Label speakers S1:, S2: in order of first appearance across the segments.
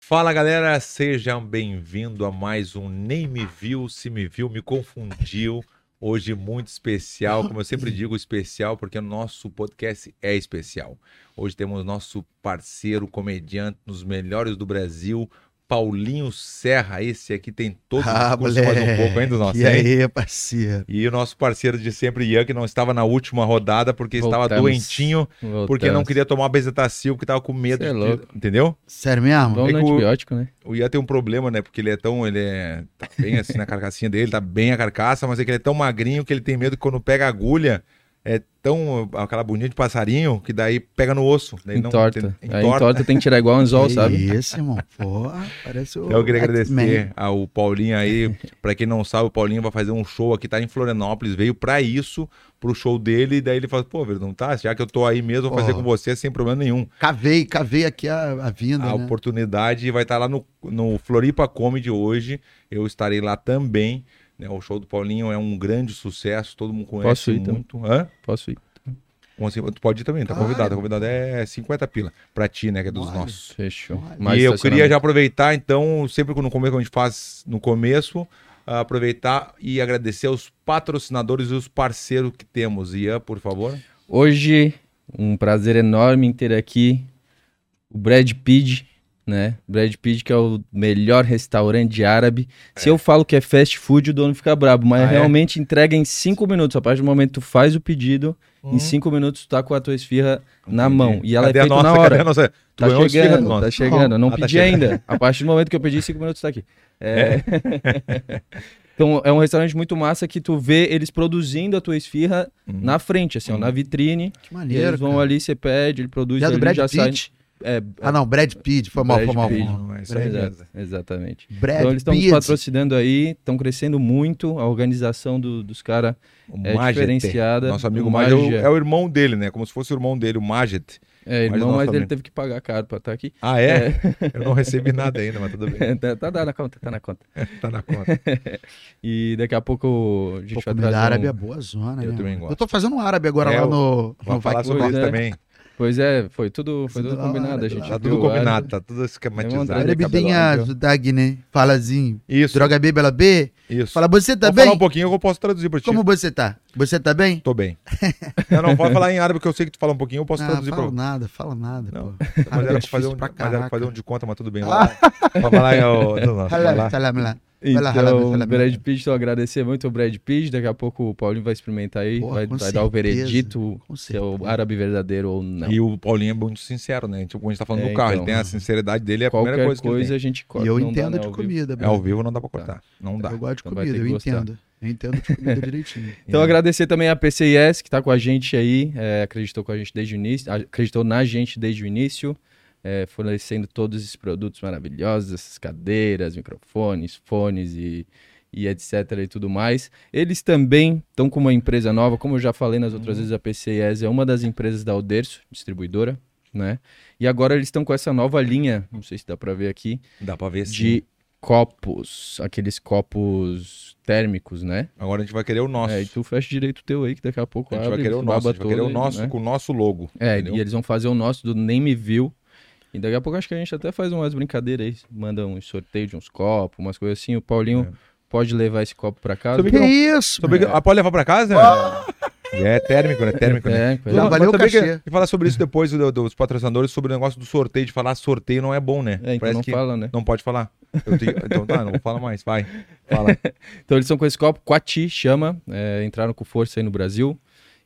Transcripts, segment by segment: S1: Fala galera, sejam bem-vindos a mais um Nem Me Viu, Se Me Viu, Me Confundiu. Hoje muito especial, como eu sempre digo, especial porque o nosso podcast é especial. Hoje temos nosso parceiro, comediante, nos melhores do Brasil, Paulinho Serra. Esse aqui tem todo o
S2: Ah,
S1: discurso mais um
S2: moleque.
S1: pouco ainda nosso,
S2: E
S1: hein? Assim?
S2: aí, parceiro?
S1: E o nosso parceiro de sempre, Ian, que não estava na última rodada porque estava
S3: Voltamos.
S1: doentinho, porque não queria tomar bezetacil, porque estava com medo.
S3: Cê é
S1: de-
S3: louco.
S1: Entendeu?
S2: Sério mesmo?
S3: Vamos
S1: É
S3: no
S1: que o-
S3: antibiótico, né?
S1: O Ian tem um problema, né? Porque ele é tão. Ele é. Tá bem assim na carcassinha dele, tá bem a carcaça, mas é que ele é tão magrinho que ele tem medo que quando pega a agulha, é tão. aquela boninha de passarinho, que daí pega no osso. Daí não-
S3: entorta.
S1: tem-
S3: Aí
S1: entorta.
S3: entorta tem que tirar igual um anzol,
S2: Que
S3: sabe?
S2: Isso, irmão. Porra, parece o.
S1: Então eu queria
S2: X-Men.
S1: agradecer ao Paulinho aí. Pra quem não sabe, o Paulinho vai fazer um show aqui, tá em Florianópolis, veio pra isso, pro show dele, e daí ele fala, pô, velho, não tá? Já que eu tô aí mesmo, vou fazer
S2: Pô.
S1: com você sem problema nenhum.
S2: Cavei, cavei aqui a, a vinda.
S1: a
S2: né?
S1: oportunidade vai estar lá no, no Floripa Comedy hoje. Eu estarei lá também. né? O show do Paulinho é um grande sucesso, todo mundo conhece
S3: Posso ir também?
S1: muito. Hã?
S3: Posso ir.
S1: Como assim? Tu pode ir também, tá
S2: Claro.
S1: convidado. A convidada é 50 pila pra ti, né? Que é dos
S2: Olha.
S1: nossos.
S3: Fechou.
S2: Olha.
S3: Mais
S1: e eu queria já
S3: estacionamento.
S1: aproveitar, então, sempre que no começo, como a gente faz no começo, ah, aproveitar e agradecer aos patrocinadores e os parceiros que temos. Ian, por favor.
S3: Hoje, um prazer enorme em ter aqui o Brad Pitt, né? Brad Pitt, que é o melhor restaurante árabe. Se eu falo que é fast food, o dono fica brabo, mas
S1: Ah, é?
S3: realmente entrega em cinco minutos. A partir do momento que tu faz o pedido, em cinco minutos tu tá com a tua esfirra na mão. E ela
S1: Hum. Cadê
S3: é
S1: a
S3: feita
S1: nossa,
S3: na hora.
S1: Cadê a nossa? Tu
S3: Tá
S1: ganhou a esfirra
S3: chegando,
S1: do nosso.
S3: tá chegando. Eu Não
S1: Ah, tá
S3: pedi
S1: chegando.
S3: ainda. A partir do momento que eu pedi, cinco minutos tá aqui. É. então, é um restaurante muito massa que tu vê eles produzindo a tua esfirra
S1: Hum.
S3: na frente, assim, ó,
S1: Hum.
S3: na vitrine.
S2: Que
S3: E
S2: Uhum. maneiro.
S3: eles vão
S2: cara.
S3: ali, você pede, ele produz
S2: Já do
S3: ali,
S2: Brad
S3: já sai.
S2: Pitt.
S3: É,
S2: Ah, não, Brad Pitt. Foi mal,
S3: Brad
S2: foi mal.
S3: Pitt.
S2: mal.
S1: Não, é isso aí
S3: Exato,
S1: mesmo.
S3: exatamente.
S2: Brad
S3: então eles estão nos
S2: Pitt.
S3: patrocinando aí, estão crescendo muito, a organização do- dos caras
S1: O
S3: é
S1: Majete.
S3: diferenciada.
S1: Nosso amigo
S3: O
S1: Majete é o-
S3: Majete.
S1: é o irmão dele, né? Como se fosse o irmão dele, o Majet.
S3: É,
S1: Mas
S3: irmão,
S1: nosso
S3: mas ele
S1: amigo.
S3: teve que pagar caro pra estar aqui.
S1: Ah, é? Eu não recebi nada ainda, mas tudo bem.
S3: tá, tá na conta, tá na conta.
S1: Tá na conta.
S3: E daqui a pouco a gente
S2: Pô,
S3: vai
S2: comida
S3: trazer
S2: árabe
S3: um-
S2: é boa zona,
S1: Eu
S2: né?
S1: também
S2: mano?
S1: gosto.
S2: Eu tô fazendo um árabe agora
S1: É,
S2: lá
S1: eu-
S2: no. no
S1: Vamos falar
S2: Vai-
S1: sobre
S3: Pois
S1: isso
S3: é.
S1: também.
S3: Pois é, foi tudo, foi
S2: Isso
S3: tudo
S2: da hora,
S3: combinado, a
S2: da
S3: gente.
S1: Tá
S3: viu
S1: tudo
S3: o
S1: combinado,
S3: árabe.
S1: tá tudo
S3: Vamos
S1: esquematizado.
S3: trazer.
S2: Bebidinha
S3: cabelo,
S2: do Dagné. Falazinho.
S1: um Isso,
S2: né? assim, Droga B, bela B.
S1: isso.
S2: Fala, você tá
S1: Vou
S2: bem?
S1: falar um pouquinho, eu posso traduzir pra ti.
S2: Como você tá? Você tá bem?
S1: Tô bem. Não, não, pode falar em árabe que eu sei que tu fala um pouquinho, eu posso
S2: Ah,
S1: traduzir pra
S2: fala nada, fala nada,
S1: Não, Mas
S2: pô. Árabe é
S1: era pra fazer
S2: difícil
S1: um,
S2: pra
S1: mas era pra
S2: caraca.
S1: fazer um né? de conta, mas tudo bem. Vai lá. Vai lá, eu... não, não, vai
S2: Halal,
S1: lá.
S2: salam lá. Vai lá, vai lá,
S3: Então,
S2: vai lá.
S3: Brad Pitt, então agradecer muito ao Brad Pitt. Daqui a pouco o Paulinho vai experimentar aí,
S2: Porra,
S3: vai,
S2: com
S3: vai dar
S2: certeza,
S3: o veredito
S2: com
S3: se é o
S2: certeza.
S3: árabe verdadeiro ou não.
S1: E o Paulinho é muito sincero, né? Tipo, quando a gente tá falando
S3: É,
S1: do carro,
S3: então.
S1: ele tem a sinceridade dele, é a
S3: Qualquer
S1: primeira coisa,
S3: coisa,
S1: que ele
S3: a gente
S2: E
S3: corta.
S2: eu
S3: não dá,
S2: entendo
S3: né,
S2: de
S3: ao vivo.
S2: comida,
S1: tem. É
S2: bro.
S1: ao vivo, não dá pra cortar. Não dá.
S2: Eu gosto de
S3: Então vai
S2: comida,
S3: ter
S2: eu
S3: que gostar.
S2: entendo. Eu entendo de comida direitinho.
S3: Então,
S1: É.
S3: agradecer também a PCIS, que está com a gente aí, é, acreditou com a gente desde o início, acreditou na gente desde o início, é, fornecendo todos esses produtos maravilhosos, essas cadeiras, microfones, fones e, e etc. e tudo mais. Eles também estão com uma empresa nova, como eu já falei nas
S1: Uhum.
S3: outras vezes, a PCIS é uma das empresas da Alderso, distribuidora, né? E agora eles estão com essa nova linha, não sei se dá para ver aqui,
S1: Dá pra ver sim.
S3: de copos, aqueles copos térmicos, né?
S1: Agora a gente vai querer o nosso.
S3: É, e tu fecha direito o teu aí, que daqui a pouco
S1: A gente
S3: abre,
S1: vai querer o
S3: tu
S1: nosso, a
S3: baba
S1: gente vai querer o
S3: toda,
S1: nosso
S3: né?
S1: com o nosso logo.
S3: É,
S1: entendeu?
S3: e eles vão fazer o nosso do Nem Me Viu. E daqui a pouco acho que a gente até faz umas brincadeiras aí. Manda um sorteio de uns copos, umas coisas assim. O Paulinho
S1: É.
S3: pode levar esse copo pra casa.
S1: Sobre
S2: Que é isso?
S1: Sobre... que- Ah, pode levar pra casa? É térmico, né? Térmico, né?
S3: É. É,
S1: Mas
S2: Já valeu o
S1: também que-
S2: cachê.
S1: E falar sobre isso depois do- dos patrocinadores, sobre o negócio do sorteio, de falar sorteio não é bom, né?
S3: é, então
S1: Parece
S3: não
S1: que
S3: fala, né?
S1: não pode falar. Eu tenho- Então tá, não vou falar mais, vai. Fala.
S3: Então eles são com esse copo, Quati chama, é, entraram com força aí no Brasil.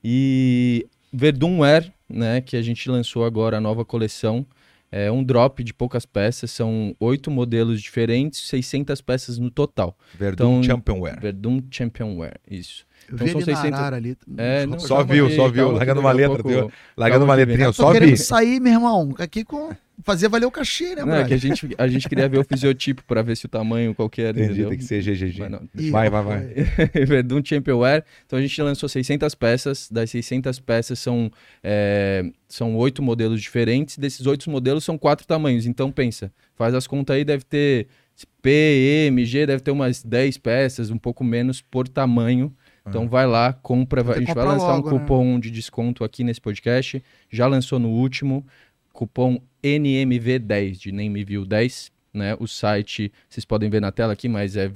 S3: E Verdun Air, né, que a gente lançou agora a nova coleção, é um drop de poucas peças, são oito modelos diferentes, 600 peças no total.
S1: Verdun
S3: Então-
S1: Championware.
S3: Verdun Championware, isso.
S2: Eu
S3: Então
S2: vi
S3: são
S2: ele
S3: 600.
S2: na arara ali.
S3: É, não,
S1: Só
S3: calma
S1: viu,
S3: que-
S1: só viu,
S3: calma que
S1: largando
S3: daqui
S1: uma
S3: a
S1: letra,
S3: um pouco-
S1: viu? Largando
S3: Calma
S1: uma
S3: que vem.
S1: letrinha,
S2: Tô
S1: só
S2: querendo
S1: vi.
S2: sair, meu irmão. Aqui com... Fazer valer o cachê, né,
S3: Não, é
S2: brother?
S3: que a gente, a gente queria ver o fisiotipo pra ver se o tamanho qualquer,
S1: Entendi,
S3: entendeu?
S1: tem que ser GGG.
S3: Mas não.
S2: Ih,
S1: Vai, vai, vai.
S2: foi.
S3: Verdun É um Championware. Então a gente lançou 600 peças. Das 600 peças são é, são oito modelos diferentes. Desses oito modelos são quatro tamanhos. Então pensa, faz as contas aí, deve ter P, M, G, deve ter umas 10 peças, um pouco menos por tamanho. Então vai lá, compra. vai- A
S2: Tem que
S3: gente vai
S2: comprar
S3: lançar
S2: Ah. logo,
S3: um
S2: né?
S3: cupom de desconto aqui nesse podcast. Já lançou no último. Cupom NMV10, de Nem Me Viu 10, né? O site, vocês podem ver na tela aqui, mas é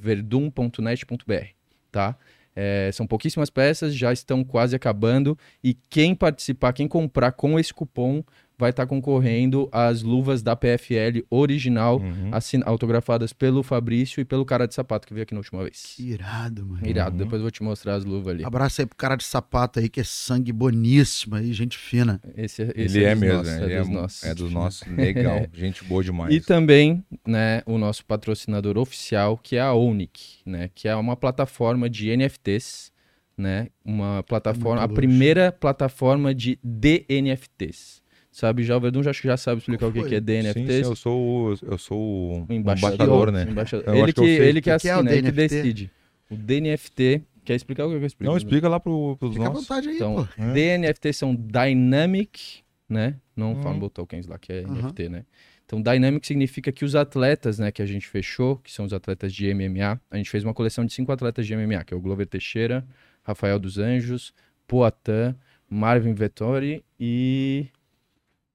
S3: verdum.net.br, tá? É, são pouquíssimas peças, já estão quase acabando. E quem participar, quem comprar com esse cupom, vai estar concorrendo às luvas da PFL original,
S1: Uhum.
S3: assin- autografadas pelo Fabrício e pelo cara de sapato que veio aqui na última vez.
S2: Que irado, mano.
S3: Irado,
S1: Uhum. Tá
S3: depois eu vou te mostrar as luvas ali.
S2: Abraço aí pro cara de sapato aí, que é sangue boníssimo aí, gente fina.
S3: Esse, esse
S1: Ele é,
S3: dos
S1: mesmo,
S3: nossos,
S1: né? Ele
S3: é dos
S1: mu-
S3: nossos.
S1: é dos nossos. Legal. Gente boa demais.
S3: E também, né, o nosso patrocinador oficial, que é a Onic, né, que é uma plataforma de NFTs, né, uma plataforma, a
S2: luxo.
S3: primeira plataforma de DNFTs. Sabe, já o Verdun já, já sabe explicar
S2: Qual
S3: o que,
S2: foi?
S3: que é
S1: Sim,
S3: DNFTs.
S1: sim, eu sou o, eu sou
S3: o
S1: o um
S3: Um embaixador,
S1: embaixador, né?
S3: embaixador.
S1: Eu
S3: Ele
S1: acho
S3: que,
S1: que eu sei.
S3: ele que
S2: O que que é o
S3: assina, ele que
S2: DNFT?
S3: decide. O DNFT, quer explicar o que é? eu explico?
S1: Não, explica lá pro, pros
S2: Fica à
S1: nossos.
S2: vontade aí,
S3: Então,
S2: pô.
S1: É.
S3: DNFT são Dynamic, né? Não
S1: Uhum.
S3: Farmable Tokens lá, que é
S2: Uhum.
S3: NFT, né? Então, Dynamic significa que os atletas, né, que a gente fechou, que são os atletas de MMA, a gente fez uma coleção de cinco atletas de MMA, que é o Glover Teixeira, Rafael dos Anjos, Poatan, Marvin Vettori e.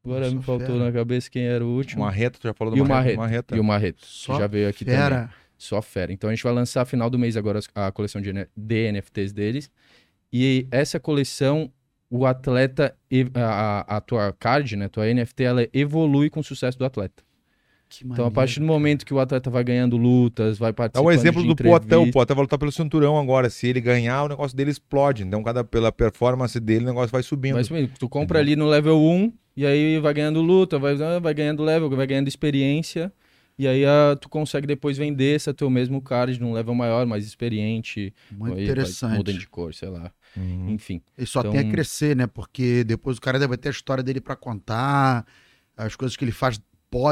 S3: Agora
S2: Nossa,
S3: me faltou
S2: fera.
S3: na cabeça quem era o último.
S1: Marreta, tu já falou
S3: E
S1: do
S3: o
S1: Marreta.
S3: Marreta? E o Marreto,
S2: Só
S3: que já veio aqui também.
S2: Fera.
S3: Só fera. Então a gente vai lançar final do mês agora as- a coleção de N- de NFTs deles. E essa coleção, o atleta, e- a, a- a tua card, né, tua NFT, ela evolui com o sucesso do atleta.
S2: Que
S3: Então a
S2: maneiro.
S3: partir do momento que o atleta vai ganhando lutas, vai
S1: É
S3: participando
S1: o exemplo
S3: de
S1: do Poatão. O
S3: entrevistas-
S1: Poatão vai lutar pelo cinturão agora. Se ele ganhar, o negócio dele explode. Então, cada, pela performance dele, o negócio vai subindo.
S3: Mas mesmo, tu compra ali no level 1 e aí vai ganhando luta, vai, ah, vai ganhando level, vai ganhando experiência. E aí ah, tu consegue depois vender essa teu mesmo card num level maior, mais experiente.
S2: Muito
S3: aí vai- Muda
S2: interessante.
S3: de cor, sei lá.
S1: Uhum.
S3: Enfim.
S2: E só
S3: Então-
S2: tem a crescer, né? Porque depois o cara deve ter a história dele pra contar, as coisas que ele faz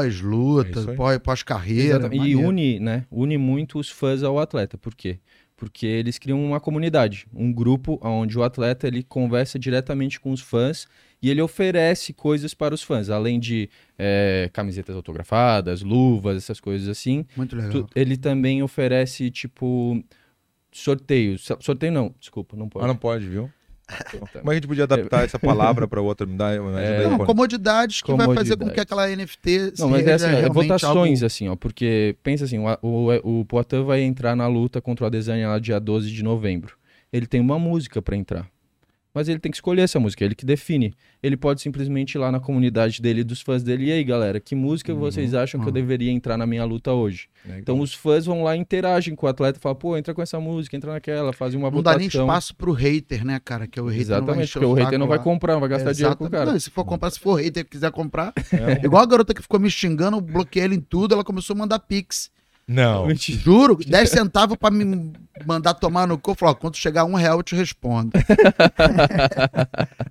S1: É
S2: pós-luta,
S1: isso aí.
S2: pós- pós-carreira.
S3: Exatamente. E
S2: maneiro.
S3: une, né? Une muito os fãs ao atleta. Por quê? Porque eles criam uma comunidade, um grupo onde o atleta ele conversa diretamente com os fãs e ele oferece coisas para os fãs, além de eh, camisetas autografadas, luvas, essas coisas assim.
S2: Muito
S3: Tu-
S2: legal.
S3: ele também oferece tipo sorteios. So- Sorteio não, desculpa, não
S1: Ah,
S3: pode.
S1: não pode, viu?
S3: Tá.
S1: Como é que a gente podia adaptar essa palavra pra outra? Me dá, me ajuda
S3: É,
S1: aí,
S2: Não,
S1: Rony.
S2: comodidades que vai fazer com que
S3: Comodidades.
S2: aquela NFT
S3: Não, mas é assim, ó, é
S2: realmente
S3: votações,
S2: algo-
S3: assim, ó, porque pensa assim, o, o, o Poitin vai entrar na luta contra o Adesanya lá dia 12 de novembro. Ele tem uma música pra entrar. Mas ele tem que escolher essa música, é ele que define. Ele pode simplesmente ir lá na comunidade dele, dos fãs dele, e aí, galera, que música vocês acham que eu
S2: Uhum.
S3: deveria entrar na minha luta hoje?
S1: Né,
S3: Então os fãs vão lá, interagem com o atleta, falam, pô, entra com essa música, entra naquela, fazem uma
S2: Não
S3: é votação.
S2: dá nem espaço pro hater, né, cara? Que o hater não vai
S3: Exatamente,
S2: encher
S3: porque o hater
S2: saco
S3: não vai
S2: lá.
S3: comprar, não vai gastar dinheiro com o
S2: Exatamente.
S3: cara.
S2: Não, e se for comprar, se for hater que quiser comprar,
S1: É um-
S2: igual a garota que ficou me xingando, eu bloqueei ela em tudo, ela começou a mandar pix.
S1: Não.
S3: Mentira.
S2: Juro, 10 centavos pra me mandar tomar no cu. Eu falo, ó, quando chegar um real eu te respondo.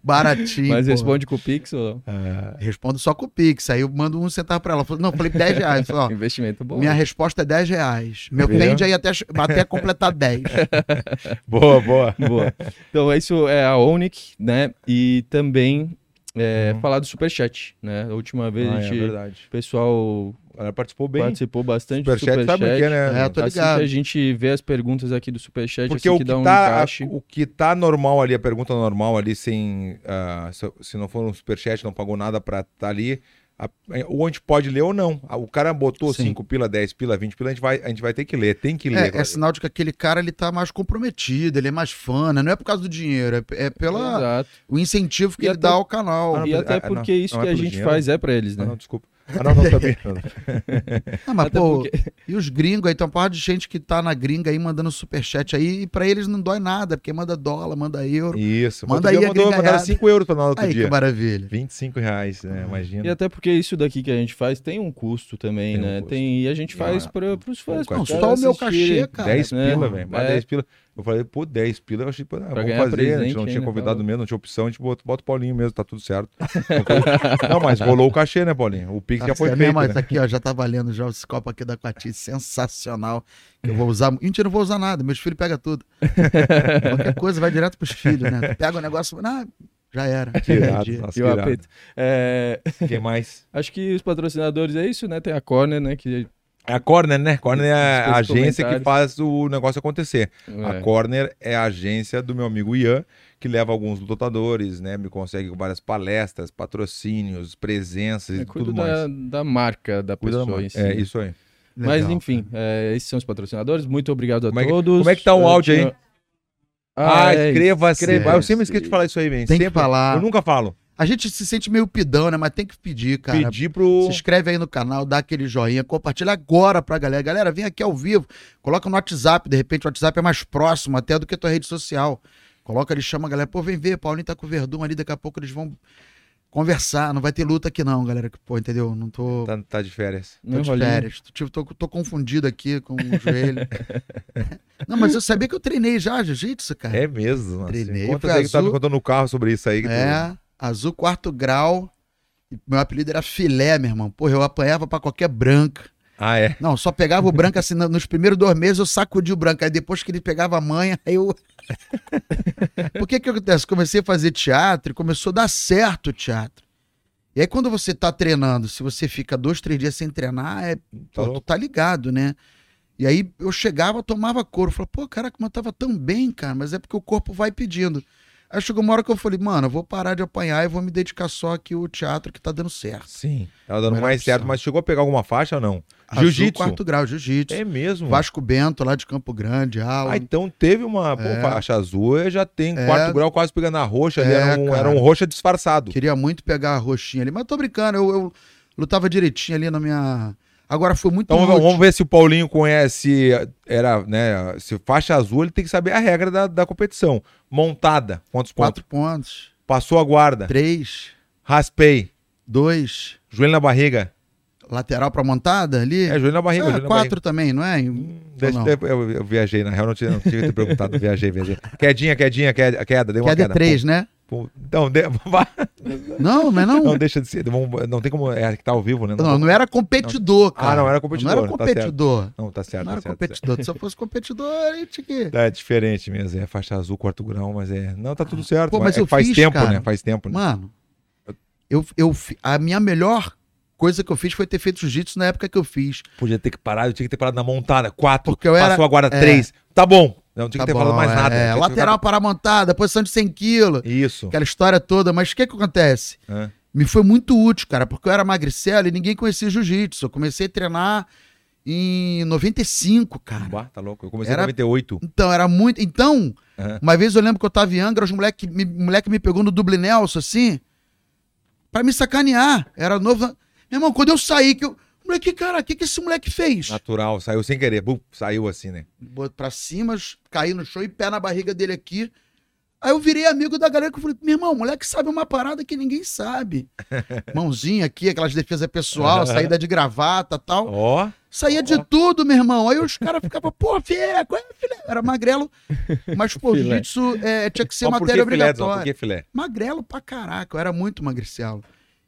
S2: Baratinho.
S3: Mas
S2: pô.
S3: responde com o Pix ou não?
S1: Ah,
S2: Respondo só com o Pix. Aí eu mando um centavo pra ela. Eu falo, Não, eu falei 10 reais. Eu falo, ó,
S3: Investimento bom.
S2: minha resposta é 10 reais. Meu
S1: Viu?
S2: pende aí até, até completar 10.
S1: boa, boa.
S3: Boa. Então, isso é a Onic, né? E também é, falar do Superchat, né? A última vez
S1: Uhum. Ah,
S3: a
S1: é
S3: gente,
S1: verdade.
S3: o pessoal
S1: Ela participou bem.
S3: participou bastante do
S1: Superchat,
S3: Superchat.
S1: sabe o que, é, né?
S2: É, eu tô
S3: Assim
S2: ligado.
S3: que a gente vê as perguntas aqui do Superchat,
S1: Porque
S3: assim
S1: o que,
S3: que dá um
S1: tá,
S3: encaixe.
S1: o que tá normal ali, a pergunta normal ali, sem ah, se, se não for um superchat, não pagou nada pra tá ali, a, ou a gente pode ler ou não. Ah, O cara botou
S2: Sim.
S1: 5 pila, 10 pila, 20 pila, a gente vai, a gente vai ter que ler, tem que ler.
S2: É, é sinal de que aquele cara ele tá mais comprometido, ele é mais fã, né? Não é por causa do dinheiro, é, é pelo
S3: Exato.
S2: o incentivo que
S3: E
S2: ele
S3: até-
S2: dá ao canal.
S1: Ah, não,
S3: E
S1: mas-
S3: até
S1: ah, não,
S3: porque isso
S1: não
S3: que
S1: é
S3: a
S1: pelo
S3: gente
S1: dinheiro.
S3: faz é pra eles,
S1: Ah,
S3: né?
S1: não, desculpa. Ah, não, não, também.
S2: Ah, mas,
S3: Até
S2: pô,
S3: porque-
S2: e os gringos aí, tem uma porra de gente que tá na gringa aí mandando superchat aí, e pra eles não dói nada, porque manda dólar, manda euro.
S1: Isso.
S2: Manda
S1: Outro dia
S2: aí a
S1: mandou, mandaram
S2: gringaiada.
S1: 5 euros pra nós outro
S2: aí é?
S1: dia.
S2: que maravilha.
S1: 25 reais, né? Imagina.
S3: E é até porque isso daqui que a gente faz tem um custo também,
S1: Tem um
S3: né?
S1: custo.
S3: Tem, e a gente
S1: É,
S3: faz
S1: é.
S3: para os fãs.
S1: Não,
S3: pros
S2: só
S3: caras
S2: o meu
S3: assistirem.
S2: cachê, cara.
S1: 10
S3: né?
S1: pila, velho. Mas
S3: É.
S1: 10 pila. Eu falei, pô, 10 pila, eu achei, pô, ah, vamos fazer.
S3: ganhar
S1: a gente
S3: presente
S1: não tinha
S3: ainda,
S1: convidado
S3: tá
S1: mesmo, não tinha opção, a gente bota, bota o Paulinho mesmo, tá tudo certo. não, mas rolou o cachê, né, Paulinho? O Pix já
S2: Nossa,
S1: foi
S2: é
S1: feito.
S2: mesmo,
S1: né?
S2: Isso aqui, ó, já tá valendo já esse copo aqui da Quati, sensacional. Que eu vou usar. Mentira, eu não vou usar nada. Meus filhos pegam tudo. Qualquer coisa vai direto pros filhos, né? Tu Pega o negócio. Ah, já era.
S1: Que irado,
S2: Perdi.
S1: nossa, que
S3: E o
S1: irado.
S3: apito. É,
S1: Quem mais?
S3: acho que os patrocinadores é isso, né? Tem a Corner, né? Que,
S1: É a Corner, né? Corner é a
S3: Os
S1: agência que
S3: comentários.
S1: faz o negócio acontecer.
S3: é.
S1: A Corner é a agência do meu amigo Ian, que leva alguns lutadores, né? Me consegue várias palestras, patrocínios, presenças
S3: É,
S1: e
S3: cuido
S1: tudo
S3: da,
S1: mais.
S3: da marca da
S1: Cuida da
S3: pessoa
S1: mão.
S3: em si.
S1: É isso aí.
S3: Mas enfim, é, esses são os patrocinadores. Muito obrigado a
S1: Como é que-
S3: todos.
S1: como é que tá o
S3: Eu
S1: áudio aí?
S3: tinha-
S1: Ah,
S3: é,
S1: escreva-se.
S3: escreva-se.
S1: Eu sempre esqueço de falar isso aí, velho.
S2: Tem que
S1: sempre.
S2: falar.
S1: Eu nunca falo.
S2: A gente se sente meio pidão, né? Mas tem que pedir, cara.
S1: Pedir pro.
S2: Se inscreve aí no canal, dá aquele joinha, compartilha agora pra galera. Galera, vem aqui ao vivo, coloca no WhatsApp, de repente o WhatsApp é mais próximo até do que a tua rede social. Coloca ali, chama a galera, pô, vem ver, Paulinho tá com o Verdun ali, daqui a pouco eles vão conversar, não vai ter luta aqui não, galera, que, pô, entendeu? Não tô,
S1: Tá, tá de férias.
S2: tô
S3: Não né?
S2: de
S3: rolinho.
S2: férias, tô, tipo, tô, tô confundido aqui com o joelho. não, mas eu sabia que eu treinei já, jiu-jitsu, cara.
S1: É mesmo. Nossa.
S2: Treinei,
S1: Conta
S2: foi
S1: aí que tá me
S2: azul.
S1: contando no carro sobre isso aí. que tu-
S2: É, azul quarto grau, E meu apelido era filé, meu irmão, porra, eu apanhava pra qualquer branca.
S1: Ah, é.
S2: Não, só pegava o branco assim, no- nos primeiros dois meses eu sacudi o branco. Aí depois que ele pegava a manha, aí eu. Por que que acontece? Comecei a fazer teatro e começou a dar certo o teatro. E aí quando você tá treinando, se você fica dois, três dias sem treinar, é,
S1: Tá
S2: pô, tu
S1: louco.
S2: tá ligado, né? E aí eu chegava, tomava couro. Falava, pô, caraca, mas eu tava tão bem, cara. Mas é porque o corpo vai pedindo. Aí chegou uma hora que eu falei, mano, eu vou parar de apanhar e vou me dedicar só aqui ao teatro que tá dando certo.
S1: Sim. Tava dando
S2: Melhor
S1: mais
S2: opção.
S1: certo, mas chegou a pegar alguma faixa ou não?
S2: Azul,
S1: Jiu-jitsu.
S2: quarto grau, jiu-jitsu.
S1: É mesmo.
S2: Vasco Bento, lá de Campo Grande, aula.
S1: Ah, então teve uma pô,
S2: É.
S1: faixa azul, eu já tem
S2: É.
S1: quarto grau quase pegando a roxa, ali,
S2: É,
S1: era, um,
S2: cara.
S1: era um roxa disfarçado.
S2: Queria muito pegar a roxinha ali, mas tô brincando, eu, eu lutava direitinho ali na minha. Agora foi muito
S1: Então vamos-
S2: útil.
S1: vamos ver se o Paulinho conhece, era, né, se faixa azul, ele tem que saber a regra da, da competição. Montada, quantos pontos?
S2: Quatro pontos,
S1: Passou a guarda,
S2: três,
S1: raspei,
S2: dois,
S1: joelho na barriga.
S2: lateral pra montada ali.
S1: É, joelho na barriga,
S2: Ah,
S1: joelho na barriga.
S2: quatro também, não é?
S1: Hum, deixa-
S2: Ou não?
S1: eu, eu- eu viajei, na real não tinha, não tinha que ter perguntado, viajei, viajei. Quedinha, quedinha, queda, queda, deu uma
S2: Queda
S1: queda.
S2: é três, né?
S1: Pum, pum. Então, de-
S2: Não, não é não?
S1: tá não
S2: Não,
S1: deixa de ser, vamos- não tem como, é que tá ao vivo, né? Não,
S2: não, era competidor, cara.
S1: Ah, não era competidor,
S2: Não era
S1: tá certo.
S2: competidor.
S1: não, tá certo,
S2: Não
S1: tá
S2: era
S1: certo. tá certo.
S2: competidor. Se eu fosse competidor, a gente que.
S1: Tá, é diferente mesmo, é faixa azul, quarto grau, mas é. Não, tá tudo certo.
S2: Ah, Pô, mas
S1: é,
S2: eu
S1: faz
S2: fiz,
S1: tempo,
S2: cara.
S1: né? Faz tempo, né?
S2: Mano, eu, eu, fi- a minha melhor coisa que eu fiz foi ter feito jiu-jitsu na época que eu fiz.
S1: Podia ter que parar, eu tinha que ter parado na montada. Quatro,
S2: Porque eu era-
S1: passou agora
S2: é.
S1: três. Tá bom. Não tinha
S2: Tá
S1: que ter
S2: bom,
S1: falado mais
S2: é,
S1: nada.
S2: é,
S1: Tinha que
S2: lateral para a montada, posição de 100 quilos,
S1: ter- Isso.
S2: aquela história toda. Mas o que, que acontece?
S1: É.
S2: Me foi muito útil, cara, porque eu era magricelo e ninguém conhecia jiu-jitsu. Eu comecei a treinar em 95, cara.
S1: Bah, tá louco. Eu comecei
S2: Era-
S1: em 98.
S2: Então, era muito. Então,
S1: É.
S2: uma vez eu lembro que eu tava em Angra, os moleque me, moleque me pegou no Dublin Nelson, assim, pra me sacanear. Era novo. Meu irmão, quando eu saí, que eu. Moleque, cara, o que, que esse moleque fez?
S1: Natural, saiu sem querer. Bum, saiu assim, né?
S2: Bot- pra cima, j- caí no chão e pé na barriga dele aqui. Aí eu virei amigo da galera que eu falei, meu irmão, o moleque sabe uma parada que ninguém sabe. Mãozinha aqui, aquelas defesas pessoal, saída de gravata tal.
S1: Ó.
S2: Saía de tudo, meu irmão. Aí os caras ficavam, pô, filé, qual é, filé? Era magrelo, mas, pô,
S3: Filé.
S2: jiu-jitsu é, tinha que ser
S1: Ó, por
S2: matéria
S1: que filé, Edson? Por
S2: obrigatória.
S1: que filé?
S2: Magrelo pra caraca, eu era muito magricelo.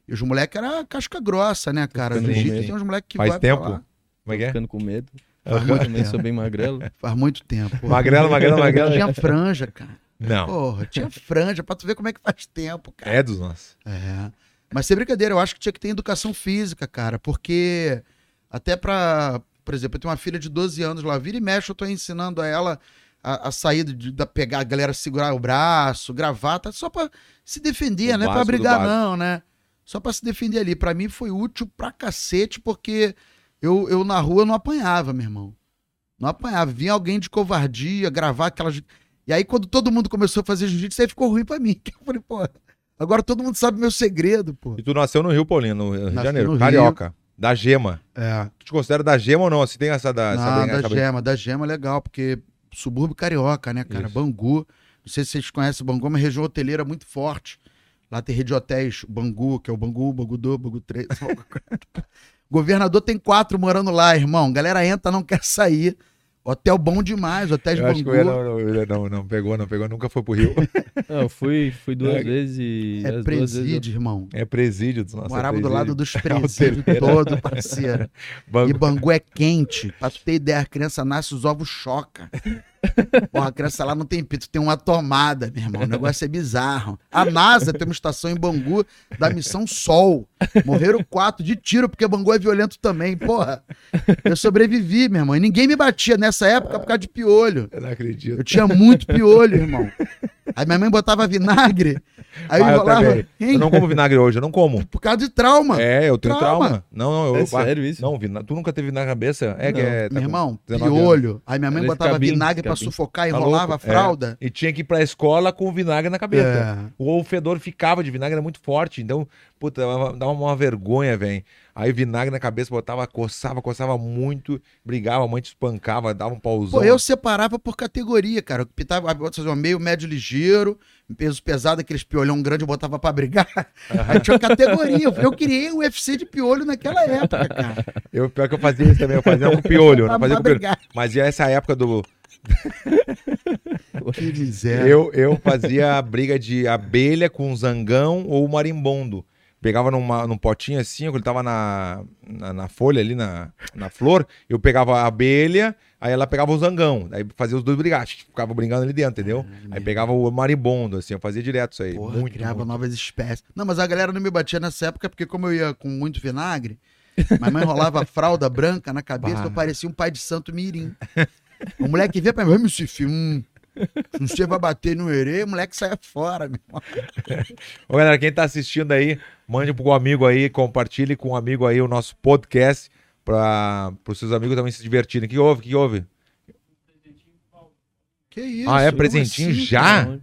S2: E os moleques eram casca grossa, né, cara? No
S3: ficando com
S2: jiu-jitsu
S3: medo,
S2: tem uns moleques que
S1: Faz
S2: vai pra
S1: tempo?
S2: lá.
S1: Como é que é?
S3: Ficando com medo.
S2: Aham.
S3: Eu também sou bem magrelo.
S2: Faz muito tempo. pô.
S1: Magrelo, magrelo, magrelo.
S2: Tinha franja, cara.
S1: Não.
S2: Porra, tinha franja, pra tu ver como é que faz tempo, cara.
S1: É dos nossos.
S2: É. Mas sem brincadeira, eu acho que tinha que ter educação física, cara, porque até pra. Por exemplo, eu tenho uma filha de 12 anos lá, vira e mexe, eu tô ensinando a ela a, a sair de, da pegar a galera segurar o braço, gravata, só pra se defender,
S1: O
S2: né? Pra
S1: básico do
S2: brigar,
S1: básico.
S2: não, né? Só pra se defender ali. Pra mim foi útil pra cacete, porque eu, eu na rua não apanhava, meu irmão. Não apanhava. Vinha alguém de covardia gravar aquelas. E aí, quando todo mundo começou a fazer jiu-jitsu, aí ficou ruim pra mim. Eu falei, pô, agora todo mundo sabe meu segredo, pô.
S1: E tu nasceu no Rio, Paulinho, no Rio de
S2: Nasci
S1: Janeiro.
S2: no Rio.
S1: Carioca. Da gema.
S2: É.
S1: Tu te considera da gema ou não? Se tem essa da. essa
S2: Ah,
S1: brinca-
S2: da
S1: essa brinca-
S2: Gema, da Gema é legal, porque subúrbio carioca, né, cara?
S1: Isso.
S2: Bangu. Não sei se vocês conhecem Bangu, é uma região hoteleira muito forte. Lá tem rede de hotéis, Bangu, que é o Bangu, Bangu 2, Bangu 3. Governador tem quatro morando lá, irmão. Galera entra, não quer sair. Hotel bom demais, hotéis
S1: Eu acho que
S2: Bangu.
S1: eu ia- não, não, eu ia- não, não pegou, não pegou, nunca foi pro Rio.
S3: Não, eu fui, fui duas
S1: É-
S3: vezes e.
S2: É
S3: as duas vezes eu-
S2: presídio, irmão.
S1: É presídio dos nossos.
S2: Morava
S1: é
S2: do lado
S1: presídio.
S2: dos presídios
S1: hoteleira.
S2: todo, parceiro. E
S1: Bangu.
S2: Bangu é quente. Pra tu ter ideia, a criança nasce, os ovos choca. Porra, a criança lá não tem pito, tem uma tomada, meu irmão. O negócio é bizarro. A NASA tem uma estação em Bangu da missão Sol. Morreram quatro de tiro, porque Bangu é violento também. Porra, eu sobrevivi, meu irmão. E ninguém me batia nessa época por causa de piolho.
S1: Eu não acredito.
S2: Eu tinha muito piolho, irmão. Aí minha mãe botava vinagre Aí eu
S1: Ah, eu
S2: enrolava.
S1: também.
S2: hein?
S1: Eu não como vinagre hoje, eu não como.
S2: Por causa de trauma.
S1: É, eu tenho
S2: Trauma.
S1: trauma. Não, não, eu.
S3: É sério isso?
S1: Não, vina... tu nunca teve vinagre na cabeça? É que
S3: Não.
S1: é. tá
S2: Meu
S1: com-
S2: irmão,
S1: 19
S2: piolho. Aí minha mãe
S3: Era de
S2: botava
S3: cabinho,
S2: vinagre pra
S3: cabinho.
S2: sufocar,
S1: Tá
S2: enrolava a
S1: louco? É.
S2: fralda.
S1: E tinha que ir pra escola com vinagre na cabeça.
S2: É.
S1: O fedor ficava de vinagre, era muito forte. Então, puta, dava dava uma vergonha, velho. Aí vinagre na cabeça, botava, coçava, coçava muito, brigava, a mãe te espancava, dava um pauzão.
S2: Pô, eu separava por categoria, cara. Eu pitava, eu fazia um meio, médio, ligeiro, um peso pesado, aqueles piolhão grande eu botava pra brigar. Aí tinha categoria. Eu criei o UFC de piolho naquela época, cara.
S1: Eu- pior que eu fazia isso também, eu fazia com piolho, eu não
S2: Pra-
S1: fazia
S2: pra
S1: com piolho.
S2: brigar.
S1: Mas e essa época do.
S2: Que miséria.
S1: Eu, eu fazia a briga de abelha com zangão ou marimbondo. Pegava numa, num potinho assim, quando ele tava na, na, na folha ali, na, na flor, eu pegava a abelha, aí ela pegava o zangão. Aí fazia os dois brigar, ficava brigando ali dentro, entendeu? Aí pegava o marimbondo, assim, eu fazia direto isso aí.
S2: Uhum. Porra,
S1: muito,
S2: criava
S1: muito.
S2: novas espécies. Não, mas a galera não me batia nessa época, porque como eu ia com muito vinagre, minha mãe enrolava fralda branca na cabeça,
S1: Bah.
S2: eu parecia um pai de santo mirim. O moleque vê pra mim, vamos esse filme. Não sei, um, vai bater no herê, o moleque sai fora, meu irmão.
S1: Ô, galera, quem tá assistindo aí, mande pro amigo aí, compartilhe com um amigo aí o nosso podcast para os seus amigos também se divertirem. O que houve? O que houve?
S2: Que isso?
S1: Ah, é
S2: como
S1: presentinho
S2: assim,
S1: já?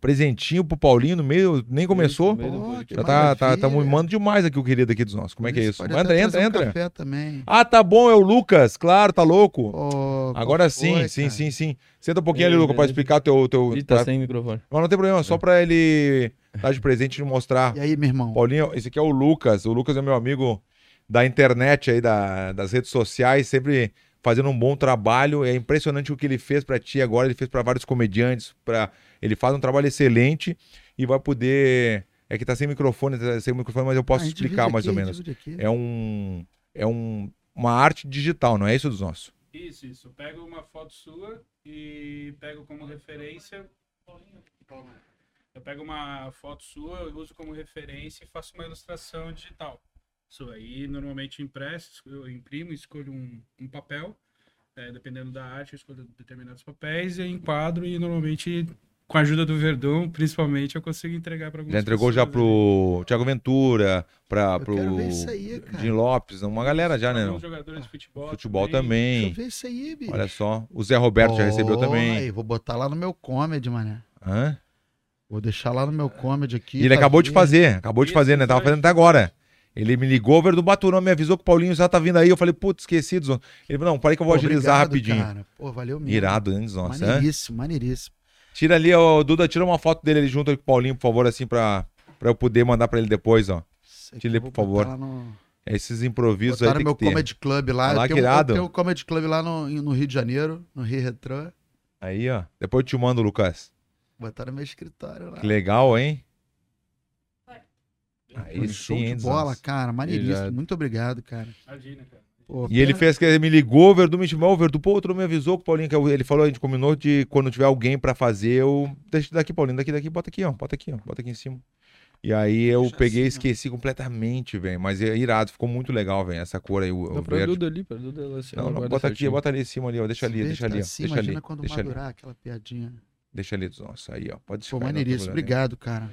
S1: Presentinho pro Paulinho no meio, nem começou.
S3: meio do podcast.
S1: Já
S2: é
S1: tá, tá, tá
S2: maravilha.
S1: mimando demais aqui o querido aqui dos nossos. Como é que é
S2: Eles
S1: isso?
S2: podem
S1: Entra,
S2: até
S1: entra,
S2: trazer um
S1: entra.
S2: café também.
S1: Ah, tá bom, é o Lucas, claro, tá louco.
S2: Ô,
S1: Agora
S2: qual
S1: sim,
S2: foi,
S1: sim,
S2: cara?
S1: sim, sim. Senta um pouquinho ali,
S3: Ei,
S1: Lucas, pra
S3: beleza.
S1: explicar o teu. teu
S3: Ih, tá
S1: pra-
S3: sem microfone.
S1: Mas não tem problema, é só pra ele dar de presente e mostrar.
S2: E aí, meu irmão?
S1: Paulinho, esse aqui é o Lucas. O Lucas é meu amigo da internet aí, da- das redes sociais, sempre fazendo um bom trabalho. É impressionante o que ele fez pra ti agora. Ele fez pra vários comediantes. Pra... Ele faz um trabalho excelente e vai poder. É que tá sem microfone, tá sem microfone, mas eu posso
S2: Ah, a gente
S1: explicar
S2: divide
S1: mais ou
S2: aqui,
S1: menos.
S2: divide aqui.
S1: É um. É um. Uma arte digital, não é isso dos nossos?
S4: Isso, isso. Pego uma foto sua e pego como referência. Eu pego uma foto sua, eu uso como referência e faço uma ilustração digital. Isso aí, normalmente impresso, eu imprimo, escolho um, um papel. eh, dependendo da arte, eu escolho determinados papéis e enquadro. E normalmente, com a ajuda do Verdão, principalmente, eu consigo entregar para algumas
S1: Já entregou já
S4: pessoas, né?
S1: pro Thiago Ventura, pra,
S2: Eu
S1: pro
S2: quero ver isso aí, cara.
S1: Jim Lopes, uma galera já, né?
S4: Alguns
S1: não?
S4: jogadores de futebol.
S1: Futebol também.
S2: Deixa eu ver isso aí, bicho.
S1: Olha só. O Zé Roberto já recebeu
S2: Ó,
S1: também.
S2: aí, vou botar lá no meu comedy, mané.
S1: Hã?
S2: Vou deixar lá no meu comedy aqui.
S1: E ele
S2: tá
S1: acabou de
S2: aqui.
S1: fazer, acabou de
S4: Isso,
S1: fazer, né? Tava
S4: verdade.
S1: fazendo até agora. Ele me ligou, veio do Baturão, me avisou que o Paulinho já tá vindo aí. Eu falei, putz, esqueci. Zon. Ele falou, não, parei que eu vou
S2: Pô,
S1: agilizar
S2: obrigado,
S1: rapidinho.
S2: Cara. Pô, valeu mesmo.
S1: Irado, né, Zonsa, hã?
S2: maneiríssimo, maneiríssimo.
S1: Tira ali, ó, Duda, tira uma foto dele ali junto ali com o Paulinho, por favor, assim, pra, pra eu poder mandar pra ele depois, ó.
S2: Isso aqui
S1: Tira ele,
S2: eu vou
S1: por favor.
S2: botar lá no-
S1: Esses improvisos
S2: botar no
S1: aí
S2: meu
S1: tem que ter.
S2: comedy club lá.
S1: Olha lá,
S2: eu,
S1: que
S2: tenho, eu
S1: irado.
S2: tenho um comedy club lá no, no Rio de Janeiro, no Rio Retran.
S1: Aí, ó. Depois eu te mando, Lucas.
S2: Botar no meu escritório lá.
S1: Que legal, hein?
S2: Pô,
S1: Aí
S2: show
S1: sim,
S2: de
S1: hein,
S2: bola,
S1: Zonsa.
S2: cara. Maneiríssimo.
S3: Irado.
S2: Muito obrigado, cara.
S4: Imagina, cara.
S2: Pô,
S1: E ele
S2: pena-
S1: fez que ele me ligou, o Verdu me chamou, o Verdu, pô, outro me avisou que o Paulinho, que eu- ele falou, a gente combinou de quando tiver alguém pra fazer, eu. Deixa daqui, Paulinho, daqui, daqui, bota aqui, ó, bota aqui, ó, bota aqui em cima. E aí eu
S2: Deixa
S1: peguei e
S2: assim, ó.
S1: esqueci completamente, velho, mas é irado, ficou muito legal, velho, essa cor aí, o, o
S3: Dá Tá pra
S1: verde.
S3: Duda ali, pra Duda. ela se-
S1: Não,
S3: ela
S1: não,
S3: guarda
S1: bota aqui,
S3: certinho.
S1: bota ali em cima ali, ó, deixa
S2: Esse
S1: ali,
S2: verde
S1: deixa
S2: tá
S1: ali, ó,
S2: assim,
S1: deixa
S2: Imagina
S1: ali,
S2: quando
S1: deixa ali,
S2: madurar aquela piadinha.
S1: deixa ali, nossa, aí, ó, pode
S2: Pô,
S1: ficar aí, não tem
S2: maneiríssimo.
S1: problema nenhum.
S2: Obrigado, cara.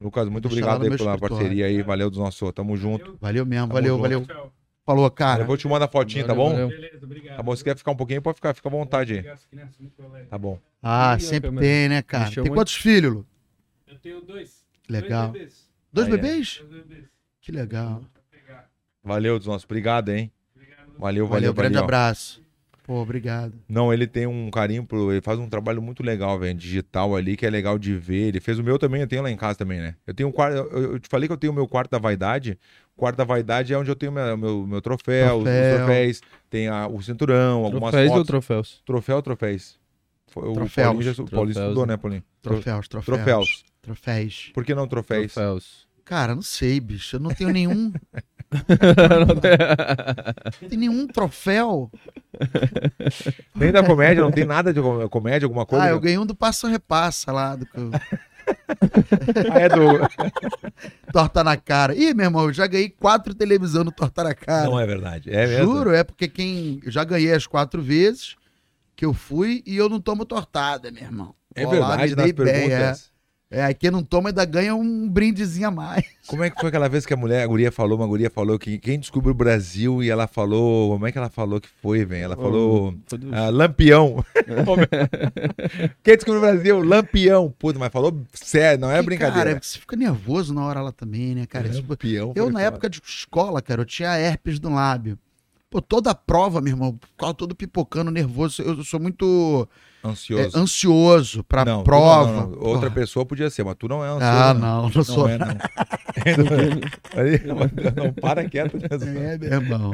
S1: Lucas, muito
S2: Deixa lá
S1: obrigado
S2: no
S1: aí
S2: meu
S1: pela
S2: escritório.
S1: parceiro parceria aí, valeu dos nossos, tamo junto.
S2: Valeu mesmo.
S1: Tamo
S2: valeu,
S1: junto.
S2: valeu.
S4: Tchau.
S2: Falou, cara.
S1: Eu vou te mandar fotinho, tá
S3: Valeu,
S1: bom?
S3: valeu.
S4: Beleza, obrigado.
S1: Tá bom, se quer ficar um pouquinho, pode ficar, fica à vontade aí. Tá bom.
S2: Ah,
S3: Ih, ó,
S2: sempre
S3: câmera.
S2: tem, né, cara?
S3: Mexeu
S2: Tem
S3: muito.
S2: quantos filhos, Lu?
S4: Eu tenho dois.
S2: Legal.
S4: Dois bebês.
S2: Dois
S1: Aí, é.
S2: bebês?
S4: Dois bebês.
S2: Que legal.
S4: Pra pegar.
S1: Valeu, dos nossos, obrigado, hein?
S4: Obrigado.
S1: Valeu, valeu,
S2: Valeu, grande
S1: valeu.
S2: abraço. Pô, obrigado.
S1: Não, ele tem um carinho pro. Ele faz um trabalho muito legal, velho, digital ali, que é legal de ver. Ele fez o meu também, eu tenho lá em casa também, né? Eu tenho um quarto. Eu, eu te falei que eu tenho o meu quarto da vaidade. O quarto da vaidade é onde eu tenho meu, meu, meu troféu, os-
S2: Troféu.
S1: os troféus, tem a- o cinturão, algumas
S3: Troféus ou
S1: fotos.
S3: troféus?
S1: Troféu, troféus. Foi- O
S2: Troféus.
S1: Paulinho, já, o Paulinho
S3: Troféus,
S1: estudou,
S3: né?
S1: né, Paulinho? Tro-
S2: Troféus, troféus.
S1: Troféus.
S2: Troféus.
S1: Por que não troféus?
S3: Troféus.
S2: Cara, não sei, bicho. Eu não tenho nenhum. não tenho nenhum troféu.
S1: Nem da comédia, não tem nada de com- comédia, alguma coisa.
S2: Ah, eu ganhei um do Passa Repassa lá, do que eu-
S1: Ah, é do.
S2: Torta na Cara. Ih, meu irmão, eu já ganhei quatro televisão no Torta na Cara.
S1: Não é verdade. É mesmo.
S2: Juro, é porque quem. Eu já ganhei as quatro vezes que eu fui e eu não tomo tortada, meu irmão.
S1: É
S2: Ó, lá, me
S1: verdade nas
S2: dei bem,
S1: perguntas.
S2: é. É, aí quem não toma ainda ganha um brindezinho a mais.
S1: Como é que foi aquela vez que a mulher, a guria falou, uma guria falou que quem descobriu o Brasil e ela falou, como é que ela falou que foi, velho?
S2: Oh,
S1: Ela falou,
S3: Todo-
S1: ah, Lampião. quem descobriu o Brasil? Lampião. Puta, mas falou sério, não é
S2: Que, Cara, é
S1: brincadeira. É,
S2: porque você fica nervoso na hora lá também, né, cara? Isso-
S1: Lampião.
S2: Eu,
S1: foi
S2: na
S1: foda.
S2: época de escola, cara, eu tinha herpes no lábio. Pô, toda a prova, meu irmão, ficava todo pipocando, nervoso. Eu eu sou muito é,
S1: Ansioso.
S2: ansioso pra
S1: Não, tu
S2: prova.
S1: não, não, não. Outra
S2: Porra.
S1: pessoa podia ser, mas tu não é ansioso.
S2: Ah, não, não
S1: Não
S2: sou.
S1: é,
S2: É,
S1: não. Aí, não, para quieto. né?
S2: É, meu irmão.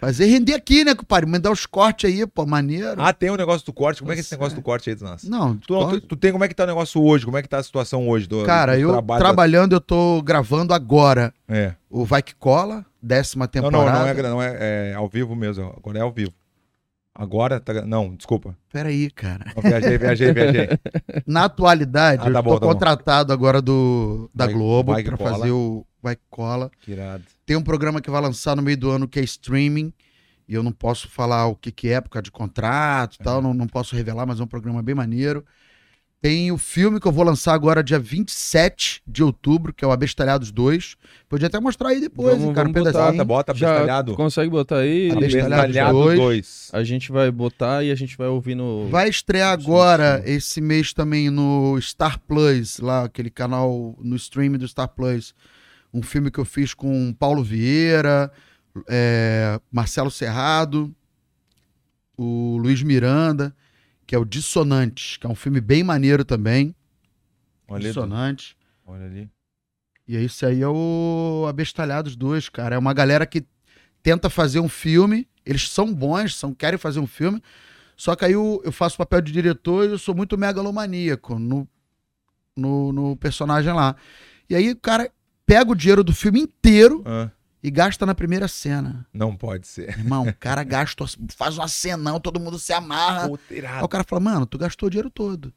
S2: Fazer render aqui, né, compadre? Mandar os cortes aí, pô, maneiro.
S1: Ah, tem o negócio do corte. Como é que é esse
S2: Nossa,
S1: negócio do corte aí, Nas?
S2: não,
S1: Tu, não- tu- tu tem como é que tá o negócio hoje? Como é que tá a situação hoje do
S2: cara,
S1: do
S2: eu
S1: trabalho?
S2: trabalhando, eu tô gravando agora
S1: É.
S2: o Vai Que Cola, décima
S1: Não,
S2: temporada.
S1: não, não é, gra- não é, é ao vivo mesmo. Agora é ao vivo. Agora tá, gra- não, desculpa.
S2: Peraí, cara.
S1: Não, viajei, viajei, viajei.
S2: Na atualidade,
S1: Ah, tá
S2: eu
S1: bom,
S2: tô
S1: tá bom.
S2: contratado agora do, da
S1: Vai-
S2: Globo
S1: Vai Que
S2: pra
S1: Cola.
S2: fazer o Vai Que Cola.
S1: Que irado.
S2: Tem um programa que vai lançar no meio do ano que é streaming. E eu não posso falar o que, que é, por causa de contrato e tal. Não, não posso revelar, mas é um programa bem maneiro. Tem o filme que eu vou lançar agora, dia 27 de outubro, que é o Abestalhados 2. Podia até mostrar aí depois,
S3: Vamos-
S2: hein, cara. Um
S3: vamos botar,
S1: Bota,
S2: pedacinho.
S1: bota,
S3: Já
S1: tá bestalhado.
S3: Consegue botar aí?
S2: Tá bem. Abestalhados
S1: Bestalhado
S2: dois.
S1: 2.
S3: A gente vai botar e a gente vai ouvir no.
S2: Vai estrear
S3: Sim,
S2: agora,
S3: sim.
S2: esse mês também, no Star Plus, lá, aquele canal no streaming do Star Plus. Um filme que eu fiz com Paulo Vieira, é, Marcelo Serrado, o Luiz Miranda, que é o Dissonantes, que é um filme bem maneiro também.
S1: Olha ali.
S2: Dissonantes.
S1: Olha ali.
S2: E é isso aí é o Abestalhados 2, cara. É uma galera que tenta fazer um filme, eles são bons, são querem fazer um filme, só que aí eu, eu faço papel de diretor e eu sou muito megalomaníaco no, no, no personagem lá. E aí o cara pega o dinheiro do filme inteiro
S1: Ah,
S2: e gasta na primeira cena.
S1: não pode ser.
S2: Irmão, o cara gasta, faz uma cenão, todo mundo se amarra.
S1: Puta,
S2: Aí o
S1: irado.
S2: cara fala, mano, tu gastou o dinheiro todo.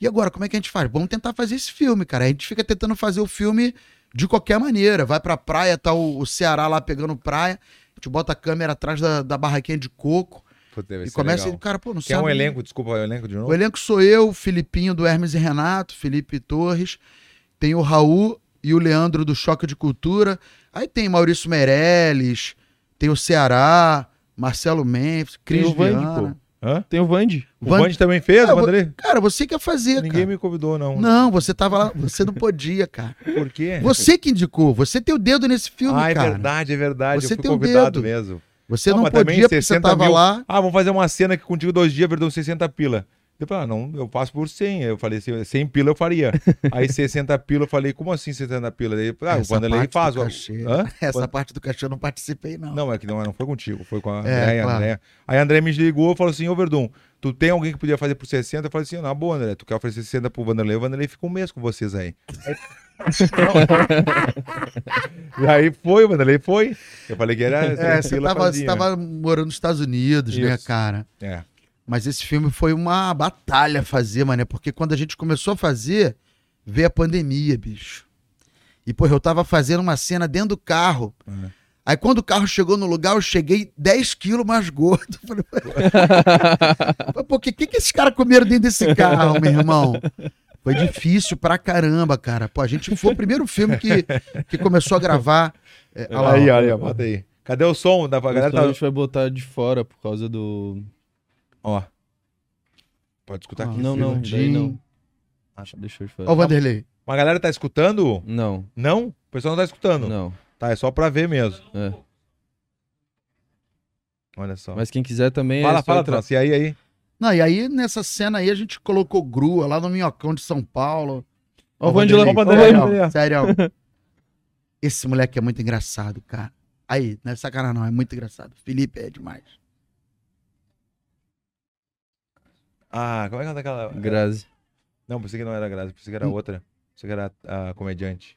S2: e agora, como é que a gente faz? Vamos tentar fazer esse filme, cara. A gente fica tentando fazer o filme de qualquer maneira. Vai pra praia, tá o, o Ceará lá pegando praia. A gente bota a câmera atrás da, da barraquinha de coco.
S1: Puta, vai
S2: e
S1: ser
S2: começa, e,
S1: legal.
S2: cara, pô, não
S1: Que é um
S2: sabe-
S1: elenco, desculpa, é um elenco de novo?
S2: O elenco sou eu, o Filipinho do Hermes e Renato, Felipe Torres. Tem o Raul e o Leandro do Choque de Cultura. Aí tem Maurício Meirelles, tem o Ceará, Marcelo Memphis, Cris
S3: Tem o Vand,
S2: Viana.
S3: pô.
S1: Hã?
S3: Tem o Vand.
S1: O
S2: Van-
S1: Band também fez,
S2: Ah, eu vou-
S1: Vanderlei?
S2: Cara, você quer fazer, cara.
S1: Ninguém me convidou, não.
S2: Não, você tava lá, você não podia, cara.
S1: Por quê?
S2: Você que indicou, você tem o dedo nesse filme,
S1: ah, é
S2: cara.
S1: verdade, é verdade.
S2: Você
S1: eu fui
S2: tem um
S1: convidado
S2: dedo.
S1: mesmo.
S2: Você
S1: Não,
S2: não,
S1: mas também
S2: podia porque você
S1: 60
S2: tava
S1: mil.
S2: lá.
S1: Ah, vamos fazer uma cena que contigo dois dias, perdão, 60 pila. Eu falei, ah, não, eu faço por 100. Eu falei, "Se- 100 pila eu faria. Aí 60 pila, eu falei, como assim 60 pila? Aí, ah, o
S2: Essa
S1: Vanderlei
S2: parte
S1: faz.
S2: do
S1: ó.
S2: cachê.
S1: Hã?
S2: Essa parte do cachê eu não participei, não.
S1: Não, é que não, não foi contigo, foi com a
S2: É,
S1: Andréia.
S2: claro.
S1: Andréia. Aí a Andréia me ligou e falou assim: Ô Verdun, tu tem alguém que podia fazer por 60? Eu falei assim: na boa, André, tu quer oferecer 60 pro Vanderlei? O Vanderlei fica um mês com vocês aí. Aí, E aí foi, o Vanderlei foi. Eu falei que era.
S2: É,
S1: 30
S2: você
S1: pila,
S2: tava, você
S1: fazia.
S2: tava morando nos Estados Unidos, né,
S1: Isso.
S2: cara?
S1: É.
S2: Mas esse filme foi uma batalha fazer, mané, porque quando a gente começou a fazer, veio a pandemia, bicho. E, pô, eu tava fazendo uma cena dentro do carro.
S1: Uhum.
S2: Aí quando o carro chegou no lugar, eu cheguei 10 quilos mais gordo. Falei, Mas, Pô, o que, que, que esses caras comeram dentro desse carro, meu irmão? Foi difícil pra caramba, cara. Pô, a gente foi o primeiro filme que, que começou a gravar. É, olha lá,
S1: aí,
S2: ó.
S1: olha, bota aí. Cadê o som? Da, a galera
S3: Então a
S1: tá.
S3: gente vai botar de fora por causa do.
S1: Ó. Pode
S2: Ah.
S1: escutar aqui.
S3: Não, não, daí não.
S1: Ah, tá.
S3: Deixa eu te
S2: Ó, o
S3: falar.
S2: Vanderlei.
S1: Mas a galera tá escutando?
S3: Não,
S1: Não? O pessoal não tá escutando.
S3: não.
S1: Tá, é só pra ver mesmo.
S3: É.
S1: Olha só.
S3: Mas quem quiser também. é
S1: Fala,
S3: só
S1: fala,
S3: entrar-
S1: Trans. E aí, aí?
S2: Não, e aí nessa cena aí a gente colocou grua lá no Minhocão de São Paulo.
S3: Ó, o Vanderlei.
S1: Ó,
S3: Ó,
S1: o
S3: o
S1: Vanderlei.
S3: Vanderlei.
S2: Sério, sério. Esse moleque é muito engraçado, cara. Aí, não é sacanagem não, é muito engraçado. Felipe é demais.
S1: Ah, como é que ela tá aquela.
S3: Grazi.
S1: Não, pensei que não era a Grazi, pensei que
S3: Hum?
S1: era outra. Pensei que era a, a comediante.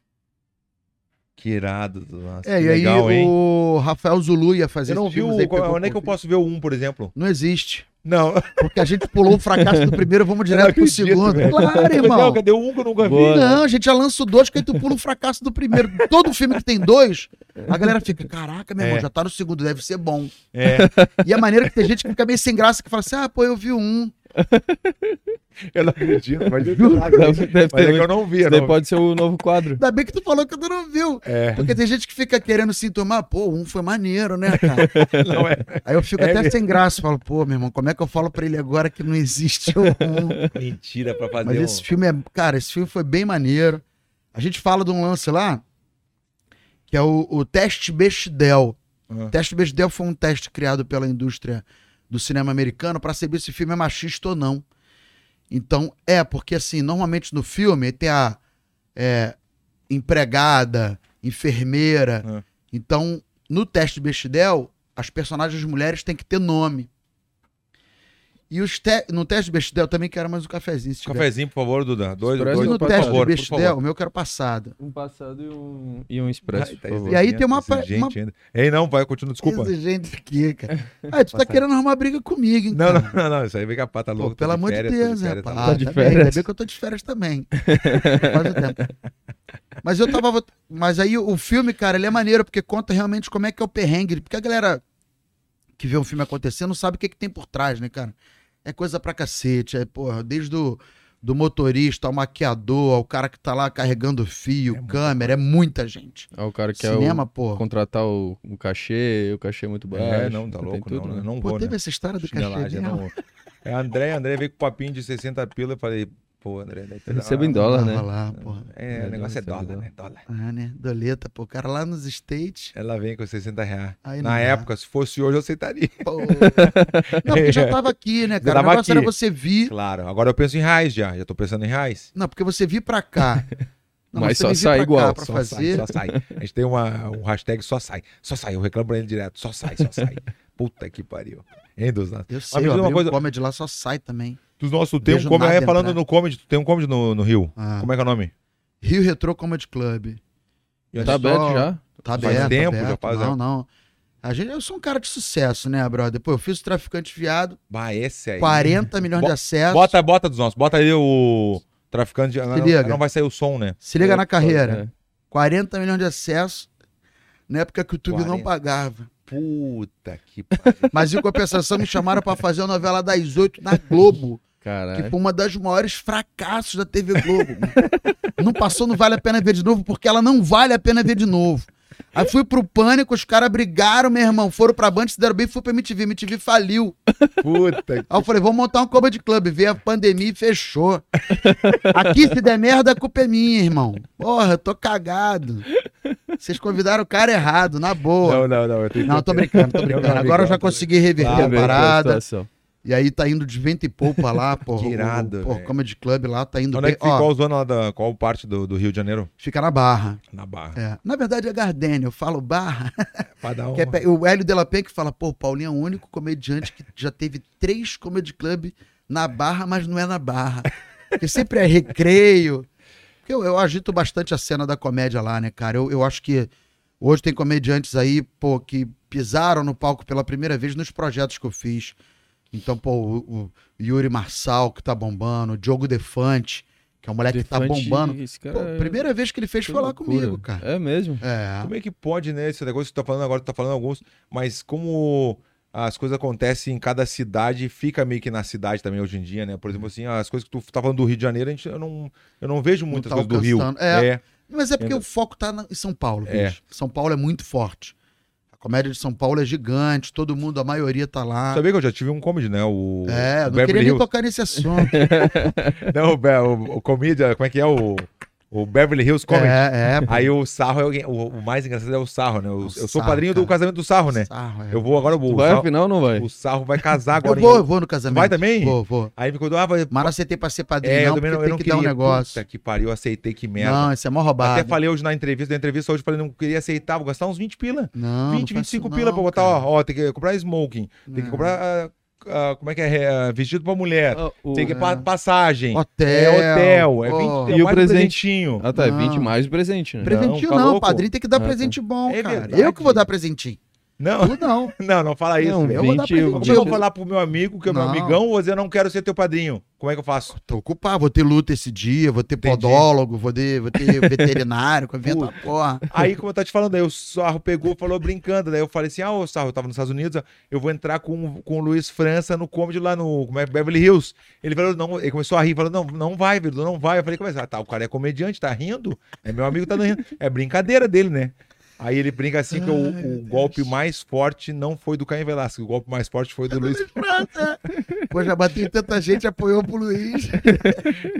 S1: Que irado. Nossa,
S2: É,
S1: que
S2: e aí
S1: legal, hein?
S2: o Rafael Zulu ia fazer
S1: Eu não
S2: esses
S1: vi o.
S2: filmes aí, pegou
S1: Onde é que eu
S2: Covid.
S1: posso ver o 1, por exemplo?
S2: Não existe.
S1: Não.
S2: Porque a gente pulou o fracasso do primeiro, vamos
S1: não
S2: direto pro
S1: acredito,
S2: segundo.
S1: velho.
S2: Claro, irmão.
S1: Não, cadê o 1 que eu nunca vi?
S3: Boa.
S2: Não, a gente já lança o dois, que aí tu pula o fracasso do primeiro. Todo filme que tem dois, a galera fica, caraca, meu irmão,
S1: É.
S2: já tá no segundo, deve ser bom.
S1: É.
S2: E a maneira que tem gente que fica meio sem graça, que fala assim, ah, pô, eu vi um.
S1: Eu não acredito, mas deve
S3: Juro?
S1: ter lá,
S3: Deve- deve
S1: Mas é
S3: ter-
S1: que eu não vi, eu
S3: Isso
S1: não
S3: daí
S1: vi.
S3: pode ser o novo quadro.
S2: Ainda bem que tu falou que tu não viu.
S1: É,
S2: Porque tem gente que fica querendo se enturmar, pô, um foi maneiro, né, cara?
S1: não é.
S2: Aí eu fico
S1: É
S2: até
S1: mesmo.
S2: sem graça, falo, pô, meu irmão, como é que eu falo pra ele agora que não existe um?
S1: Mentira pra
S2: Mas
S1: fazer um
S2: esse filme é. Cara, esse filme foi bem maneiro. A gente fala de um lance lá, que é o, o teste Bechdel.
S1: Ah.
S2: O teste Bechdel foi um teste criado pela indústria do cinema americano para saber se o filme é machista ou não. Então, é, porque assim, normalmente no filme tem a é, empregada, enfermeira.
S1: Ah.
S2: Então, no teste Bechdel, as personagens mulheres têm que ter nome. E os te- no teste Bechdel também quero mais um cafezinho, se
S1: um
S2: tiver.
S1: cafezinho, por favor, Duda. Dois,
S3: Parece
S2: E
S1: dois,
S2: no
S1: por
S2: um teste
S1: favor,
S2: de
S1: por
S2: Bechdel,
S1: favor.
S2: o meu que era passado.
S3: Um passado e um, e um expresso,
S1: Ai,
S3: por
S1: tá
S3: favor.
S2: E aí tem uma-
S1: exigente
S2: uma-
S1: ainda. Ei, não, vai, continua, desculpa.
S2: Exigente aqui, cara. Ah, tu tá querendo arrumar briga comigo, hein,
S1: Não, Tá
S2: cara?
S1: não, não, não, isso aí vem com a pata
S2: Pô,
S1: louca.
S2: pelo amor de Deus, rapaz.
S1: rapaz.
S2: Ah,
S3: de
S2: tá bem,
S3: férias.
S2: Ainda bem que eu tô de férias também. Faz o tempo. Mas eu tava. Mas aí o filme, cara, ele é maneiro, porque conta realmente como é que é o perrengue. Porque a galera que vê um filme acontecendo não sabe o que, que tem por trás, né, cara? É coisa pra cacete. É, porra, desde o do motorista ao maquiador, ao cara que tá lá carregando fio, câmera, é muita gente.
S3: Ah, o cara que
S2: Cinema,
S3: é o,
S2: porra.
S3: contratar o, o cachê, o cachê é muito baixo.
S1: É, não, tá
S3: tem
S1: louco,
S3: tudo,
S1: não,
S3: né?
S1: eu não
S2: Pô,
S1: vou,
S2: teve
S1: né?
S2: essa história do né? cachê.
S1: Chinelagem,
S2: mesmo?
S1: não. É, André, André veio com papinho de 60 pila, eu falei, pô, André... Deve ter
S3: Eu recebo
S1: dado-
S3: em dólar, né?
S2: Tava lá, porra.
S1: É, o
S3: Melhor
S1: negócio é
S3: receber
S1: dólar,
S3: dólar.
S1: né? Dólar.
S2: Ah, né? Doleta, pô. O cara lá nos States.
S1: Ela vem com 60 reais.
S2: Aí não
S1: Na
S2: dá.
S1: época, se fosse hoje, eu aceitaria.
S2: Pô. Não, porque já tava aqui, né, cara? O
S1: tava
S2: negócio
S1: aqui.
S2: era você vir.
S1: Claro, agora eu penso em reais já. Já tô pensando em reais.
S2: Não, porque você vir pra cá. Não,
S3: Mas
S2: você
S3: só
S2: vir
S3: sai
S2: pra
S3: igual,
S2: Cá pra
S1: só
S2: fazer.
S1: sai, só sai. A gente tem uma, um hashtag só sai. Só sai, eu reclamo pra ele direto. Só sai, só sai. Puta que pariu. Hein, dos,
S2: Eu sei,
S1: me
S2: eu
S1: diz uma
S2: abri um
S1: coisa-
S2: comedy lá, só sai também.
S1: dos nossos tem um
S2: Vejo
S1: comedy.
S2: nada
S1: aí Falando
S2: entrar.
S1: no comedy, tu tem um comedy no, no Rio.
S2: Ah,
S1: Como é que é o nome?
S2: Rio Retro Comedy Club.
S1: Eu
S3: Tá
S2: só-
S3: aberto já?
S2: Tá
S1: Faz
S2: aberto,
S1: tempo,
S2: aberto.
S1: já faz- é?
S2: Não, não. A gente, eu sou um cara de sucesso, né, brother? Pô, eu fiz o Traficante Viado,
S1: Bah, esse aí.
S2: 40 milhões de
S1: É Bo-
S2: acessos.
S1: Bota, bota dos nossos. Bota aí o traficante. de- Não,
S2: liga.
S1: não vai sair o som, né?
S2: Se liga na carreira.
S3: É.
S2: 40 milhões de acessos na época que o YouTube não
S1: 40.
S2: pagava.
S1: Puta que pariu.
S2: Mas em compensação me chamaram pra fazer a novela das oito na Globo, que
S3: Caralho.
S2: foi uma das maiores fracassos da TV Globo. não passou, não vale a pena ver de novo, porque ela não vale a pena ver de novo. Aí fui pro Pânico, os caras brigaram, meu irmão, foram pra Band, se deram bem, fui pra MTV, MTV faliu.
S1: Puta que
S2: Aí eu falei, vamos montar um comedy club, veio a pandemia e fechou. Aqui se der merda, a culpa é minha, irmão. Porra, eu tô cagado. Vocês convidaram o cara errado, na
S1: Não,
S2: boa.
S1: não, não. Eu tenho
S2: Não, tô
S1: certeza.
S2: brincando, tô brincando. Agora eu já
S1: tô brincando. Tá
S2: consegui reverter
S1: Claro,
S2: a
S1: velho,
S2: parada.
S3: situação.
S2: E aí tá indo de vento e poupa lá, porra.
S1: Que irado,
S2: o- Porra,
S1: velho.
S2: Comedy Club lá tá indo
S1: Onde é
S2: bem.
S1: que fica?
S2: Ó,
S1: Qual zona lá da. Qual parte do, do Rio de Janeiro?
S2: fica na Barra.
S1: Na Barra.
S2: É. Na verdade é Gardênia, eu falo Barra.
S1: Pra dar um...
S2: que é pe- o Hélio Delapen que fala, pô, o Paulinho é o único comediante que já teve três Comedy Club na Barra, mas não é na Barra. Porque sempre é recreio. Porque eu, eu agito bastante a cena da comédia lá, né, cara? Eu, eu acho que hoje tem comediantes aí, pô, que pisaram no palco pela primeira vez nos projetos que eu fiz. Então, pô, o, o Yuri Marçal, que tá bombando, o Diogo Defante, que é um moleque que tá
S3: Defante,
S2: bombando.
S3: esse
S2: Pô,
S3: cara é-
S2: primeira vez que ele fez
S3: que
S2: foi lá
S3: loucura.
S2: comigo, cara.
S3: É mesmo?
S2: É.
S1: Como é que pode, né? Esse negócio que tu tá falando agora, tu tá falando alguns, mas como as coisas acontecem em cada cidade, fica meio que na cidade também hoje em dia, né? Por
S2: Uhum.
S1: exemplo, assim, as coisas que tu tá falando do Rio de Janeiro, a gente, eu, não, eu não vejo muitas
S2: tá
S1: coisas do Rio.
S2: alcançando. É.
S1: é.
S2: Mas é porque
S1: Entendeu?
S2: o foco tá na- em São Paulo,
S1: É.
S2: bicho. São Paulo é muito forte. A comédia de São Paulo é gigante, todo mundo, a maioria tá lá.
S1: Sabia que eu já tive um comedy, né? O, o
S2: É, eu não
S1: Beverly
S2: queria nem
S1: Hills. É,
S2: tocar nesse assunto.
S1: Não, o, Be- o, o comédia, como é que é? O, o Beverly Hills Comedy.
S2: é, é. pô.
S1: Aí o sarro é alguém. O, o mais engraçado é o sarro, né? Eu, eu sou
S2: Sarro,
S1: padrinho do
S2: cara.
S1: casamento do sarro, né?
S2: Sarro, é.
S1: Eu vou agora, eu vou.
S3: Tu
S1: O
S3: vai
S1: sarro,
S3: afinal ou não vai?
S1: o Sarro vai casar
S2: Eu
S1: agora. em-
S2: vou, eu vou no casamento.
S1: Vai também?
S2: Vou, vou.
S1: Aí me contou, ah, vai,
S2: Mas não aceitei pra ser padrinho,
S1: É, eu
S2: não,
S1: também
S2: porque
S1: não, eu
S2: tem
S1: não
S2: que
S1: queria.
S2: dar um negócio.
S1: Puta que pariu, eu aceitei, que merda.
S2: Não, isso é mó roubado.
S1: Até falei hoje na entrevista, da entrevista hoje, falei, não queria aceitar, vou gastar uns 20 pila.
S2: Não,
S1: 20, 25 pila pra botar, ó, ó, tem que comprar smoking, tem que comprar, ah, ah, como é que é, ah, vestido pra mulher,
S3: Ah, o-
S1: tem que pa-
S2: é.
S1: passagem,
S2: Hotel.
S1: é hotel, é 20
S2: ó.
S1: tem
S3: E o
S1: mais um
S3: presente?
S1: presentinho.
S3: Ah, tá, é
S2: Não.
S3: 20 mais o presente, né?
S1: Pre-
S2: Presentinho
S1: tá
S2: não,
S1: louco?
S2: padrinho tem que dar
S3: Ah, tá.
S2: presente bom,
S1: É
S2: cara.
S1: verdade.
S2: Eu que vou dar presentinho.
S1: Não,
S2: Tu não.
S1: não, não fala isso.
S3: Não,
S1: velho.
S2: Eu vou dar pra ele.
S1: Como é que
S3: 20
S1: eu vou falar pro meu amigo, que é
S2: Não.
S1: meu amigão, ou dizer, eu não quero ser teu padrinho? Como é que eu faço?
S2: Tô ocupado, vou ter luta esse dia, vou ter
S1: Entendi.
S2: podólogo, vou ter, vou ter veterinário, com evento, uma porra.
S1: Aí, como eu tava te falando, aí o Sarro pegou, falou brincando. Daí eu falei assim: ah, ô Sarro, eu tava nos Estados Unidos, eu vou entrar com, com o Luiz França no comedy lá no como é, Beverly Hills. Ele falou, não, ele começou a rir, falou, não, não vai, Virdo, não vai. Eu falei, começa, ah, tá, o cara é comediante, tá rindo, é meu amigo, tá rindo. É brincadeira dele, né? Aí ele brinca assim que
S2: Ai, meu
S1: o, o golpe mais forte não foi do Caim Velasco, o golpe mais forte foi do Luiz.
S2: França. Pô, já bateu em tanta gente, apoiou pro Luiz. É,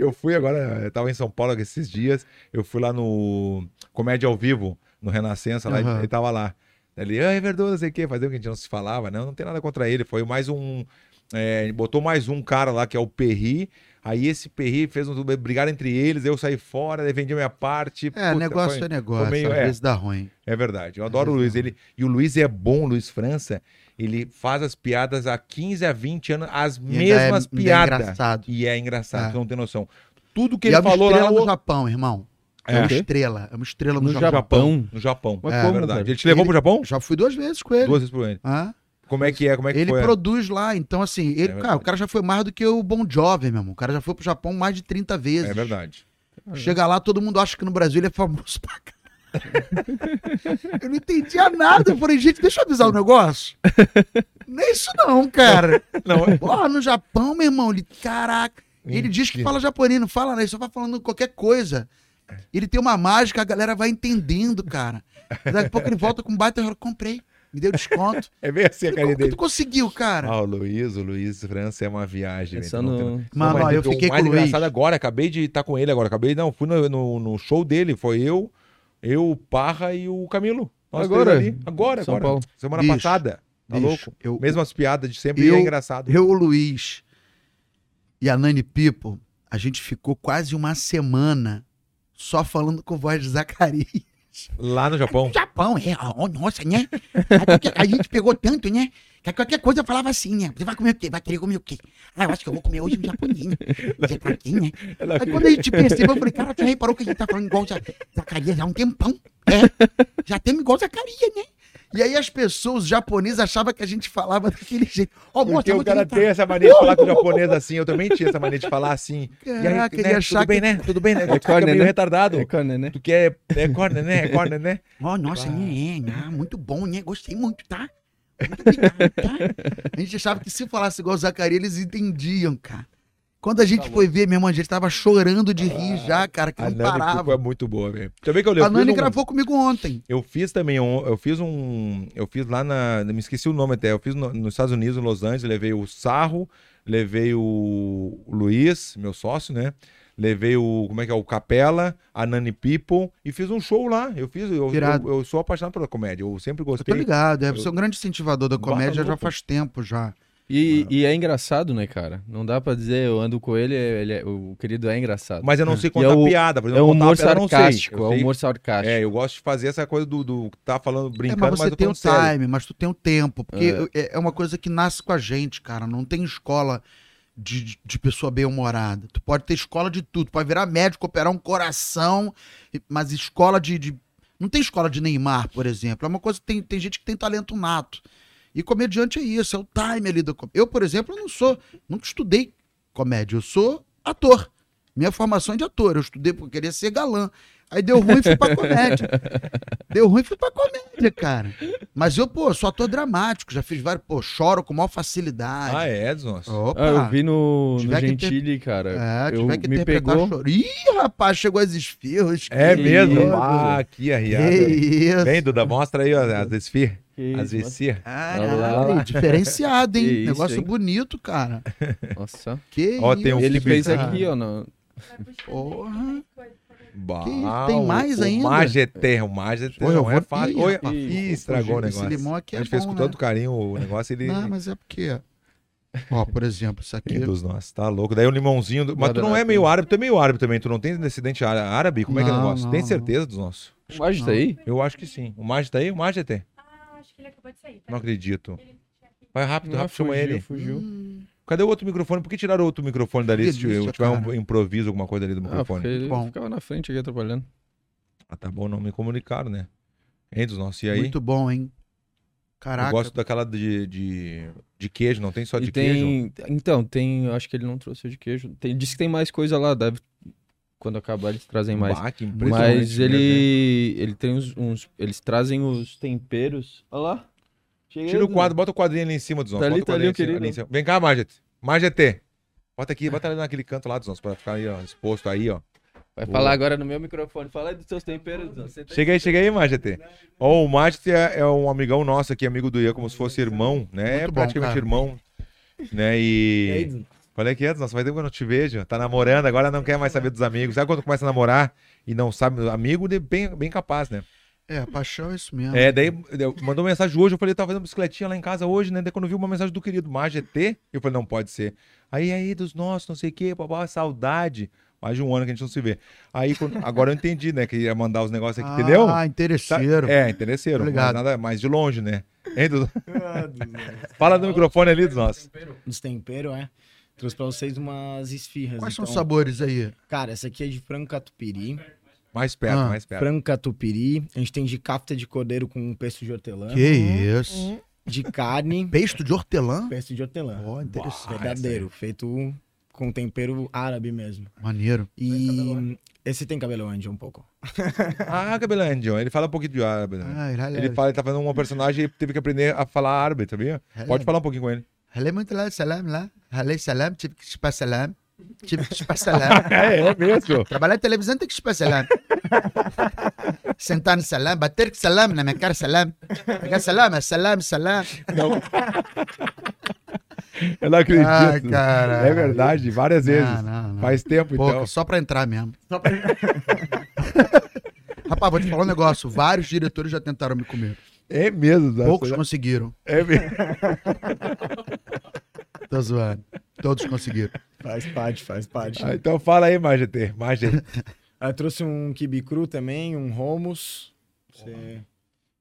S1: Eu fui agora, eu tava em São Paulo esses dias, eu fui lá no Comédia ao Vivo, no Renascença, lá,
S2: Aham.
S1: ele tava lá. Ele, ah, é verdade, não sei o quê, fazia o que a gente não se falava, né? não, não tem nada contra ele, foi mais um, é, botou mais um cara lá, que é o Perri, aí esse Perri fez um, brigaram entre eles, eu saí fora, daí vendi a minha parte.
S2: É,
S1: puta,
S2: negócio
S1: foi-
S2: é negócio,
S1: meio-
S2: às
S1: é.
S2: vezes dá ruim.
S1: é verdade. Eu adoro o Luiz. Ele, e o Luiz é bom, o Luiz França. Ele faz as piadas há 15 a 20 anos, as
S2: E ainda é-
S1: mesmas
S2: ainda é
S1: piadas.
S2: engraçado.
S1: E é engraçado,
S2: É.
S1: tu não tem noção. Tudo que
S2: e
S1: ele
S2: é uma
S1: falou
S2: estrela
S1: lá
S2: no
S1: o-
S2: Japão, irmão. É,
S3: É.
S2: uma
S3: O quê?
S2: estrela. É uma estrela no,
S3: No
S2: Japão.
S3: Japão.
S1: No Japão.
S3: Mas
S1: é
S3: como,
S1: verdade.
S3: cara?
S1: Ele te levou
S2: Ele-
S1: pro Japão?
S2: Já fui duas vezes com ele.
S1: Duas vezes pro ele.
S2: Hã?
S1: Como é que é? Como é que
S2: ele
S1: foi? É
S2: produz lá, então assim, ele- cara,
S1: verdade.
S2: o cara já foi mais do que o Bon Jovi, meu irmão. O cara já foi pro Japão mais de 30 vezes.
S1: É verdade.
S2: Chega lá, todo mundo acha que no Brasil ele é famoso pra caralho. Eu não entendia nada. Eu falei, gente, deixa eu avisar o negócio. Não é isso não, cara.
S1: Não, é.
S2: Porra, no Japão, meu irmão, ele, caraca. E Ele diz que fala japonês, não fala, né? Ele só vai falando qualquer coisa. Ele tem uma mágica, a galera vai entendendo, cara. Daqui a pouco ele volta com um baita, eu comprei, me deu desconto.
S1: é bem assim a
S2: Ele, como
S1: carinha
S2: que tu
S1: dele.
S2: conseguiu, cara?
S1: Ah, o Luiz, o Luiz França é uma viagem. velho.
S3: Pensando
S1: Não tem-
S3: no...
S1: Não,
S2: Mano,
S1: mas
S2: ó, eu
S1: o
S2: fiquei
S1: mais
S2: com o Luiz.
S1: engraçado agora, acabei de estar com ele agora, acabei, não, fui no, no- no show dele, foi eu, eu, o Parra e o Camilo. Nós
S3: Agora?
S1: três ali. agora,
S3: São
S1: agora.
S3: Paulo.
S1: Semana
S2: Bicho,
S1: passada. Tá
S2: Bicho,
S1: louco?
S2: Eu,
S1: Mesmo as piadas de sempre e
S2: eu-
S1: é engraçado.
S2: eu, o Luiz e a Nani Pipo, a gente ficou quase uma semana só falando com voz de Zacarias.
S1: Lá no Japão.
S2: Japão, é, ó, nossa, né? Aí qualquer- A gente pegou tanto, né? Que qualquer coisa eu falava assim, né? Você vai comer o quê? Vai querer comer o quê? Ah, eu acho que eu vou comer hoje um japonês, né? Você tá aqui, né? Aí quando a gente percebeu, eu falei, cara, você reparou que a gente tá falando igual o Za- Zacarias há um tempão? É, já temos igual o Zacarias, né? E aí as pessoas, os japoneses, achavam que a gente falava daquele jeito. Ó, moça,
S1: Porque
S2: eu
S1: o
S2: vou
S1: cara
S2: tentar.
S1: tem essa mania de falar com o japonês assim, eu também tinha essa mania de falar assim.
S2: Caraca, ele ia achar é
S1: tudo bem, né? Tudo bem, né? Tu fica
S3: corner,
S1: meio
S3: né?
S1: retardado.
S3: É, cara, né?
S1: Tu quer, é corner, né? É corner, né?
S2: Ó, nossa, né? É, né? muito bom, né? Gostei muito, tá? Muito obrigado, tá? A gente achava que se falasse igual o Zacarias, eles entendiam, cara. Quando a
S1: Tá
S2: gente foi ver, meu irmão, a gente tava chorando de
S1: Ah,
S2: rir já, cara, que
S1: A
S2: não
S1: Nani Pipo é
S2: parava.
S1: muito boa, velho. Também que eu li, eu
S2: A
S1: fiz
S2: Nani
S1: um-
S2: gravou comigo ontem.
S1: Eu fiz também, um, eu fiz um. Eu fiz lá na. Me esqueci o nome até. Eu fiz no- nos Estados Unidos, em Los Angeles, levei o Sarro, levei o Luiz, meu sócio, né? Levei o. Como é que é? O Capela, a Nani People e fiz um show lá. Eu fiz. Eu,
S2: Irado.
S1: eu, eu sou apaixonado pela comédia. Eu sempre
S2: Eu tô
S1: gostei.
S2: ligado, é,
S1: Eu-
S2: você é um grande incentivador da
S1: Bota
S2: comédia já
S1: louco.
S2: faz tempo já.
S3: E, e é engraçado, né, cara? Não dá pra dizer, eu ando com ele, ele é- o querido é engraçado.
S1: Mas eu não sei
S3: E
S1: contar
S3: é o-
S1: piada. Por
S3: é
S1: contar
S3: um
S1: uma
S3: humor
S1: piada eu não sei. Eu
S3: sarcástico, é um
S1: sei-
S3: humor sarcástico.
S1: É, eu gosto de fazer essa coisa do, do tá falando,
S2: É,
S1: brincando,
S2: mas
S1: mas,
S2: você
S1: eu
S2: tem
S1: tô
S2: o
S1: falando sério.
S2: time, mas tu tem o tempo, porque eu- é. é uma coisa que nasce com a gente, cara. Não tem escola de, de- de pessoa bem-humorada. Tu pode ter escola de tudo, pode virar médico, operar um coração, e- mas escola de, de- Não tem escola de Neymar, por exemplo. É uma coisa que tem, tem gente que tem talento nato. E comediante é isso, é o time ali do. com- Eu, por exemplo, não sou. Nunca estudei comédia, eu sou ator. Minha formação é de ator. Eu estudei porque eu queria ser galã. Aí deu ruim e fui pra comédia. Deu ruim e fui pra comédia, cara. Mas eu, pô, sou ator dramático, já fiz vários, pô, choro com maior facilidade.
S1: Ah, é, nossa.
S2: Opa.
S3: Ah, eu vi no, no
S2: Tiver que ter-
S3: Gentili, cara.
S2: É,
S3: eu-
S2: tiver que
S3: me
S2: interpretar
S3: pegou.
S2: choro. Ih, rapaz, chegou as esfirras.
S1: É
S3: Que
S1: mesmo?
S3: isso.
S1: Ah, que
S2: Que
S1: arriada.
S2: isso.
S1: Vem, Duda, mostra aí ó, as desfias.
S3: Que
S1: As
S3: isso,
S1: desfias.
S2: Caralho,
S3: Olha lá.
S2: diferenciado, hein?
S3: Que isso,
S2: Negócio
S3: hein?
S2: bonito, cara.
S3: mano. Nossa.
S2: Que
S1: Ó,
S2: isso.
S1: tem um Eu
S3: Ele
S1: fui
S3: fez
S1: brincar.
S3: aqui, ó. no-
S2: Porra.
S1: Bah,
S2: Que isso, tem mais
S1: o,
S2: ainda?
S1: O Mageté, o Mageté
S2: Olha, eu
S1: não é
S2: vou-
S1: fácil.
S2: Ih,
S1: Olha,
S2: rapaz,
S1: Ih,
S2: pô,
S1: estragou o
S2: Gil, esse
S1: negócio.
S2: limão aqui é
S1: a gente fez
S2: bom,
S1: com
S2: né?
S1: tanto carinho o negócio, ele...
S2: Não, mas é porque... Ó, por exemplo, isso aqui... é
S1: Quem dos nós, tá louco. Daí o limãozinho... do- Mas tu não é
S3: Guardanapo.
S1: meio árabe, tu é meio árabe também. Tu não tem descendente ára- árabe? Como é que é o
S2: Não,
S1: negócio?
S2: não,
S1: tem
S2: não.
S1: certeza dos nossos?
S3: O Majid tá aí?
S1: Eu acho que sim. O Mageté tá aí? O Mageté?
S5: Ah, acho que ele acabou de sair.
S1: Não
S5: peraí.
S1: acredito. Vai rápido,
S3: Ah,
S1: rápido, chama
S3: fugiu,
S1: ele.
S3: Fugiu.
S2: Hum,
S1: Cadê o outro microfone? Por que tiraram o outro microfone dali? Se
S2: Delícia,
S1: tiver tiver um
S2: cara.
S1: improviso, alguma coisa ali do
S3: Ah,
S1: microfone.
S3: porque ele
S2: Bom.
S3: ficava na frente aqui atrapalhando.
S1: Ah, tá bom, não me comunicaram, né? Hein, dos nossos, e aí?
S2: Muito bom, hein? Caraca.
S1: Eu gosto daquela de, de, de queijo, não tem só de
S3: e tem.
S1: queijo?
S3: Então, tem. eu Acho que ele não trouxe o de queijo. Tem, diz que tem mais coisa lá. Deve, quando acabar, eles trazem mais.
S1: Bah, Ah, que impressionante né,
S3: Mas
S1: mesmo, hein?
S3: ele. Ele tem uns, uns- Eles trazem os temperos. Olha lá. Cheguei,
S1: Tira o
S3: Dudu.
S1: quadro, bota o quadrinho ali em cima dos nossos.
S3: Tá ali,
S1: bota o
S3: tá
S1: quadrinho
S3: ali, eu
S1: em cima-
S3: queria,
S1: em cima. Vem cá, Marget. Marget. Bota aqui, bota ali naquele canto lá dos nossos, pra ficar aí, ó, exposto aí, ó.
S3: Vai
S1: Boa.
S3: falar agora no meu microfone. Fala aí dos seus temperos. Dudu. Você tá-
S1: Chega aí, chega aí, Marget. Ó, o Marget é, é um amigão nosso aqui, amigo do Ian, como se fosse irmão, né?
S2: Muito
S1: É
S2: bom,
S1: praticamente
S2: cara.
S1: irmão. Né,
S3: E aí,
S1: e.
S3: Dudu?
S1: Qual é que é? Nossa, faz tempo que eu não te vejo. Tá namorando, agora não quer mais saber dos amigos. Sabe quando começa a namorar e não sabe? Amigo de- bem, bem capaz, né?
S2: É, paixão é isso mesmo.
S1: É, daí eu- mandou mensagem hoje, eu falei, tava fazendo bicicletinha lá em casa hoje, né? Daí quando eu vi uma mensagem do querido Magetê, eu falei, não pode ser. Aí, aí, dos nossos, não sei o quê, babá, saudade. Mais de um ano que a gente não se vê. Aí, quando- agora eu entendi, né? Que ia mandar os negócios aqui, entendeu?
S2: Ah,
S1: Tá-
S2: interesseiro.
S1: É, interesseiro. Mas
S2: Obrigado.
S1: nada mais de longe, né? Hein, Dudu? Fala no microfone ali dos nossos.
S4: Tempero.
S5: Dos temperos, é. Trouxe pra vocês umas esfirras.
S2: Quais são os
S5: então.
S2: sabores aí?
S5: Cara, essa aqui é de frango catupiry.
S1: Mais perto,
S2: Ah,
S1: mais perto.
S5: Frango catupiry. A gente tem de cafta de cordeiro com pesto de hortelã.
S2: Que isso?
S5: De carne,
S2: Pesto de hortelã?
S5: pesto de hortelã.
S2: Ó, interessante.
S5: Verdadeiro. Feito com tempero árabe mesmo.
S2: Maneiro.
S5: E esse tem cabelo índio um pouco.
S1: Ah, Cabelandion, ele fala um pouquinho de árabe, né?
S2: Ah, ele,
S1: Ele fala, ele tá fazendo uma personagem e teve que aprender a falar árabe, sabia?
S2: É.
S1: Pode falar um pouquinho com ele.
S2: Ralei muito lá, salam lá. Ralei salam, tive que chupar salam. Tive que chupar salam.
S1: É, é mesmo.
S2: Trabalhar em televisão tem que chupar salam. Sentar no salam, bater com salam na minha cara, salam. Pegar salam, é salam, salam.
S1: Eu não acredito.
S2: Ah, cara.
S1: É verdade, várias
S2: Não,
S1: vezes.
S2: não, não.
S1: Faz tempo,
S2: Pouca,
S1: então.
S2: só pra entrar mesmo. Rapaz, vou te falar um negócio. Vários diretores já tentaram me comer.
S1: É mesmo, Zé.
S2: Poucos conseguiram.
S1: É mesmo.
S2: Tô zoando. Todos conseguiram.
S1: Tá
S5: Faz parte, faz parte.
S1: Ah, então fala aí, Magete. Magete.
S5: Aí eu trouxe um kibe cru também, um homus. Você